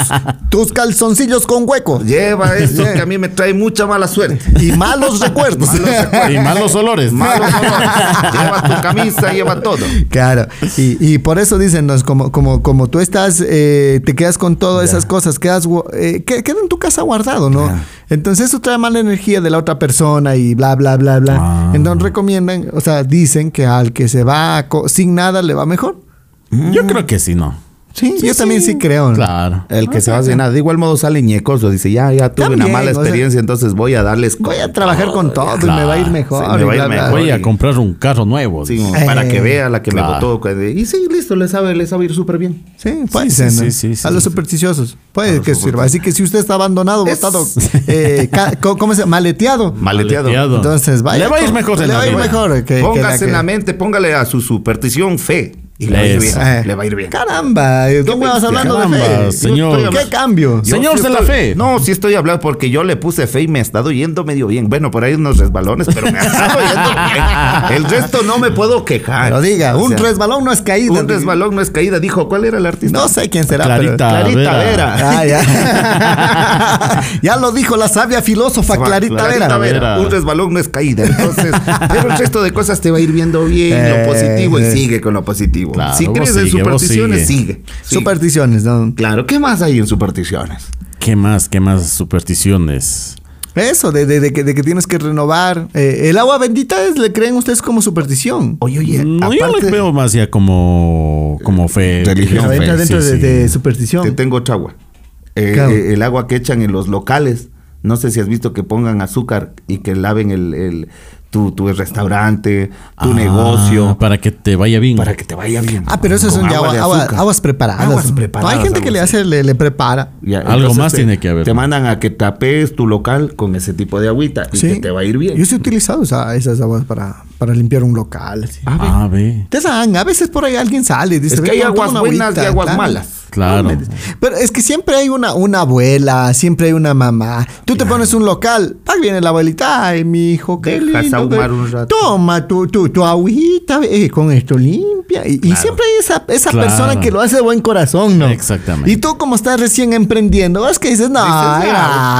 [SPEAKER 2] tus calzoncillos con hueco
[SPEAKER 3] Lleva eso que a mí me trae mucha mala suerte.
[SPEAKER 2] y malos recuerdos.
[SPEAKER 4] Y malos olores.
[SPEAKER 3] Malos olores. lleva tu camisa, lleva todo.
[SPEAKER 2] Claro, y, y por eso dicen, nos, como, como, como tú estás, eh, te quedas con todas esas cosas, quedas, gu- eh, que- queda en tu casa guardado, ¿no? Entonces eso trae mala energía de la otra persona y bla, bla, bla, bla.
[SPEAKER 4] Ah.
[SPEAKER 2] Entonces recomiendan, o sea, dicen que al que se va co- sin nada le va mejor.
[SPEAKER 4] Yo creo que sí, ¿no?
[SPEAKER 2] Sí, yo también sí creo. ¿no?
[SPEAKER 4] Claro.
[SPEAKER 3] El que se va sin nada. De igual modo sale ñecoso. Dice, ya, ya tuve una
[SPEAKER 2] También,
[SPEAKER 3] mala
[SPEAKER 2] o sea,
[SPEAKER 3] experiencia, entonces voy a darles...
[SPEAKER 2] Voy a trabajar con todo y me va a ir mejor.
[SPEAKER 3] Sí, me
[SPEAKER 2] y
[SPEAKER 3] va a ir
[SPEAKER 2] bla, bla,
[SPEAKER 3] mejor.
[SPEAKER 2] bla. Eh,
[SPEAKER 4] Voy a comprar un carro nuevo.
[SPEAKER 3] Sí,
[SPEAKER 4] dice.
[SPEAKER 3] para que vea la que
[SPEAKER 4] claro.
[SPEAKER 3] me botó. cuando- Y sí, listo, le sabe, le sabe ir súper bien.
[SPEAKER 2] Sí, puede
[SPEAKER 4] sí,
[SPEAKER 2] ser,
[SPEAKER 4] sí,
[SPEAKER 2] ¿no?
[SPEAKER 4] sí, sí,
[SPEAKER 2] a los
[SPEAKER 4] sí.
[SPEAKER 2] supersticiosos. Puede que sirva. Así que si usted está abandonado,
[SPEAKER 3] Es-
[SPEAKER 2] botado, eh, ca- co- ¿cómo se llama? Maleteado.
[SPEAKER 3] Maleteado.
[SPEAKER 4] Maleteado.
[SPEAKER 2] Entonces, vaya.
[SPEAKER 4] Le va a ir
[SPEAKER 2] con-
[SPEAKER 4] mejor
[SPEAKER 2] Le
[SPEAKER 4] en la
[SPEAKER 2] va a ir
[SPEAKER 4] vida.
[SPEAKER 2] mejor que- que
[SPEAKER 3] Póngase
[SPEAKER 2] que-
[SPEAKER 3] en la mente, póngale a su superstición fe. Y le va a ir bien.
[SPEAKER 4] Eso.
[SPEAKER 2] Eh.
[SPEAKER 3] Le va a ir bien.
[SPEAKER 2] Caramba, eh, ¿cómo vas
[SPEAKER 3] bestia.
[SPEAKER 2] hablando de
[SPEAKER 4] Caramba,
[SPEAKER 2] fe?
[SPEAKER 4] señor.
[SPEAKER 2] Yo estoy- ¿Qué cambio?
[SPEAKER 4] Sí. Señor
[SPEAKER 3] sí
[SPEAKER 4] de la
[SPEAKER 3] estoy-
[SPEAKER 4] fe.
[SPEAKER 3] No, sí estoy hablando porque yo le puse fe y me ha estado yendo medio bien. Bueno, por ahí unos resbalones, pero me ha estado yendo bien. El resto no me puedo quejar.
[SPEAKER 2] Pero diga,
[SPEAKER 3] ah, O
[SPEAKER 2] un
[SPEAKER 3] sea,
[SPEAKER 2] resbalón no es caída.
[SPEAKER 3] Un resbalón no es caída. Dijo, ¿cuál era el artista?
[SPEAKER 2] No sé quién será,
[SPEAKER 4] Clarita.
[SPEAKER 2] pero...
[SPEAKER 3] Clarita
[SPEAKER 4] Vera.
[SPEAKER 3] Vera.
[SPEAKER 2] Ah, ya. ya lo dijo la sabia filósofa Clarita, Vera.
[SPEAKER 4] Vera.
[SPEAKER 3] Un resbalón no es caída. Entonces, pero el resto de cosas te va a ir viendo bien,
[SPEAKER 2] Eh,
[SPEAKER 3] lo positivo
[SPEAKER 2] eh.
[SPEAKER 3] y sigue con lo positivo.
[SPEAKER 4] Claro,
[SPEAKER 3] si
[SPEAKER 4] vos
[SPEAKER 3] crees en
[SPEAKER 4] sigue, vos
[SPEAKER 3] supersticiones, sigue. sigue.
[SPEAKER 2] Supersticiones, ¿no?
[SPEAKER 3] Claro, ¿qué más hay en supersticiones?
[SPEAKER 4] ¿Qué más? ¿Qué más supersticiones?
[SPEAKER 2] Eso, de, de- de que, de que tienes que renovar. Eh, el agua bendita es- le creen ustedes como superstición.
[SPEAKER 3] Oye, oye,
[SPEAKER 4] No, yo
[SPEAKER 3] aparte,
[SPEAKER 4] le veo más ya como, como Eh, fe.
[SPEAKER 3] Religión,
[SPEAKER 2] Pero
[SPEAKER 3] fe,
[SPEAKER 2] entra
[SPEAKER 4] sí,
[SPEAKER 2] dentro de,
[SPEAKER 4] sí.
[SPEAKER 2] de superstición.
[SPEAKER 3] te tengo otra agua. Eh,
[SPEAKER 2] Claro.
[SPEAKER 3] eh, el agua que echan en los locales. No sé si has visto que pongan azúcar y que laven el, el- tu, tu restaurante, tu
[SPEAKER 4] Ah,
[SPEAKER 3] negocio,
[SPEAKER 4] Para que te vaya bien.
[SPEAKER 3] para que te vaya bien.
[SPEAKER 2] Ah, pero esas
[SPEAKER 3] Con
[SPEAKER 2] son de agua-
[SPEAKER 3] de
[SPEAKER 2] agua-
[SPEAKER 3] azúcar.
[SPEAKER 2] aguas preparadas.
[SPEAKER 3] Aguas preparadas,
[SPEAKER 2] Hay gente que
[SPEAKER 3] algo
[SPEAKER 2] le
[SPEAKER 3] así.
[SPEAKER 2] hace, le, le prepara.
[SPEAKER 3] Ya,
[SPEAKER 4] Algo
[SPEAKER 3] entonces
[SPEAKER 4] más
[SPEAKER 3] te-
[SPEAKER 4] tiene que haber.
[SPEAKER 3] Te mandan a que tapees tu local con ese tipo de agüita y que te va a ir bien.
[SPEAKER 2] Yo sí he utilizado esa- esas aguas para, para limpiar un local. así.
[SPEAKER 3] Ah, ve.
[SPEAKER 4] Ah, ve.
[SPEAKER 2] Te dan, a veces por ahí alguien sale y dice,
[SPEAKER 3] Es que
[SPEAKER 2] "Ve,
[SPEAKER 3] hay
[SPEAKER 2] toma
[SPEAKER 3] aguas
[SPEAKER 2] una
[SPEAKER 3] buenas
[SPEAKER 2] agüita",
[SPEAKER 3] y aguas
[SPEAKER 2] claro.
[SPEAKER 3] malas.
[SPEAKER 4] Claro.
[SPEAKER 2] Pero es que siempre hay una, una abuela, siempre hay una mamá. Tú te pones un local, ahí viene la abuelita, ay, mi hijo, qué
[SPEAKER 3] Dejas
[SPEAKER 2] lindo,
[SPEAKER 3] ahumar
[SPEAKER 2] ve.
[SPEAKER 3] un rato.
[SPEAKER 2] Toma tu, tu, tu agüita, ve, eh, con esto limpia. Y, y siempre hay esa, esa
[SPEAKER 4] Claro.
[SPEAKER 2] persona que lo hace de buen corazón, ¿no?
[SPEAKER 4] Exactamente.
[SPEAKER 2] Y tú, como estás recién emprendiendo, es que dices, no,
[SPEAKER 3] "Ah,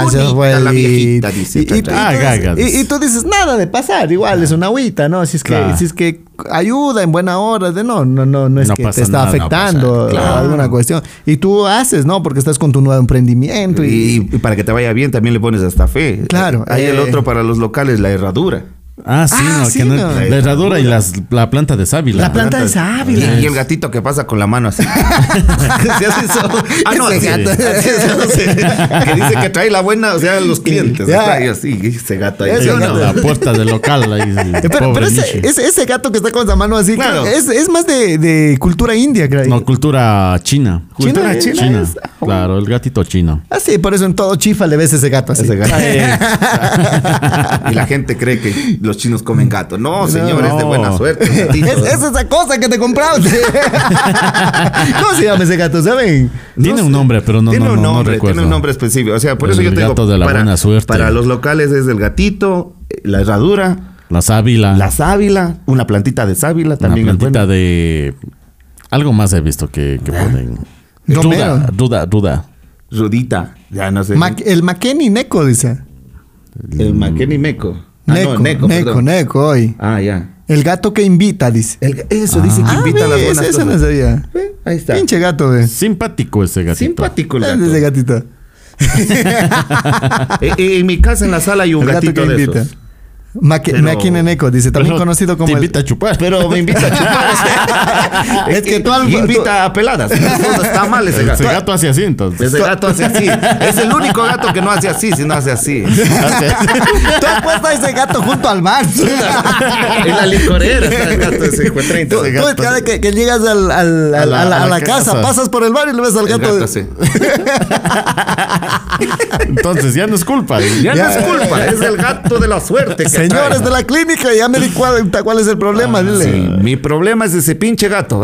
[SPEAKER 2] gracias,
[SPEAKER 3] bonita
[SPEAKER 2] abuelita".
[SPEAKER 3] la viejita", dice,
[SPEAKER 2] Y- y tú- y tú
[SPEAKER 4] Ah,
[SPEAKER 2] dices-
[SPEAKER 4] gagas.
[SPEAKER 2] y- y tú dices, nada de pasar, igual es una agüita, ¿no? Si es que,
[SPEAKER 4] Claro.
[SPEAKER 2] si es que ayuda en buena hora, de no, no, no, no es
[SPEAKER 4] No
[SPEAKER 2] que te
[SPEAKER 4] pasa
[SPEAKER 2] está
[SPEAKER 4] nada, no
[SPEAKER 2] afectando
[SPEAKER 4] pasa nada.
[SPEAKER 2] o alguna
[SPEAKER 3] Ah.
[SPEAKER 2] cuestión. Y tú haces, ¿no? Porque estás con tu nuevo emprendimiento y,
[SPEAKER 3] Y, y para que te vaya bien también le pones hasta fe.
[SPEAKER 2] Claro,
[SPEAKER 3] Hay el
[SPEAKER 2] eh.
[SPEAKER 3] otro para los locales, la herradura.
[SPEAKER 4] Ah, sí,
[SPEAKER 2] Ah,
[SPEAKER 4] no,
[SPEAKER 2] sí,
[SPEAKER 4] que no-
[SPEAKER 2] no.
[SPEAKER 4] La herradura y las, la planta de sábila.
[SPEAKER 2] La planta- de sábila.
[SPEAKER 3] Y, y el gatito que pasa con la mano así. Se hace eso. Ah, no,
[SPEAKER 2] Ese
[SPEAKER 3] así.
[SPEAKER 2] gato.
[SPEAKER 3] Así, así, así. que dice que trae la buena, o sea, los clientes.
[SPEAKER 2] Ya.
[SPEAKER 3] Está ahí así, ese gato ahí.
[SPEAKER 2] Ese
[SPEAKER 3] ¿sí o
[SPEAKER 4] En
[SPEAKER 3] no?
[SPEAKER 4] la puerta del local. ahí,
[SPEAKER 2] Eh, Pero,
[SPEAKER 4] pobre
[SPEAKER 2] pero ese,
[SPEAKER 4] Michi.
[SPEAKER 2] ese- ese gato que está con la mano así,
[SPEAKER 3] Claro.
[SPEAKER 2] creo, es, es más de, de cultura india, creo.
[SPEAKER 4] No, cultura china.
[SPEAKER 2] Cultura
[SPEAKER 4] China,
[SPEAKER 2] china
[SPEAKER 4] china.
[SPEAKER 2] es-
[SPEAKER 4] Claro, el gatito chino. Eh,
[SPEAKER 2] Ah, sí, por eso en todo chifa le ves ese gato así.
[SPEAKER 3] Ese gato. y la gente cree que los chinos comen gato. No, señores, de
[SPEAKER 4] no.
[SPEAKER 3] buena suerte.
[SPEAKER 2] Es,
[SPEAKER 3] gatito.
[SPEAKER 2] es esa cosa que te compraste. ¿Cómo se llama ese gato? ¿Saben?
[SPEAKER 4] Tiene un nombre, pero no,
[SPEAKER 3] tiene
[SPEAKER 4] no,
[SPEAKER 3] un
[SPEAKER 4] no, no
[SPEAKER 3] nombre,
[SPEAKER 4] recuerdo.
[SPEAKER 3] tiene un nombre específico. O sea, por eso
[SPEAKER 4] El
[SPEAKER 3] yo tengo
[SPEAKER 4] gato de la
[SPEAKER 3] para,
[SPEAKER 4] buena suerte.
[SPEAKER 3] para los locales es el gatito, eh, la herradura,
[SPEAKER 4] La sábila.
[SPEAKER 3] la sábila, una plantita de sábila
[SPEAKER 4] Ah. una
[SPEAKER 3] también. es
[SPEAKER 4] plantita
[SPEAKER 3] buena.
[SPEAKER 4] de... Algo más he visto que, que ponen.
[SPEAKER 2] Romero.
[SPEAKER 4] Ruda, ruda, ruda.
[SPEAKER 3] Rudita, ya no sé.
[SPEAKER 2] Ma- el Makeni Neko, dice.
[SPEAKER 3] el Maqueni Meco. Ah,
[SPEAKER 2] Neko,
[SPEAKER 3] no,
[SPEAKER 2] Neko,
[SPEAKER 3] Neco,
[SPEAKER 2] Neko,
[SPEAKER 3] perdón.
[SPEAKER 2] hoy.
[SPEAKER 3] Ah, ya.
[SPEAKER 2] El gato que invita, dice.
[SPEAKER 3] El- eso dice que
[SPEAKER 2] Ah,
[SPEAKER 3] invita a las
[SPEAKER 2] ve,
[SPEAKER 3] buenas
[SPEAKER 2] ese- ese no
[SPEAKER 3] cosas.
[SPEAKER 2] sabía.
[SPEAKER 3] Ve, Ahí está.
[SPEAKER 2] Pinche gato, ve.
[SPEAKER 4] Simpático ese gatito.
[SPEAKER 3] Simpático el gato.
[SPEAKER 2] Ese gatito.
[SPEAKER 3] Eh, eh, en mi casa, en la sala, hay un
[SPEAKER 2] El gato
[SPEAKER 3] gatito
[SPEAKER 2] que
[SPEAKER 3] de
[SPEAKER 2] invita.
[SPEAKER 3] esos.
[SPEAKER 2] Maki-
[SPEAKER 3] Pero-
[SPEAKER 2] Makine Neko, dice, también
[SPEAKER 4] Pero
[SPEAKER 2] conocido como
[SPEAKER 4] Te
[SPEAKER 2] el-
[SPEAKER 4] invita a chupar.
[SPEAKER 3] Pero me invita a chupar.
[SPEAKER 2] Es que tú al-
[SPEAKER 3] Y Eh, invita a peladas. Entonces, Está mal ese
[SPEAKER 4] ese
[SPEAKER 3] gato.
[SPEAKER 4] gato hace así entonces.
[SPEAKER 3] Ese gato hace así. Es el único gato que no hace así, sino hace así.
[SPEAKER 2] Tú has puesto a ese gato junto al mar.
[SPEAKER 3] En la licorera está el gato ese, hijo de treinta.
[SPEAKER 2] Tú,
[SPEAKER 3] Ese
[SPEAKER 2] tú
[SPEAKER 3] gato.
[SPEAKER 2] cada que, que llegas al- al- al- a, la, a la casa, pasas por el bar y le ves al
[SPEAKER 3] El
[SPEAKER 2] gato.
[SPEAKER 3] gato así.
[SPEAKER 4] Entonces ya no es culpa.
[SPEAKER 3] Ya, no es culpa, es el gato de la suerte. que
[SPEAKER 2] Señores
[SPEAKER 3] trae.
[SPEAKER 2] de la clínica, ya me di cuenta cuál es el problema. dile.
[SPEAKER 3] Ah, Sí, mi problema es ese pinche gato.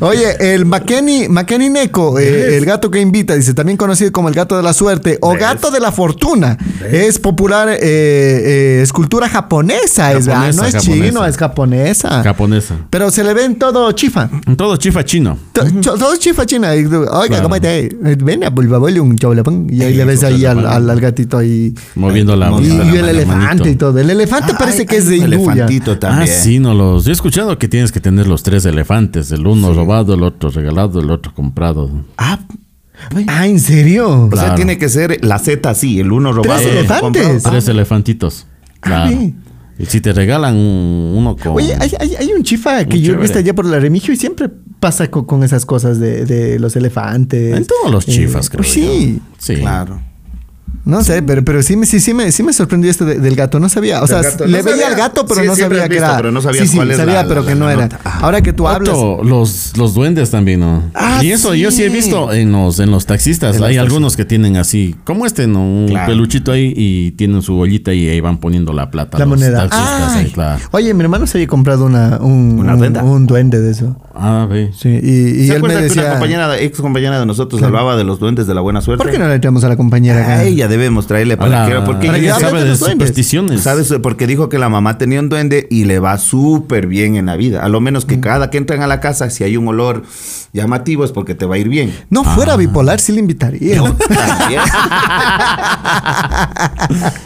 [SPEAKER 2] Oye, el McKenny, McKenny Neko, eh, el gato que invita, dice, también conocido como el gato de la suerte o
[SPEAKER 3] ¿Ves?
[SPEAKER 2] gato de la fortuna. Es popular eh, eh, escultura japonesa, es verdad.
[SPEAKER 4] Japonesa,
[SPEAKER 2] No es
[SPEAKER 4] japonesa.
[SPEAKER 2] chino, es japonesa.
[SPEAKER 4] Japonesa.
[SPEAKER 2] Pero se le ven todo chifa.
[SPEAKER 4] Todo chifa chino.
[SPEAKER 2] To- cho- Todo chifa china. Y tú, Oiga,
[SPEAKER 4] Claro.
[SPEAKER 2] cómete. eh, Ven a Bulbabol y un chaulapán. Y ahí le ves ahí al, al- al gatito ahí.
[SPEAKER 4] Moviendo la
[SPEAKER 2] y y
[SPEAKER 4] la-
[SPEAKER 2] el
[SPEAKER 4] la manito.
[SPEAKER 2] elefante y todo. El elefante
[SPEAKER 3] Ah,
[SPEAKER 2] parece
[SPEAKER 3] hay-
[SPEAKER 2] que es de
[SPEAKER 3] hay un
[SPEAKER 2] Inguya.
[SPEAKER 3] elefantito también.
[SPEAKER 4] Ah, sí, no los. Yo he escuchado que tienes que tener los tres elefantes: el uno robado, el otro regalado, el otro comprado.
[SPEAKER 3] Ah,
[SPEAKER 2] Ah, ¿en serio?
[SPEAKER 3] o sea,
[SPEAKER 4] Claro.
[SPEAKER 3] tiene que ser la Z así, el uno robado.
[SPEAKER 2] ¿Tres
[SPEAKER 3] el otro
[SPEAKER 2] elefantes?
[SPEAKER 3] comprado.
[SPEAKER 4] Tres elefantitos.
[SPEAKER 2] Ah,
[SPEAKER 4] Claro.
[SPEAKER 2] ve.
[SPEAKER 4] Y si te regalan un- uno con.
[SPEAKER 2] Oye, hay, hay- hay un chifa que
[SPEAKER 4] Muy
[SPEAKER 2] yo he visto
[SPEAKER 4] chévere.
[SPEAKER 2] allá por la Remigio y siempre pasa co- con, esas cosas de, de los elefantes.
[SPEAKER 4] en todos los
[SPEAKER 2] Eh,
[SPEAKER 4] chifas, creo.
[SPEAKER 2] pues Sí.
[SPEAKER 4] yo. Sí.
[SPEAKER 3] Claro.
[SPEAKER 2] No sé, pero, pero sí, me- sí, sí, me, sí me sorprendió esto de- del gato. No sabía. O sea,
[SPEAKER 3] Del gato.
[SPEAKER 2] le
[SPEAKER 3] No
[SPEAKER 2] veía
[SPEAKER 3] sabía.
[SPEAKER 2] al gato, pero
[SPEAKER 3] Sí,
[SPEAKER 2] no
[SPEAKER 3] siempre
[SPEAKER 2] sabía
[SPEAKER 3] has
[SPEAKER 2] que
[SPEAKER 3] visto,
[SPEAKER 2] era.
[SPEAKER 3] pero no
[SPEAKER 2] sabía
[SPEAKER 3] sabías
[SPEAKER 2] sí, sí,
[SPEAKER 3] cuál es
[SPEAKER 2] sabía,
[SPEAKER 3] la-
[SPEAKER 2] pero
[SPEAKER 3] la-
[SPEAKER 2] que
[SPEAKER 3] la
[SPEAKER 2] no era.
[SPEAKER 3] nota. Ah.
[SPEAKER 2] Ahora que tú hablas.
[SPEAKER 4] Otro, los, los duendes también, ¿no?
[SPEAKER 2] Ah,
[SPEAKER 4] y eso
[SPEAKER 2] sí.
[SPEAKER 4] yo sí he visto en los, en los taxistas.
[SPEAKER 3] En los
[SPEAKER 4] Hay algunos que tienen así, como este, ¿no? Un
[SPEAKER 3] Claro.
[SPEAKER 4] peluchito ahí y tienen su ollita y ahí van poniendo la plata.
[SPEAKER 2] La
[SPEAKER 4] los
[SPEAKER 2] moneda.
[SPEAKER 4] taxistas
[SPEAKER 2] Ay.
[SPEAKER 4] ahí, claro.
[SPEAKER 2] Oye, mi hermano se había comprado una, un,
[SPEAKER 3] Una
[SPEAKER 2] un-
[SPEAKER 3] venda.
[SPEAKER 2] un duende de eso.
[SPEAKER 4] Ah, ve.
[SPEAKER 2] Sí, y, y
[SPEAKER 3] ¿Se
[SPEAKER 2] él me
[SPEAKER 3] acuerda que una
[SPEAKER 2] decía.
[SPEAKER 3] compañera, ex compañera de nosotros hablaba de los duendes de la buena suerte?
[SPEAKER 2] ¿Por qué no le traemos a la compañera acá?
[SPEAKER 3] A ella debemos traerle
[SPEAKER 4] A
[SPEAKER 3] para
[SPEAKER 4] la-
[SPEAKER 3] que porque
[SPEAKER 4] para que
[SPEAKER 3] ella
[SPEAKER 2] hable
[SPEAKER 4] sabe
[SPEAKER 2] de
[SPEAKER 4] de
[SPEAKER 2] los duendes.
[SPEAKER 4] supersticiones.
[SPEAKER 3] ¿Sabes? Porque dijo que la mamá tenía un duende y le va súper bien en la vida. A lo menos que cada que entran a la casa, si hay un olor llamativo, es porque te va a ir bien.
[SPEAKER 2] No
[SPEAKER 4] Ah.
[SPEAKER 2] fuera bipolar, sí le invitaría.
[SPEAKER 3] También.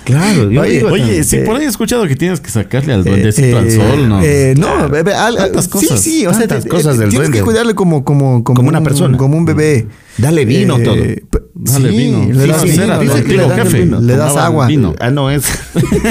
[SPEAKER 3] claro, yo
[SPEAKER 4] Oye,
[SPEAKER 3] digo
[SPEAKER 4] oye,
[SPEAKER 3] también.
[SPEAKER 4] sí,
[SPEAKER 2] eh,
[SPEAKER 4] este, por ahí he escuchado que tienes que sacarle al duendecito al
[SPEAKER 2] Eh,
[SPEAKER 4] sol, ¿no? Ah,
[SPEAKER 2] eh, no, bebé, al-
[SPEAKER 4] Tantas
[SPEAKER 2] sí,
[SPEAKER 4] cosas,
[SPEAKER 2] sí, o sea,
[SPEAKER 3] tantas
[SPEAKER 2] te-
[SPEAKER 3] cosas
[SPEAKER 2] eh,
[SPEAKER 3] del
[SPEAKER 2] tienes que
[SPEAKER 3] duende.
[SPEAKER 2] cuidarle como, como,
[SPEAKER 3] Como una
[SPEAKER 2] un-
[SPEAKER 3] persona.
[SPEAKER 2] como un bebé.
[SPEAKER 3] Dale vino todo.
[SPEAKER 2] p-
[SPEAKER 4] Dale
[SPEAKER 2] sí,
[SPEAKER 4] vino.
[SPEAKER 2] Le
[SPEAKER 4] Sí,
[SPEAKER 2] das,
[SPEAKER 4] sí,
[SPEAKER 2] vino,
[SPEAKER 4] era
[SPEAKER 2] le-
[SPEAKER 4] dice
[SPEAKER 2] le
[SPEAKER 4] que le
[SPEAKER 2] das-
[SPEAKER 4] dan vino.
[SPEAKER 2] le das
[SPEAKER 4] Tomaban
[SPEAKER 2] agua.
[SPEAKER 4] vino.
[SPEAKER 3] Ah, no es.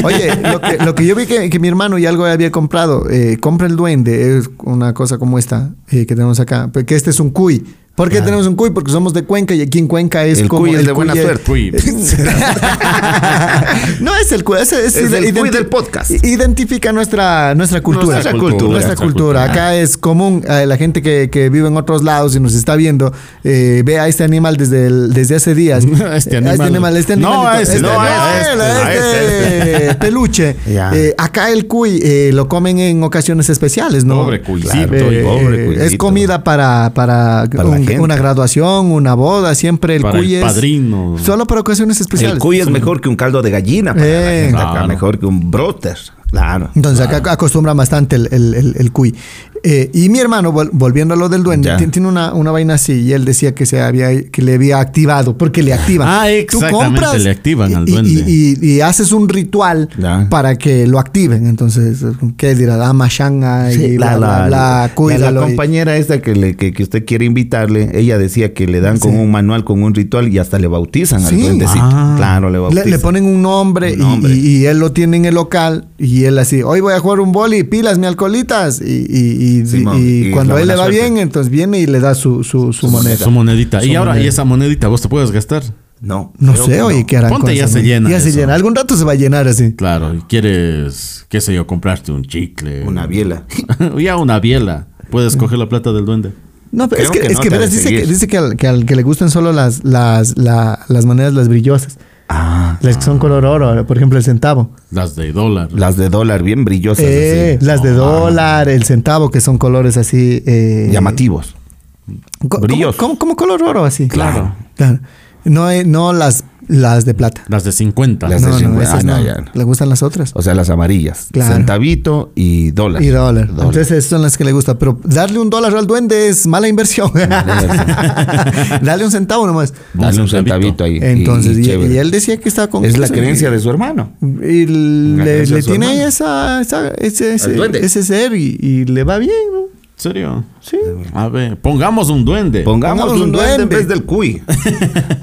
[SPEAKER 2] Oye, lo que, lo que yo vi que, que mi hermano ya algo había comprado, eh, compra el duende, es una cosa como esta eh, pues, que tenemos acá, porque este es un cuy. ¿Por qué tenemos un cuy? Porque somos de Cuenca y aquí en Cuenca es
[SPEAKER 3] El
[SPEAKER 2] como.
[SPEAKER 3] cuy es de buena
[SPEAKER 2] es-
[SPEAKER 3] suerte.
[SPEAKER 4] Cuy.
[SPEAKER 2] no es el cuy, es, es
[SPEAKER 3] Es
[SPEAKER 2] ide-
[SPEAKER 3] el cuy
[SPEAKER 2] identi-
[SPEAKER 3] del podcast.
[SPEAKER 2] Identifica nuestra, nuestra cultura.
[SPEAKER 3] Nuestra cultura.
[SPEAKER 2] Nuestra cultura. Acá es común, eh, la gente que, que vive en otros lados y nos está viendo, eh, ve a este animal desde, el- desde hace días.
[SPEAKER 4] A este
[SPEAKER 2] A este
[SPEAKER 4] animal.
[SPEAKER 2] animal, este animalito,
[SPEAKER 4] No, a ese,
[SPEAKER 2] este-
[SPEAKER 4] no,
[SPEAKER 2] no,
[SPEAKER 4] a este,
[SPEAKER 2] el-
[SPEAKER 4] a
[SPEAKER 2] este peluche.
[SPEAKER 3] Ya.
[SPEAKER 2] Eh, acá el cuy eh, lo comen en ocasiones especiales, ¿no?
[SPEAKER 4] Pobre cuycito,
[SPEAKER 2] Eh,
[SPEAKER 3] pobre
[SPEAKER 2] eh, es
[SPEAKER 3] cuycito.
[SPEAKER 2] comida para, para,
[SPEAKER 3] Para la
[SPEAKER 2] un-
[SPEAKER 3] gente.
[SPEAKER 2] una graduación, una boda, siempre el
[SPEAKER 4] Para
[SPEAKER 2] cuy
[SPEAKER 4] el
[SPEAKER 2] es
[SPEAKER 4] padrino.
[SPEAKER 2] solo para ocasiones especiales.
[SPEAKER 3] El cuy es mejor que un caldo de gallina para la
[SPEAKER 2] Eh.
[SPEAKER 3] gente acá,
[SPEAKER 4] Claro.
[SPEAKER 3] mejor que un broster. Claro.
[SPEAKER 2] Entonces acá acostumbran bastante el, el, el- el cuy. Eh, y mi hermano, vol- volviendo a lo del duende,
[SPEAKER 3] Ya.
[SPEAKER 2] ti- tiene una, una vaina así y él decía que se había que le había activado, porque le activan.
[SPEAKER 4] Ah,
[SPEAKER 2] Tú
[SPEAKER 4] exactamente,
[SPEAKER 2] compras
[SPEAKER 4] le activan al
[SPEAKER 2] y- y-
[SPEAKER 4] duende.
[SPEAKER 2] Y, y haces un ritual
[SPEAKER 3] Ya.
[SPEAKER 2] para que lo activen. Entonces, ¿qué dirá? Dama Shanga y
[SPEAKER 3] Sí,
[SPEAKER 2] bla, bla, bla,
[SPEAKER 3] la,
[SPEAKER 2] cuídalo. y-
[SPEAKER 3] compañera esta que, le, que, que usted quiere invitarle, ella decía que le dan con un manual, con un ritual y hasta le bautizan
[SPEAKER 2] Sí.
[SPEAKER 3] al duendecito.
[SPEAKER 4] Ah.
[SPEAKER 3] Claro, le
[SPEAKER 2] Le,
[SPEAKER 3] bautizan.
[SPEAKER 2] le ponen un nombre, y-
[SPEAKER 3] Un nombre.
[SPEAKER 2] Y, y él lo tiene en el local y él así, hoy voy a jugar un boli, pilas, mi alcoholitas. Y, y- y-
[SPEAKER 3] Simón,
[SPEAKER 2] y
[SPEAKER 3] y
[SPEAKER 2] cuando
[SPEAKER 3] la
[SPEAKER 2] a él le
[SPEAKER 3] buena
[SPEAKER 2] va
[SPEAKER 3] suerte.
[SPEAKER 2] bien, entonces viene y le da su, su, su moneda.
[SPEAKER 4] Su monedita.
[SPEAKER 2] Su
[SPEAKER 4] y ahora,
[SPEAKER 2] moneda.
[SPEAKER 4] ¿y esa monedita vos te puedes gastar?
[SPEAKER 3] No,
[SPEAKER 2] No
[SPEAKER 3] creo
[SPEAKER 2] sé,
[SPEAKER 3] que
[SPEAKER 2] oye,
[SPEAKER 3] no.
[SPEAKER 2] ¿qué harán
[SPEAKER 4] Ponte,
[SPEAKER 2] con
[SPEAKER 4] ya
[SPEAKER 2] esa
[SPEAKER 4] se
[SPEAKER 2] moneda?
[SPEAKER 4] llena
[SPEAKER 2] Ya se
[SPEAKER 4] eso.
[SPEAKER 2] llena. Algún rato se va a llenar así.
[SPEAKER 4] Claro, y quieres, qué sé yo, comprarte un chicle.
[SPEAKER 3] Una biela.
[SPEAKER 4] ya una biela. Puedes coger la plata del duende.
[SPEAKER 2] No, pero es que,
[SPEAKER 3] Creo que
[SPEAKER 2] es
[SPEAKER 3] no
[SPEAKER 2] que
[SPEAKER 3] te ha
[SPEAKER 2] verás,
[SPEAKER 3] de
[SPEAKER 2] dice, que,
[SPEAKER 3] seguir.
[SPEAKER 2] dice que, al, que al que le gustan solo las, las, la- las monedas, las brillosas.
[SPEAKER 3] Ah,
[SPEAKER 2] Las que son color oro, por ejemplo, el centavo.
[SPEAKER 4] Las de dólar.
[SPEAKER 3] las de dólar, bien brillosas.
[SPEAKER 2] Eh,
[SPEAKER 3] Pues así. Ah.
[SPEAKER 2] las de dólar, el centavo, que son colores así. eh,
[SPEAKER 3] Llamativos.
[SPEAKER 2] Co-
[SPEAKER 3] Brillos.
[SPEAKER 2] Como, como- como color oro así. Ah,
[SPEAKER 4] Claro.
[SPEAKER 2] Claro. No, eh, no las, las de plata.
[SPEAKER 4] Las de 50.
[SPEAKER 3] Las
[SPEAKER 2] no,
[SPEAKER 3] de
[SPEAKER 2] no,
[SPEAKER 3] 50.
[SPEAKER 2] esas
[SPEAKER 3] Ah,
[SPEAKER 2] no.
[SPEAKER 3] no, ya no.
[SPEAKER 2] Le gustan las otras.
[SPEAKER 3] O sea, las amarillas.
[SPEAKER 2] Claro.
[SPEAKER 3] Centavito y dólar.
[SPEAKER 2] Y dólar.
[SPEAKER 3] Dólar.
[SPEAKER 2] Entonces esas son las que le gusta. Pero darle un dólar al duende es mala inversión. Dale un centavo nomás.
[SPEAKER 3] Dale un
[SPEAKER 4] Un centavito.
[SPEAKER 3] centavito ahí. y-
[SPEAKER 2] Entonces,
[SPEAKER 3] y
[SPEAKER 2] y,
[SPEAKER 3] chévere.
[SPEAKER 2] y él decía que estaba con
[SPEAKER 3] Es la
[SPEAKER 2] eso.
[SPEAKER 3] creencia de su hermano.
[SPEAKER 2] Y le,
[SPEAKER 3] creencia
[SPEAKER 2] le
[SPEAKER 3] de su
[SPEAKER 2] tiene
[SPEAKER 3] hermano.
[SPEAKER 2] esa, esa- ese, ese-
[SPEAKER 3] duende.
[SPEAKER 2] ese ser y, y le va bien, ¿no?
[SPEAKER 4] ¿En serio?
[SPEAKER 2] Sí.
[SPEAKER 4] A ver, pongamos un duende.
[SPEAKER 3] Pongamos,
[SPEAKER 2] Pongamos un
[SPEAKER 3] un duende en
[SPEAKER 2] duende.
[SPEAKER 3] vez del cuy.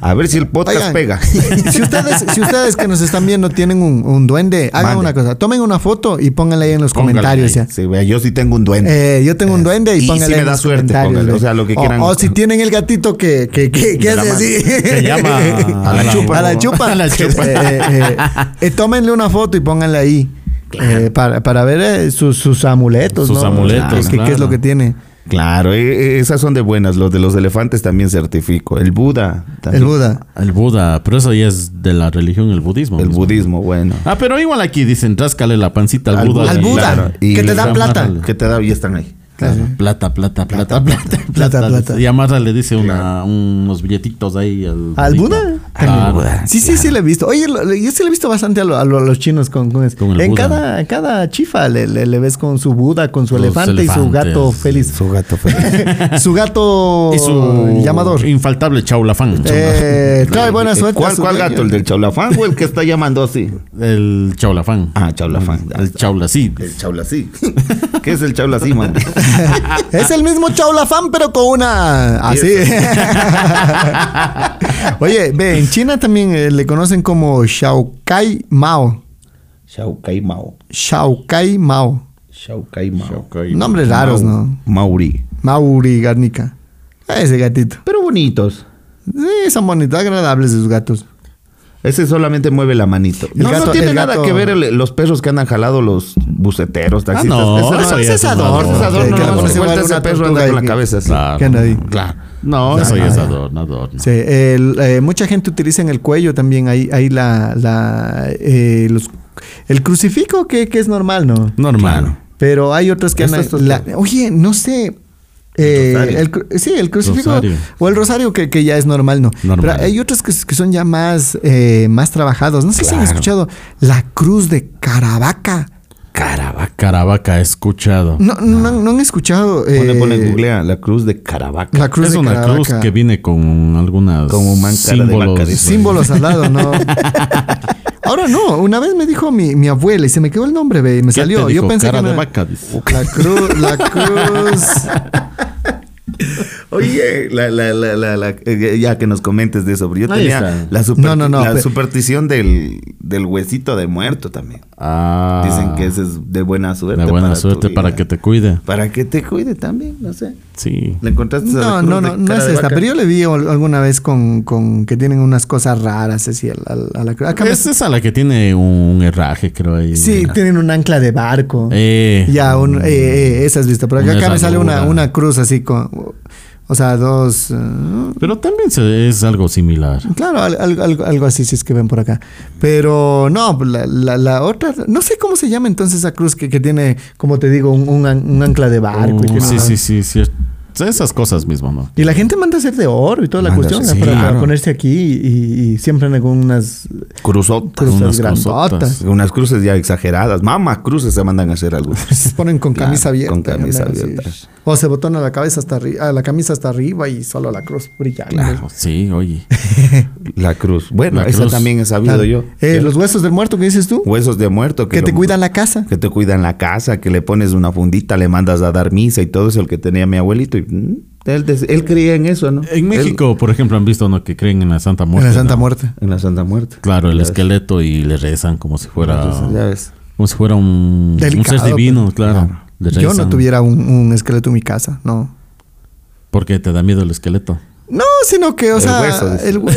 [SPEAKER 3] A ver si el podcast
[SPEAKER 2] Oigan,
[SPEAKER 3] pega.
[SPEAKER 2] Si ustedes, si ustedes que nos están viendo tienen un, un duende, hagan
[SPEAKER 3] Mande.
[SPEAKER 2] una cosa. Tomen una foto y pónganla ahí en los
[SPEAKER 4] Póngala
[SPEAKER 2] comentarios. ya.
[SPEAKER 4] ahí.
[SPEAKER 3] Sí, vea, yo sí tengo un duende.
[SPEAKER 2] Eh, yo tengo un duende y,
[SPEAKER 3] Y
[SPEAKER 2] pónganla
[SPEAKER 3] si me
[SPEAKER 2] ahí en
[SPEAKER 3] da
[SPEAKER 2] los
[SPEAKER 3] suerte,
[SPEAKER 2] comentarios.
[SPEAKER 3] póngala.
[SPEAKER 2] ve.
[SPEAKER 3] O sea, lo que quieran.
[SPEAKER 2] O, si tienen el gatito que, que, que, que
[SPEAKER 3] De la
[SPEAKER 2] hace
[SPEAKER 3] mano.
[SPEAKER 2] así.
[SPEAKER 4] Se llama
[SPEAKER 3] A la chupa.
[SPEAKER 2] A la chupa.
[SPEAKER 4] A la chupa.
[SPEAKER 2] Eh, eh, eh, eh, tómenle una foto y pónganla ahí. eh, para, para ver eh, sus, sus amuletos,
[SPEAKER 4] Sus
[SPEAKER 2] ¿no?
[SPEAKER 4] amuletos,
[SPEAKER 2] Que- que- ¿Qué es
[SPEAKER 4] claro.
[SPEAKER 2] lo que tiene?
[SPEAKER 3] Claro, eh, eh, esas son de buenas. Los de los elefantes también certifico. El Buda. también.
[SPEAKER 2] El Buda.
[SPEAKER 4] El Buda, pero eso ya es de la religión, el budismo.
[SPEAKER 3] El
[SPEAKER 4] mismo.
[SPEAKER 3] budismo, bueno.
[SPEAKER 4] Ah, pero igual aquí dicen, ráscale la pancita al,
[SPEAKER 3] Al
[SPEAKER 4] Buda.
[SPEAKER 2] Al
[SPEAKER 4] y-
[SPEAKER 2] Buda,
[SPEAKER 3] y
[SPEAKER 2] que te
[SPEAKER 3] les
[SPEAKER 2] dan
[SPEAKER 4] da
[SPEAKER 2] plata.
[SPEAKER 4] mal.
[SPEAKER 3] ¿Qué te da? Y están ahí.
[SPEAKER 4] Claro, Plata, plata, plata, plata,
[SPEAKER 2] plata,
[SPEAKER 4] plata,
[SPEAKER 2] plata.
[SPEAKER 4] Y Amara le dice una- unos billetitos ahí al,
[SPEAKER 2] ¿Al
[SPEAKER 4] budita.
[SPEAKER 2] Buda?
[SPEAKER 4] Claro.
[SPEAKER 2] Sí, sí, sí, le he visto. Oye, lo- le- yo sí le he visto bastante a, lo- a lo- a los chinos con, con eso.
[SPEAKER 4] Con el
[SPEAKER 2] en
[SPEAKER 4] Buda.
[SPEAKER 2] cada, en cada chifa le, le- le ves con su Buda, con su
[SPEAKER 4] Los
[SPEAKER 2] elefante y su gato
[SPEAKER 4] elefantes.
[SPEAKER 2] feliz. Su,
[SPEAKER 3] gato feliz.
[SPEAKER 2] gato
[SPEAKER 4] Y su
[SPEAKER 2] llamador.
[SPEAKER 4] infaltable chaulafán.
[SPEAKER 2] Eh, trae buena suerte. a
[SPEAKER 3] ¿Cuál,
[SPEAKER 2] su
[SPEAKER 3] cuál
[SPEAKER 2] dueño.
[SPEAKER 3] gato? ¿El del chaulafán o el que está llamando así?
[SPEAKER 4] El chaulafán.
[SPEAKER 3] Ah, chaulafán.
[SPEAKER 4] El chaulacid.
[SPEAKER 3] El chaulací. ¿Qué es el chaulací, man?
[SPEAKER 2] Es el mismo chaulafán, pero con una. Así. Oye, ve, en China también eh, le conocen como Shaokai Mao.
[SPEAKER 3] Chaucaimao.
[SPEAKER 2] Shaokai Mao.
[SPEAKER 3] Chaucaimao.
[SPEAKER 2] Nombres raros, ¿no?
[SPEAKER 3] Mauri.
[SPEAKER 2] Mauri Garnica. Ese gatito.
[SPEAKER 3] Pero bonitos.
[SPEAKER 2] Sí, son bonitos, agradables sus gatos.
[SPEAKER 3] Ese solamente mueve la manito.
[SPEAKER 2] El
[SPEAKER 3] no, no
[SPEAKER 2] gato-
[SPEAKER 3] tiene
[SPEAKER 2] el
[SPEAKER 3] nada
[SPEAKER 2] gato-
[SPEAKER 3] que ver el- los perros que andan jalado los buceteros, taxistas.
[SPEAKER 4] no,
[SPEAKER 3] Ese
[SPEAKER 4] eso ya es
[SPEAKER 3] adorno.
[SPEAKER 4] adorno.
[SPEAKER 3] Ese adorno,
[SPEAKER 4] Que- que
[SPEAKER 3] no,
[SPEAKER 4] le
[SPEAKER 3] no,
[SPEAKER 4] pones
[SPEAKER 3] se
[SPEAKER 2] igual
[SPEAKER 3] vuelta
[SPEAKER 2] a
[SPEAKER 3] ese
[SPEAKER 2] una
[SPEAKER 3] perro anda
[SPEAKER 2] tortuga
[SPEAKER 3] con la
[SPEAKER 2] y-
[SPEAKER 3] cabeza así.
[SPEAKER 4] Claro.
[SPEAKER 2] ¿Qué anda ahí?
[SPEAKER 3] Claro.
[SPEAKER 4] No, eso ya
[SPEAKER 2] Claro.
[SPEAKER 4] es adorno, adorno.
[SPEAKER 2] Sí, el, eh, mucha gente utiliza en el cuello también ahí, ahí la, la, eh, los, el crucifijo que, que es normal, ¿no?
[SPEAKER 4] Normal.
[SPEAKER 2] Pero hay otras que
[SPEAKER 3] Esto
[SPEAKER 2] andan...
[SPEAKER 3] es todo.
[SPEAKER 2] la- oye, no sé... eh,
[SPEAKER 3] rosario.
[SPEAKER 2] el cru- sí, el crucifijo
[SPEAKER 4] Rosario.
[SPEAKER 2] o el rosario que, que ya es normal, ¿no?
[SPEAKER 4] Normal.
[SPEAKER 2] Pero hay otras que, que son ya más, eh, más trabajados. No sé si han
[SPEAKER 3] Claro.
[SPEAKER 2] escuchado la cruz de Caravaca.
[SPEAKER 4] Caravaca. Caravaca, he escuchado.
[SPEAKER 2] No, no, no han escuchado...
[SPEAKER 3] Pone,
[SPEAKER 2] eh,
[SPEAKER 3] pone, googlea la cruz de Caravaca.
[SPEAKER 2] La cruz
[SPEAKER 4] es
[SPEAKER 2] de
[SPEAKER 4] una
[SPEAKER 2] Caravaca.
[SPEAKER 4] cruz que viene con algunas
[SPEAKER 3] Con un man cara de
[SPEAKER 4] símbolos.
[SPEAKER 3] vaca, dice.
[SPEAKER 2] Símbolos al lado, ¿no? Ahora no, una vez me dijo mi, mi abuela y se me quedó el nombre, ve, y me
[SPEAKER 4] ¿Qué
[SPEAKER 2] salió.
[SPEAKER 4] te dijo?
[SPEAKER 2] Yo pensé
[SPEAKER 4] cara
[SPEAKER 2] que
[SPEAKER 4] de
[SPEAKER 2] no-
[SPEAKER 4] vaca. dice.
[SPEAKER 2] La cruz, la cruz.
[SPEAKER 3] Oye, la, la, la, la, la- eh, ya que nos comentes de eso, pero yo
[SPEAKER 4] Ahí
[SPEAKER 3] tenía
[SPEAKER 4] está.
[SPEAKER 3] la, super-
[SPEAKER 2] No, no, no,
[SPEAKER 3] la
[SPEAKER 2] pe-
[SPEAKER 3] superstición del, del huesito de muerto también.
[SPEAKER 4] Ah,
[SPEAKER 3] Dicen que ese es de buena suerte.
[SPEAKER 4] de buena
[SPEAKER 3] para tu
[SPEAKER 4] suerte
[SPEAKER 3] vida.
[SPEAKER 4] para que te cuide.
[SPEAKER 3] Para que te cuide también, no sé.
[SPEAKER 4] Sí.
[SPEAKER 3] ¿Le encontraste a la
[SPEAKER 2] No,
[SPEAKER 3] cruz
[SPEAKER 2] no,
[SPEAKER 3] de
[SPEAKER 2] no, no
[SPEAKER 3] cara
[SPEAKER 2] es
[SPEAKER 3] de
[SPEAKER 2] esta,
[SPEAKER 3] vaca?
[SPEAKER 2] pero yo le vi al- alguna vez con, con que tienen unas cosas raras así al- al- a, la cruz. Acá me-
[SPEAKER 4] Es esa la que tiene un herraje, creo. Ahí,
[SPEAKER 2] sí,
[SPEAKER 4] Mira.
[SPEAKER 2] tienen un ancla de barco.
[SPEAKER 4] Eh,
[SPEAKER 2] ya, un, eh, eh, esa has visto, pero acá,
[SPEAKER 4] Una
[SPEAKER 2] acá me sale una,
[SPEAKER 4] ranura.
[SPEAKER 2] una cruz así con, o sea, dos, eh,
[SPEAKER 4] Pero también se- es algo similar.
[SPEAKER 2] Claro, al- al- algo, algo así si es que ven por acá. Pero no, la, la- la otra, no sé cómo se llama entonces esa cruz que, que tiene, como te digo, un, un an- un ancla de barco. y,
[SPEAKER 4] Uh,
[SPEAKER 2] que
[SPEAKER 4] sí,
[SPEAKER 2] nada.
[SPEAKER 4] sí, sí, cierto. Esas cosas mismo, ¿no?
[SPEAKER 2] y la gente manda a hacer de oro y toda la
[SPEAKER 3] Manda a
[SPEAKER 2] cuestión
[SPEAKER 3] hacer-
[SPEAKER 2] ¿no? para,
[SPEAKER 4] sí,
[SPEAKER 2] para
[SPEAKER 4] claro.
[SPEAKER 2] ponerse aquí y, y siempre en algunas
[SPEAKER 3] Cruzotas.
[SPEAKER 2] cruces
[SPEAKER 4] unas
[SPEAKER 2] grandotas.
[SPEAKER 4] cruzotas.
[SPEAKER 3] Unas cruces ya exageradas. Mamá, cruces se mandan a hacer algunos.
[SPEAKER 2] Se ponen con
[SPEAKER 3] Claro,
[SPEAKER 2] camisa abierta.
[SPEAKER 3] con camisa
[SPEAKER 2] andan así.
[SPEAKER 3] abierta.
[SPEAKER 2] O se botona la cabeza hasta arriba, la camisa hasta arriba y solo la cruz brillante.
[SPEAKER 4] Claro, sí, oye.
[SPEAKER 3] La cruz. Bueno,
[SPEAKER 4] La
[SPEAKER 3] esa
[SPEAKER 4] cruz.
[SPEAKER 3] también he sabido
[SPEAKER 2] Claro.
[SPEAKER 3] yo.
[SPEAKER 2] Eh, los huesos del muerto que dices tú,
[SPEAKER 3] Huesos de muerto.
[SPEAKER 2] que te
[SPEAKER 3] lo-
[SPEAKER 2] cuidan la casa.
[SPEAKER 3] Que te cuidan la casa, que le pones una fundita, le mandas a dar misa y todo eso, el que tenía mi abuelito. Y, mm, él, des- él creía en eso, ¿no? Él-
[SPEAKER 4] En México, por ejemplo, han visto ¿no? que creen en la Santa Muerte.
[SPEAKER 2] en la Santa
[SPEAKER 4] ¿no?
[SPEAKER 2] Muerte.
[SPEAKER 3] en la Santa Muerte.
[SPEAKER 4] Claro, el esqueleto y le rezan como si fuera
[SPEAKER 3] Ya ves.
[SPEAKER 4] como si fuera un, un
[SPEAKER 2] Delicado,
[SPEAKER 4] ser divino,
[SPEAKER 2] pero-
[SPEAKER 4] claro. Le
[SPEAKER 2] Yo no
[SPEAKER 4] rezan.
[SPEAKER 2] tuviera un, un esqueleto en mi casa, no.
[SPEAKER 4] Porque te da miedo el esqueleto.
[SPEAKER 2] No, sino que, o
[SPEAKER 3] El
[SPEAKER 2] sea,
[SPEAKER 3] hueso, dice.
[SPEAKER 2] el hue-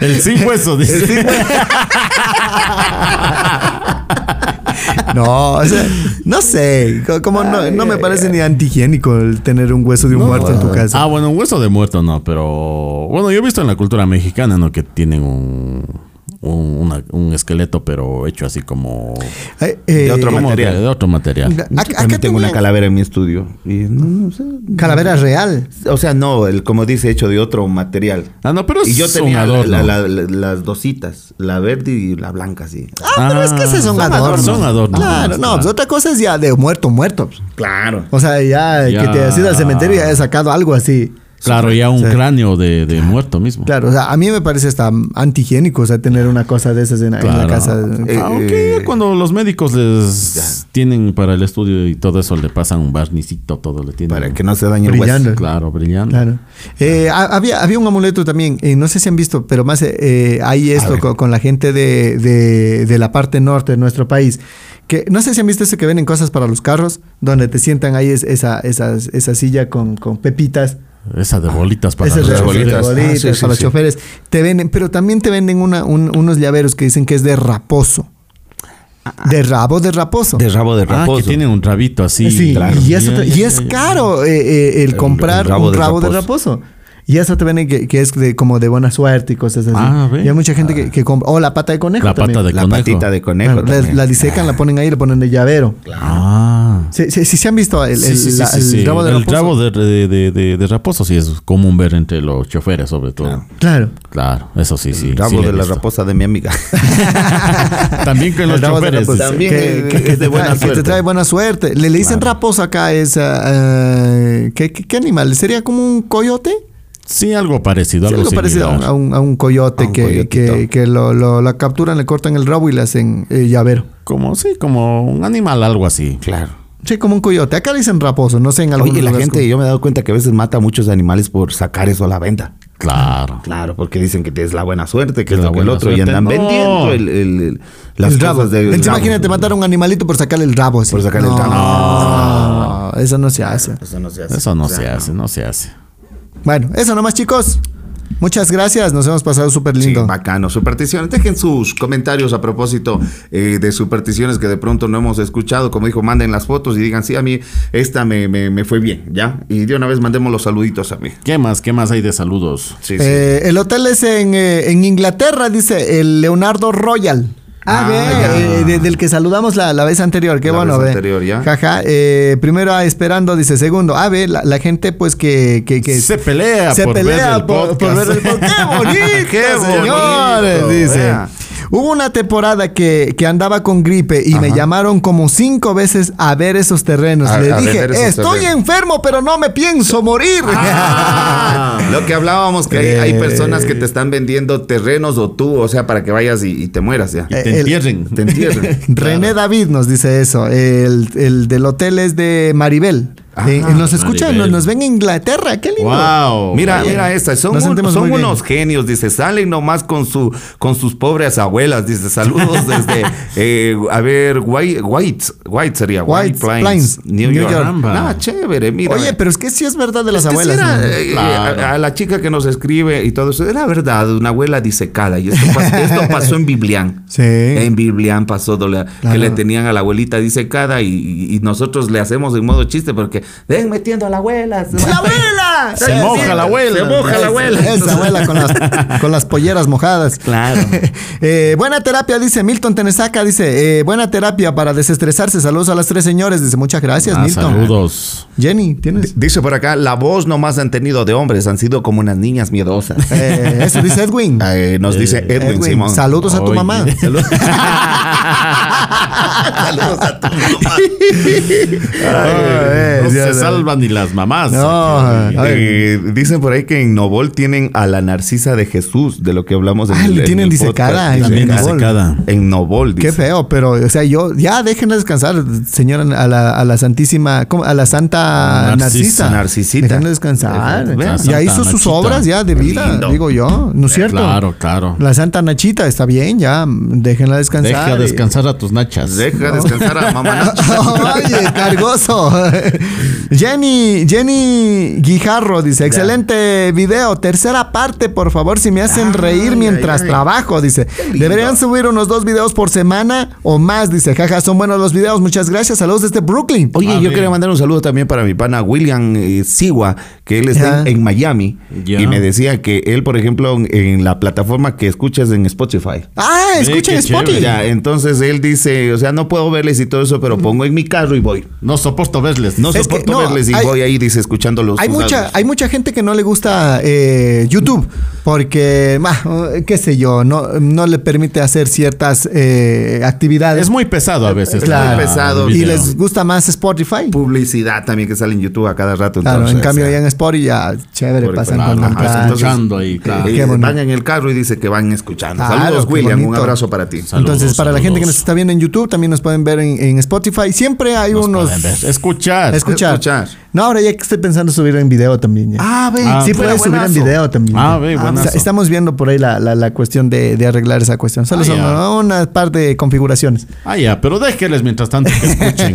[SPEAKER 4] el sin hueso, dice.
[SPEAKER 2] no, o sea, no sé, co- como no, no me parece ni antihigiénico el tener un hueso de un muerto en tu casa.
[SPEAKER 4] Ah, bueno, un hueso de muerto no, pero bueno, yo he visto en la cultura mexicana, ¿no? Que tienen un un, una- un esqueleto, pero hecho así como
[SPEAKER 2] Eh, eh,
[SPEAKER 3] de otro
[SPEAKER 4] como
[SPEAKER 3] material.
[SPEAKER 4] De, de otro material.
[SPEAKER 2] Ac-
[SPEAKER 3] Yo
[SPEAKER 2] acá
[SPEAKER 3] también tengo una
[SPEAKER 2] tenía
[SPEAKER 3] calavera en mi estudio. Y no, no sé.
[SPEAKER 2] calavera real.
[SPEAKER 3] O sea, no, el, como dice, hecho de otro material.
[SPEAKER 4] Ah, no, pero
[SPEAKER 3] Y
[SPEAKER 4] es
[SPEAKER 3] yo
[SPEAKER 4] un
[SPEAKER 3] tenía
[SPEAKER 4] adorno.
[SPEAKER 3] la- la- la- las dositas, la verde y la blanca, sí.
[SPEAKER 2] Ah, pero es que esos son,
[SPEAKER 4] son
[SPEAKER 2] adornos.
[SPEAKER 4] adornos. Son adornos.
[SPEAKER 2] Claro, no, pues
[SPEAKER 4] Claro.
[SPEAKER 2] otra cosa es ya de muerto, muerto. pues.
[SPEAKER 3] Claro.
[SPEAKER 2] O sea, ya, que
[SPEAKER 4] Ya.
[SPEAKER 2] te has ido al cementerio y hayas sacado algo así.
[SPEAKER 4] Claro, ya un
[SPEAKER 2] Sí.
[SPEAKER 4] cráneo de, de muerto mismo.
[SPEAKER 2] Claro, o sea, a mí me parece hasta antihigiénico, o sea, tener una cosa de esas en, en la
[SPEAKER 4] Claro.
[SPEAKER 2] casa.
[SPEAKER 3] Eh,
[SPEAKER 4] Aunque
[SPEAKER 3] eh,
[SPEAKER 4] Ah, cuando los médicos les tienen para el estudio y todo eso, le pasan un barnicito, todo le tienen.
[SPEAKER 3] Para que no se dañe el
[SPEAKER 2] Brillando.
[SPEAKER 3] hueso.
[SPEAKER 4] Claro, brillante.
[SPEAKER 2] Claro. Eh, ha- había, había un amuleto también, eh, no sé si han visto, pero más eh, eh, hay esto co- con, la gente de, de- de la parte norte de nuestro país. Que, no sé si han visto eso que venden cosas para los carros, donde te sientan ahí es- esa, esas- esa silla con, con pepitas.
[SPEAKER 4] Esa de bolitas para
[SPEAKER 2] esas
[SPEAKER 4] los
[SPEAKER 2] de- de
[SPEAKER 4] choferes.
[SPEAKER 3] bolitas. Ah, sí, sí,
[SPEAKER 2] para los
[SPEAKER 3] sí.
[SPEAKER 2] choferes. Te venden, pero también te venden una- un- unos llaveros que dicen que es de raposo. De rabo de raposo.
[SPEAKER 3] Ah, De rabo de
[SPEAKER 4] Ah,
[SPEAKER 3] raposo.
[SPEAKER 4] que tienen un rabito así.
[SPEAKER 2] Sí,
[SPEAKER 3] claro.
[SPEAKER 2] y, eso
[SPEAKER 4] Ya,
[SPEAKER 2] te-
[SPEAKER 4] ya,
[SPEAKER 2] y
[SPEAKER 4] ya,
[SPEAKER 2] es
[SPEAKER 4] ya.
[SPEAKER 2] caro eh, eh, el,
[SPEAKER 3] el
[SPEAKER 2] comprar
[SPEAKER 3] rabo
[SPEAKER 2] un
[SPEAKER 3] de
[SPEAKER 2] rabo de raposo. Y eso te venden que, que es de, como de buena suerte y cosas así.
[SPEAKER 4] Ah, ve.
[SPEAKER 2] y hay mucha gente que, que compra. O la pata de conejo.
[SPEAKER 4] La
[SPEAKER 2] también.
[SPEAKER 4] pata de
[SPEAKER 3] la
[SPEAKER 4] conejo.
[SPEAKER 3] patita de conejo.
[SPEAKER 2] Claro, la,
[SPEAKER 3] también.
[SPEAKER 2] la disecan, la ponen ahí, la ponen de llavero.
[SPEAKER 4] Ah.
[SPEAKER 2] Si sí, sí, sí han visto el,
[SPEAKER 4] Sí,
[SPEAKER 2] el-
[SPEAKER 4] sí, sí,
[SPEAKER 2] la-
[SPEAKER 4] sí,
[SPEAKER 2] el
[SPEAKER 4] sí.
[SPEAKER 2] rabo de
[SPEAKER 4] El
[SPEAKER 2] raposo.
[SPEAKER 4] rabo de, de- de- de- de raposo sí es común ver entre los choferes, sobre todo. Claro,
[SPEAKER 2] Claro.
[SPEAKER 4] eso sí, sí.
[SPEAKER 3] El rabo
[SPEAKER 4] sí lo he
[SPEAKER 3] de la
[SPEAKER 4] visto.
[SPEAKER 3] raposa de mi amiga.
[SPEAKER 4] También con
[SPEAKER 2] El
[SPEAKER 4] los
[SPEAKER 2] rabo de
[SPEAKER 4] choferes.
[SPEAKER 2] raposo.
[SPEAKER 3] También
[SPEAKER 2] que,
[SPEAKER 3] es
[SPEAKER 2] que- que
[SPEAKER 3] de
[SPEAKER 2] te
[SPEAKER 3] buena
[SPEAKER 2] trae, que te
[SPEAKER 3] suerte.
[SPEAKER 2] trae buena suerte. Le, le dicen raposo acá. Es, ah, eh, ¿qué, qué, qué animal? ¿Sería como un coyote?
[SPEAKER 4] Sí, algo parecido.
[SPEAKER 2] Sí,
[SPEAKER 4] algo
[SPEAKER 2] algo parecido a un,
[SPEAKER 4] similar.
[SPEAKER 2] a un- a un coyote
[SPEAKER 3] A un
[SPEAKER 2] que,
[SPEAKER 3] coyotito.
[SPEAKER 2] que- que lo, lo- la capturan, le cortan el rabo y le hacen eh, llavero.
[SPEAKER 4] Como, sí, como un animal, algo así.
[SPEAKER 3] claro.
[SPEAKER 2] Sí, como un coyote. Acá le dicen raposo, no sé en algún
[SPEAKER 3] Oye, la
[SPEAKER 2] lugar es
[SPEAKER 3] gente, yo me he dado cuenta que a veces mata a muchos animales por sacar eso a la venta.
[SPEAKER 4] Claro.
[SPEAKER 3] Claro, porque dicen que es la buena suerte, que es
[SPEAKER 4] la
[SPEAKER 3] lo que el
[SPEAKER 4] buena
[SPEAKER 3] otro, y
[SPEAKER 4] suerte.
[SPEAKER 3] andan
[SPEAKER 4] No.
[SPEAKER 3] vendiendo el, el- el-
[SPEAKER 2] como-
[SPEAKER 3] las
[SPEAKER 2] el
[SPEAKER 3] cosas
[SPEAKER 2] rabo.
[SPEAKER 3] del
[SPEAKER 2] Entonces,
[SPEAKER 3] rabo.
[SPEAKER 2] imagínate matar a un animalito por sacarle el rabo. así.
[SPEAKER 3] Por sacarle el
[SPEAKER 2] No,
[SPEAKER 3] rabo.
[SPEAKER 2] no, eso no se hace.
[SPEAKER 3] Eso no se hace.
[SPEAKER 4] Eso no
[SPEAKER 3] O sea,
[SPEAKER 4] se hace, no se hace.
[SPEAKER 2] Bueno, eso nomás, chicos. Muchas gracias, nos hemos pasado súper
[SPEAKER 3] Sí,
[SPEAKER 2] lindo.
[SPEAKER 3] bacano. Supersticiones. Dejen sus comentarios a propósito eh, de supersticiones que de pronto no hemos escuchado. Como dijo, manden las fotos y digan, sí, a mí esta me, me- me fue bien, ¿ya? Y de una vez mandemos los saluditos a mí.
[SPEAKER 4] ¿Qué más? ¿Qué más hay de saludos?
[SPEAKER 3] Sí, sí.
[SPEAKER 2] Eh, el hotel es en, eh, en Inglaterra, dice el Leonardo Royal. Ah,
[SPEAKER 3] Ah,
[SPEAKER 2] ve,
[SPEAKER 3] ya.
[SPEAKER 2] eh, de- del que saludamos la, la vez anterior, qué
[SPEAKER 3] La
[SPEAKER 2] bueno,
[SPEAKER 3] vez
[SPEAKER 2] ve.
[SPEAKER 3] anterior, ya.
[SPEAKER 2] Jaja, eh, primero A, esperando, dice segundo, ah, ve, la, la gente pues que, que, que
[SPEAKER 4] Se pelea
[SPEAKER 2] se
[SPEAKER 4] por ver
[SPEAKER 2] pelea
[SPEAKER 4] el
[SPEAKER 2] por, por ver el podcast. ¡Qué bonito,
[SPEAKER 3] Qué bonito,
[SPEAKER 2] señores! dice.
[SPEAKER 3] vea.
[SPEAKER 2] Hubo una temporada que, que andaba con gripe y me llamaron como cinco veces a ver esos terrenos.
[SPEAKER 3] A-
[SPEAKER 2] Le
[SPEAKER 3] a
[SPEAKER 2] dije,
[SPEAKER 3] vender esos
[SPEAKER 2] estoy
[SPEAKER 3] terrenos".
[SPEAKER 2] enfermo, pero no me pienso morir.
[SPEAKER 3] Ah, lo que hablábamos, que hay,
[SPEAKER 2] Eh.
[SPEAKER 3] hay personas que te están vendiendo terrenos o tú, o sea, para que vayas y, y te mueras ya.
[SPEAKER 4] Te
[SPEAKER 2] el-
[SPEAKER 4] entierren.
[SPEAKER 3] Te entierren.
[SPEAKER 2] René David nos dice eso. El, el del hotel es de Maribel. Eh,
[SPEAKER 3] Ajá.
[SPEAKER 2] nos escuchan, nos,
[SPEAKER 4] Maribel.
[SPEAKER 2] nos ven en Inglaterra. Qué lindo.
[SPEAKER 4] Wow.
[SPEAKER 3] Mira,
[SPEAKER 4] Vaya.
[SPEAKER 3] mira esta, son,
[SPEAKER 2] Nos
[SPEAKER 3] un-
[SPEAKER 2] sentimos
[SPEAKER 3] son
[SPEAKER 2] muy bien.
[SPEAKER 3] unos genios, dice, salen nomás con su con sus pobres abuelas, dice, saludos desde, eh, a ver, White, White, White sería, White,
[SPEAKER 2] White
[SPEAKER 3] Plains,
[SPEAKER 2] Plains,
[SPEAKER 3] New,
[SPEAKER 2] New
[SPEAKER 3] York.
[SPEAKER 2] York.
[SPEAKER 3] Ah, chévere, mira.
[SPEAKER 2] Oye, pero es que sí es verdad de las
[SPEAKER 3] Es que
[SPEAKER 2] abuelas.
[SPEAKER 3] será,
[SPEAKER 2] ¿no?
[SPEAKER 3] eh,
[SPEAKER 4] Claro.
[SPEAKER 3] a, a la chica que nos escribe y todo eso, era verdad, una abuela disecada, y esto, pas- esto pasó en Biblián.
[SPEAKER 2] Sí.
[SPEAKER 3] En Biblián pasó dole-
[SPEAKER 2] Claro.
[SPEAKER 3] que le tenían a la abuelita disecada y, y- y nosotros le hacemos en modo chiste porque ven metiendo a la abuela. se
[SPEAKER 2] ¡La
[SPEAKER 3] va".
[SPEAKER 2] abuela!
[SPEAKER 3] Se moja la abuela.
[SPEAKER 2] Se moja la abuela. Esa abuela con las, con las polleras mojadas.
[SPEAKER 3] Claro.
[SPEAKER 2] Eh, buena terapia, dice Milton Tenesaca. Dice, eh, buena terapia para desestresarse. Saludos a las tres señores. Dice, muchas gracias,
[SPEAKER 4] Ah,
[SPEAKER 2] Milton.
[SPEAKER 4] saludos.
[SPEAKER 2] Jenny, ¿tienes?
[SPEAKER 3] Dice por acá, la voz nomás han tenido de hombres, han sido como unas niñas miedosas.
[SPEAKER 2] Eh, eso dice Edwin.
[SPEAKER 3] Eh, nos dice Edwin,
[SPEAKER 2] Edwin,
[SPEAKER 3] Simón.
[SPEAKER 2] saludos a tu
[SPEAKER 4] Oye.
[SPEAKER 2] mamá.
[SPEAKER 3] Saludos. Saludos a tu mamá.
[SPEAKER 2] eh,
[SPEAKER 4] no
[SPEAKER 2] ya,
[SPEAKER 4] se
[SPEAKER 2] ya.
[SPEAKER 4] salvan ni las mamás.
[SPEAKER 2] No,
[SPEAKER 4] Aquí.
[SPEAKER 2] a ver.
[SPEAKER 3] Eh, dicen por ahí que en Novol tienen a la Narcisa de Jesús, de lo que hablamos en
[SPEAKER 2] Ah,
[SPEAKER 3] el
[SPEAKER 2] le
[SPEAKER 3] en
[SPEAKER 2] tienen
[SPEAKER 3] el
[SPEAKER 2] disecada
[SPEAKER 3] podcast.
[SPEAKER 2] en
[SPEAKER 4] También
[SPEAKER 2] Novol.
[SPEAKER 4] disecada.
[SPEAKER 3] En Novol,
[SPEAKER 2] Qué
[SPEAKER 3] dice.
[SPEAKER 2] feo, pero, o sea, yo, ya déjenla descansar, señora, a la, a la Santísima, ¿cómo? a la Santa Narcisa.
[SPEAKER 4] Narcisa.
[SPEAKER 3] Narcisita.
[SPEAKER 2] Déjenla descansar.
[SPEAKER 3] Vean,
[SPEAKER 2] Ya
[SPEAKER 4] Santa
[SPEAKER 2] hizo sus
[SPEAKER 4] Nachita.
[SPEAKER 2] obras ya de vida,
[SPEAKER 3] Lindo.
[SPEAKER 2] digo yo, ¿no es cierto?
[SPEAKER 4] Claro, claro.
[SPEAKER 2] La Santa Nachita, está bien, ya, déjenla descansar.
[SPEAKER 4] Deja descansar a tus nachas.
[SPEAKER 3] Deja descansar a mamá. Nacha.
[SPEAKER 2] Oye, cargoso. Jenny, Jenny Guijarro dice, excelente video, tercera parte, por favor, si me hacen reír
[SPEAKER 3] Ay,
[SPEAKER 2] mientras
[SPEAKER 3] ay, ay.
[SPEAKER 2] trabajo, dice.
[SPEAKER 3] lindo.
[SPEAKER 2] Deberían subir unos dos videos por semana o más, dice. Jaja, son buenos los videos, muchas gracias. Saludos desde Brooklyn. Ah,
[SPEAKER 3] Oye, yo
[SPEAKER 4] Amén.
[SPEAKER 3] quería mandar un saludo también para mi pana William eh, Siwa, que él está en-
[SPEAKER 2] Ya.
[SPEAKER 3] en, Miami
[SPEAKER 4] Ya.
[SPEAKER 3] y me decía que él, por ejemplo, en, en la plataforma que escuchas en Spotify.
[SPEAKER 2] Ah,
[SPEAKER 4] Ve,
[SPEAKER 2] escuchen
[SPEAKER 4] qué
[SPEAKER 2] Spotify.
[SPEAKER 4] chévere.
[SPEAKER 3] Ya, entonces él dice, o sea, no puedo verles y todo eso, pero pongo en mi carro y voy.
[SPEAKER 4] No soporto verles.
[SPEAKER 3] No
[SPEAKER 2] Es que,
[SPEAKER 3] soporto
[SPEAKER 2] no,
[SPEAKER 3] verles y
[SPEAKER 2] hay-
[SPEAKER 3] voy ahí, dice, escuchándolos.
[SPEAKER 4] pues,
[SPEAKER 2] Hay
[SPEAKER 3] sus
[SPEAKER 2] mucha,
[SPEAKER 3] audios.
[SPEAKER 2] hay mucha gente que no le gusta eh, YouTube porque, bah, qué sé yo, no, no le permite hacer ciertas eh, actividades.
[SPEAKER 4] Es muy pesado a veces.
[SPEAKER 2] Claro.
[SPEAKER 4] la-
[SPEAKER 3] pesado.
[SPEAKER 4] el
[SPEAKER 2] y
[SPEAKER 4] video.
[SPEAKER 2] les gusta más Spotify.
[SPEAKER 3] publicidad también que sale en YouTube a cada rato.
[SPEAKER 2] Claro,
[SPEAKER 3] entonces,
[SPEAKER 2] en cambio
[SPEAKER 3] o
[SPEAKER 2] allá
[SPEAKER 3] sea,
[SPEAKER 2] en Spotify ya chévere
[SPEAKER 3] por-
[SPEAKER 2] pasan
[SPEAKER 3] por-
[SPEAKER 2] con
[SPEAKER 4] ajá,
[SPEAKER 2] un
[SPEAKER 4] entonces-
[SPEAKER 2] plan.
[SPEAKER 4] escuchando ahí, claro.
[SPEAKER 3] eh,
[SPEAKER 2] Qué bonito.
[SPEAKER 3] van en el carro y dice que van escuchando.
[SPEAKER 2] Claro,
[SPEAKER 3] Saludos,
[SPEAKER 2] qué
[SPEAKER 3] William. Un
[SPEAKER 2] bonito.
[SPEAKER 3] abrazo para ti.
[SPEAKER 4] Saludos.
[SPEAKER 2] Entonces, para la gente que nos
[SPEAKER 4] saludos.
[SPEAKER 2] está viendo en YouTube, también nos pueden ver en, en Spotify. Siempre hay
[SPEAKER 4] Nos
[SPEAKER 2] unos...
[SPEAKER 4] pueden ver. Escuchar.
[SPEAKER 2] Escuchar.
[SPEAKER 3] Escuchar.
[SPEAKER 2] No, ahora ya que estoy pensando subir en video también. ya.
[SPEAKER 3] Ah, ve.
[SPEAKER 4] Ah,
[SPEAKER 2] sí,
[SPEAKER 3] fuera
[SPEAKER 2] puedes subir en
[SPEAKER 3] buenazo.
[SPEAKER 2] video también.
[SPEAKER 4] Ah, ve,
[SPEAKER 2] ya.
[SPEAKER 4] buenazo.
[SPEAKER 2] está- estamos viendo por ahí la, la- la cuestión de, de arreglar esa cuestión. Solo
[SPEAKER 4] Ah,
[SPEAKER 2] son
[SPEAKER 4] ya.
[SPEAKER 2] una par de configuraciones.
[SPEAKER 4] Ah, ya, pero déjenles mientras tanto que escuchen.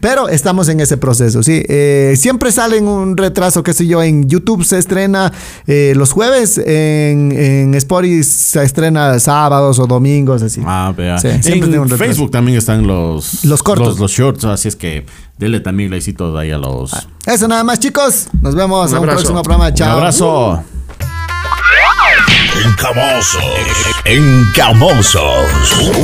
[SPEAKER 2] Pero estamos en ese proceso, sí. Eh, siempre sale en un retraso, qué sé yo, en YouTube se estrena eh, los jueves, en, en Spotify se estrena sábados o domingos, así.
[SPEAKER 4] Ah, vea.
[SPEAKER 2] Sí, siempre tiene un
[SPEAKER 4] en
[SPEAKER 2] retraso.
[SPEAKER 4] Facebook también están los,
[SPEAKER 2] Los cortos.
[SPEAKER 4] Los, los shorts, así es que denle también likecitos ahí a los.
[SPEAKER 2] Eso nada más, chicos. Nos vemos
[SPEAKER 3] Un
[SPEAKER 2] en un
[SPEAKER 3] abrazo.
[SPEAKER 2] próximo programa.
[SPEAKER 4] Un
[SPEAKER 2] Ah, Chao.
[SPEAKER 4] abrazo.
[SPEAKER 1] Encamosos.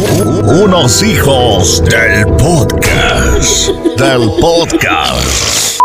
[SPEAKER 1] Encamosos. Unos hijos del podcast. Del podcast.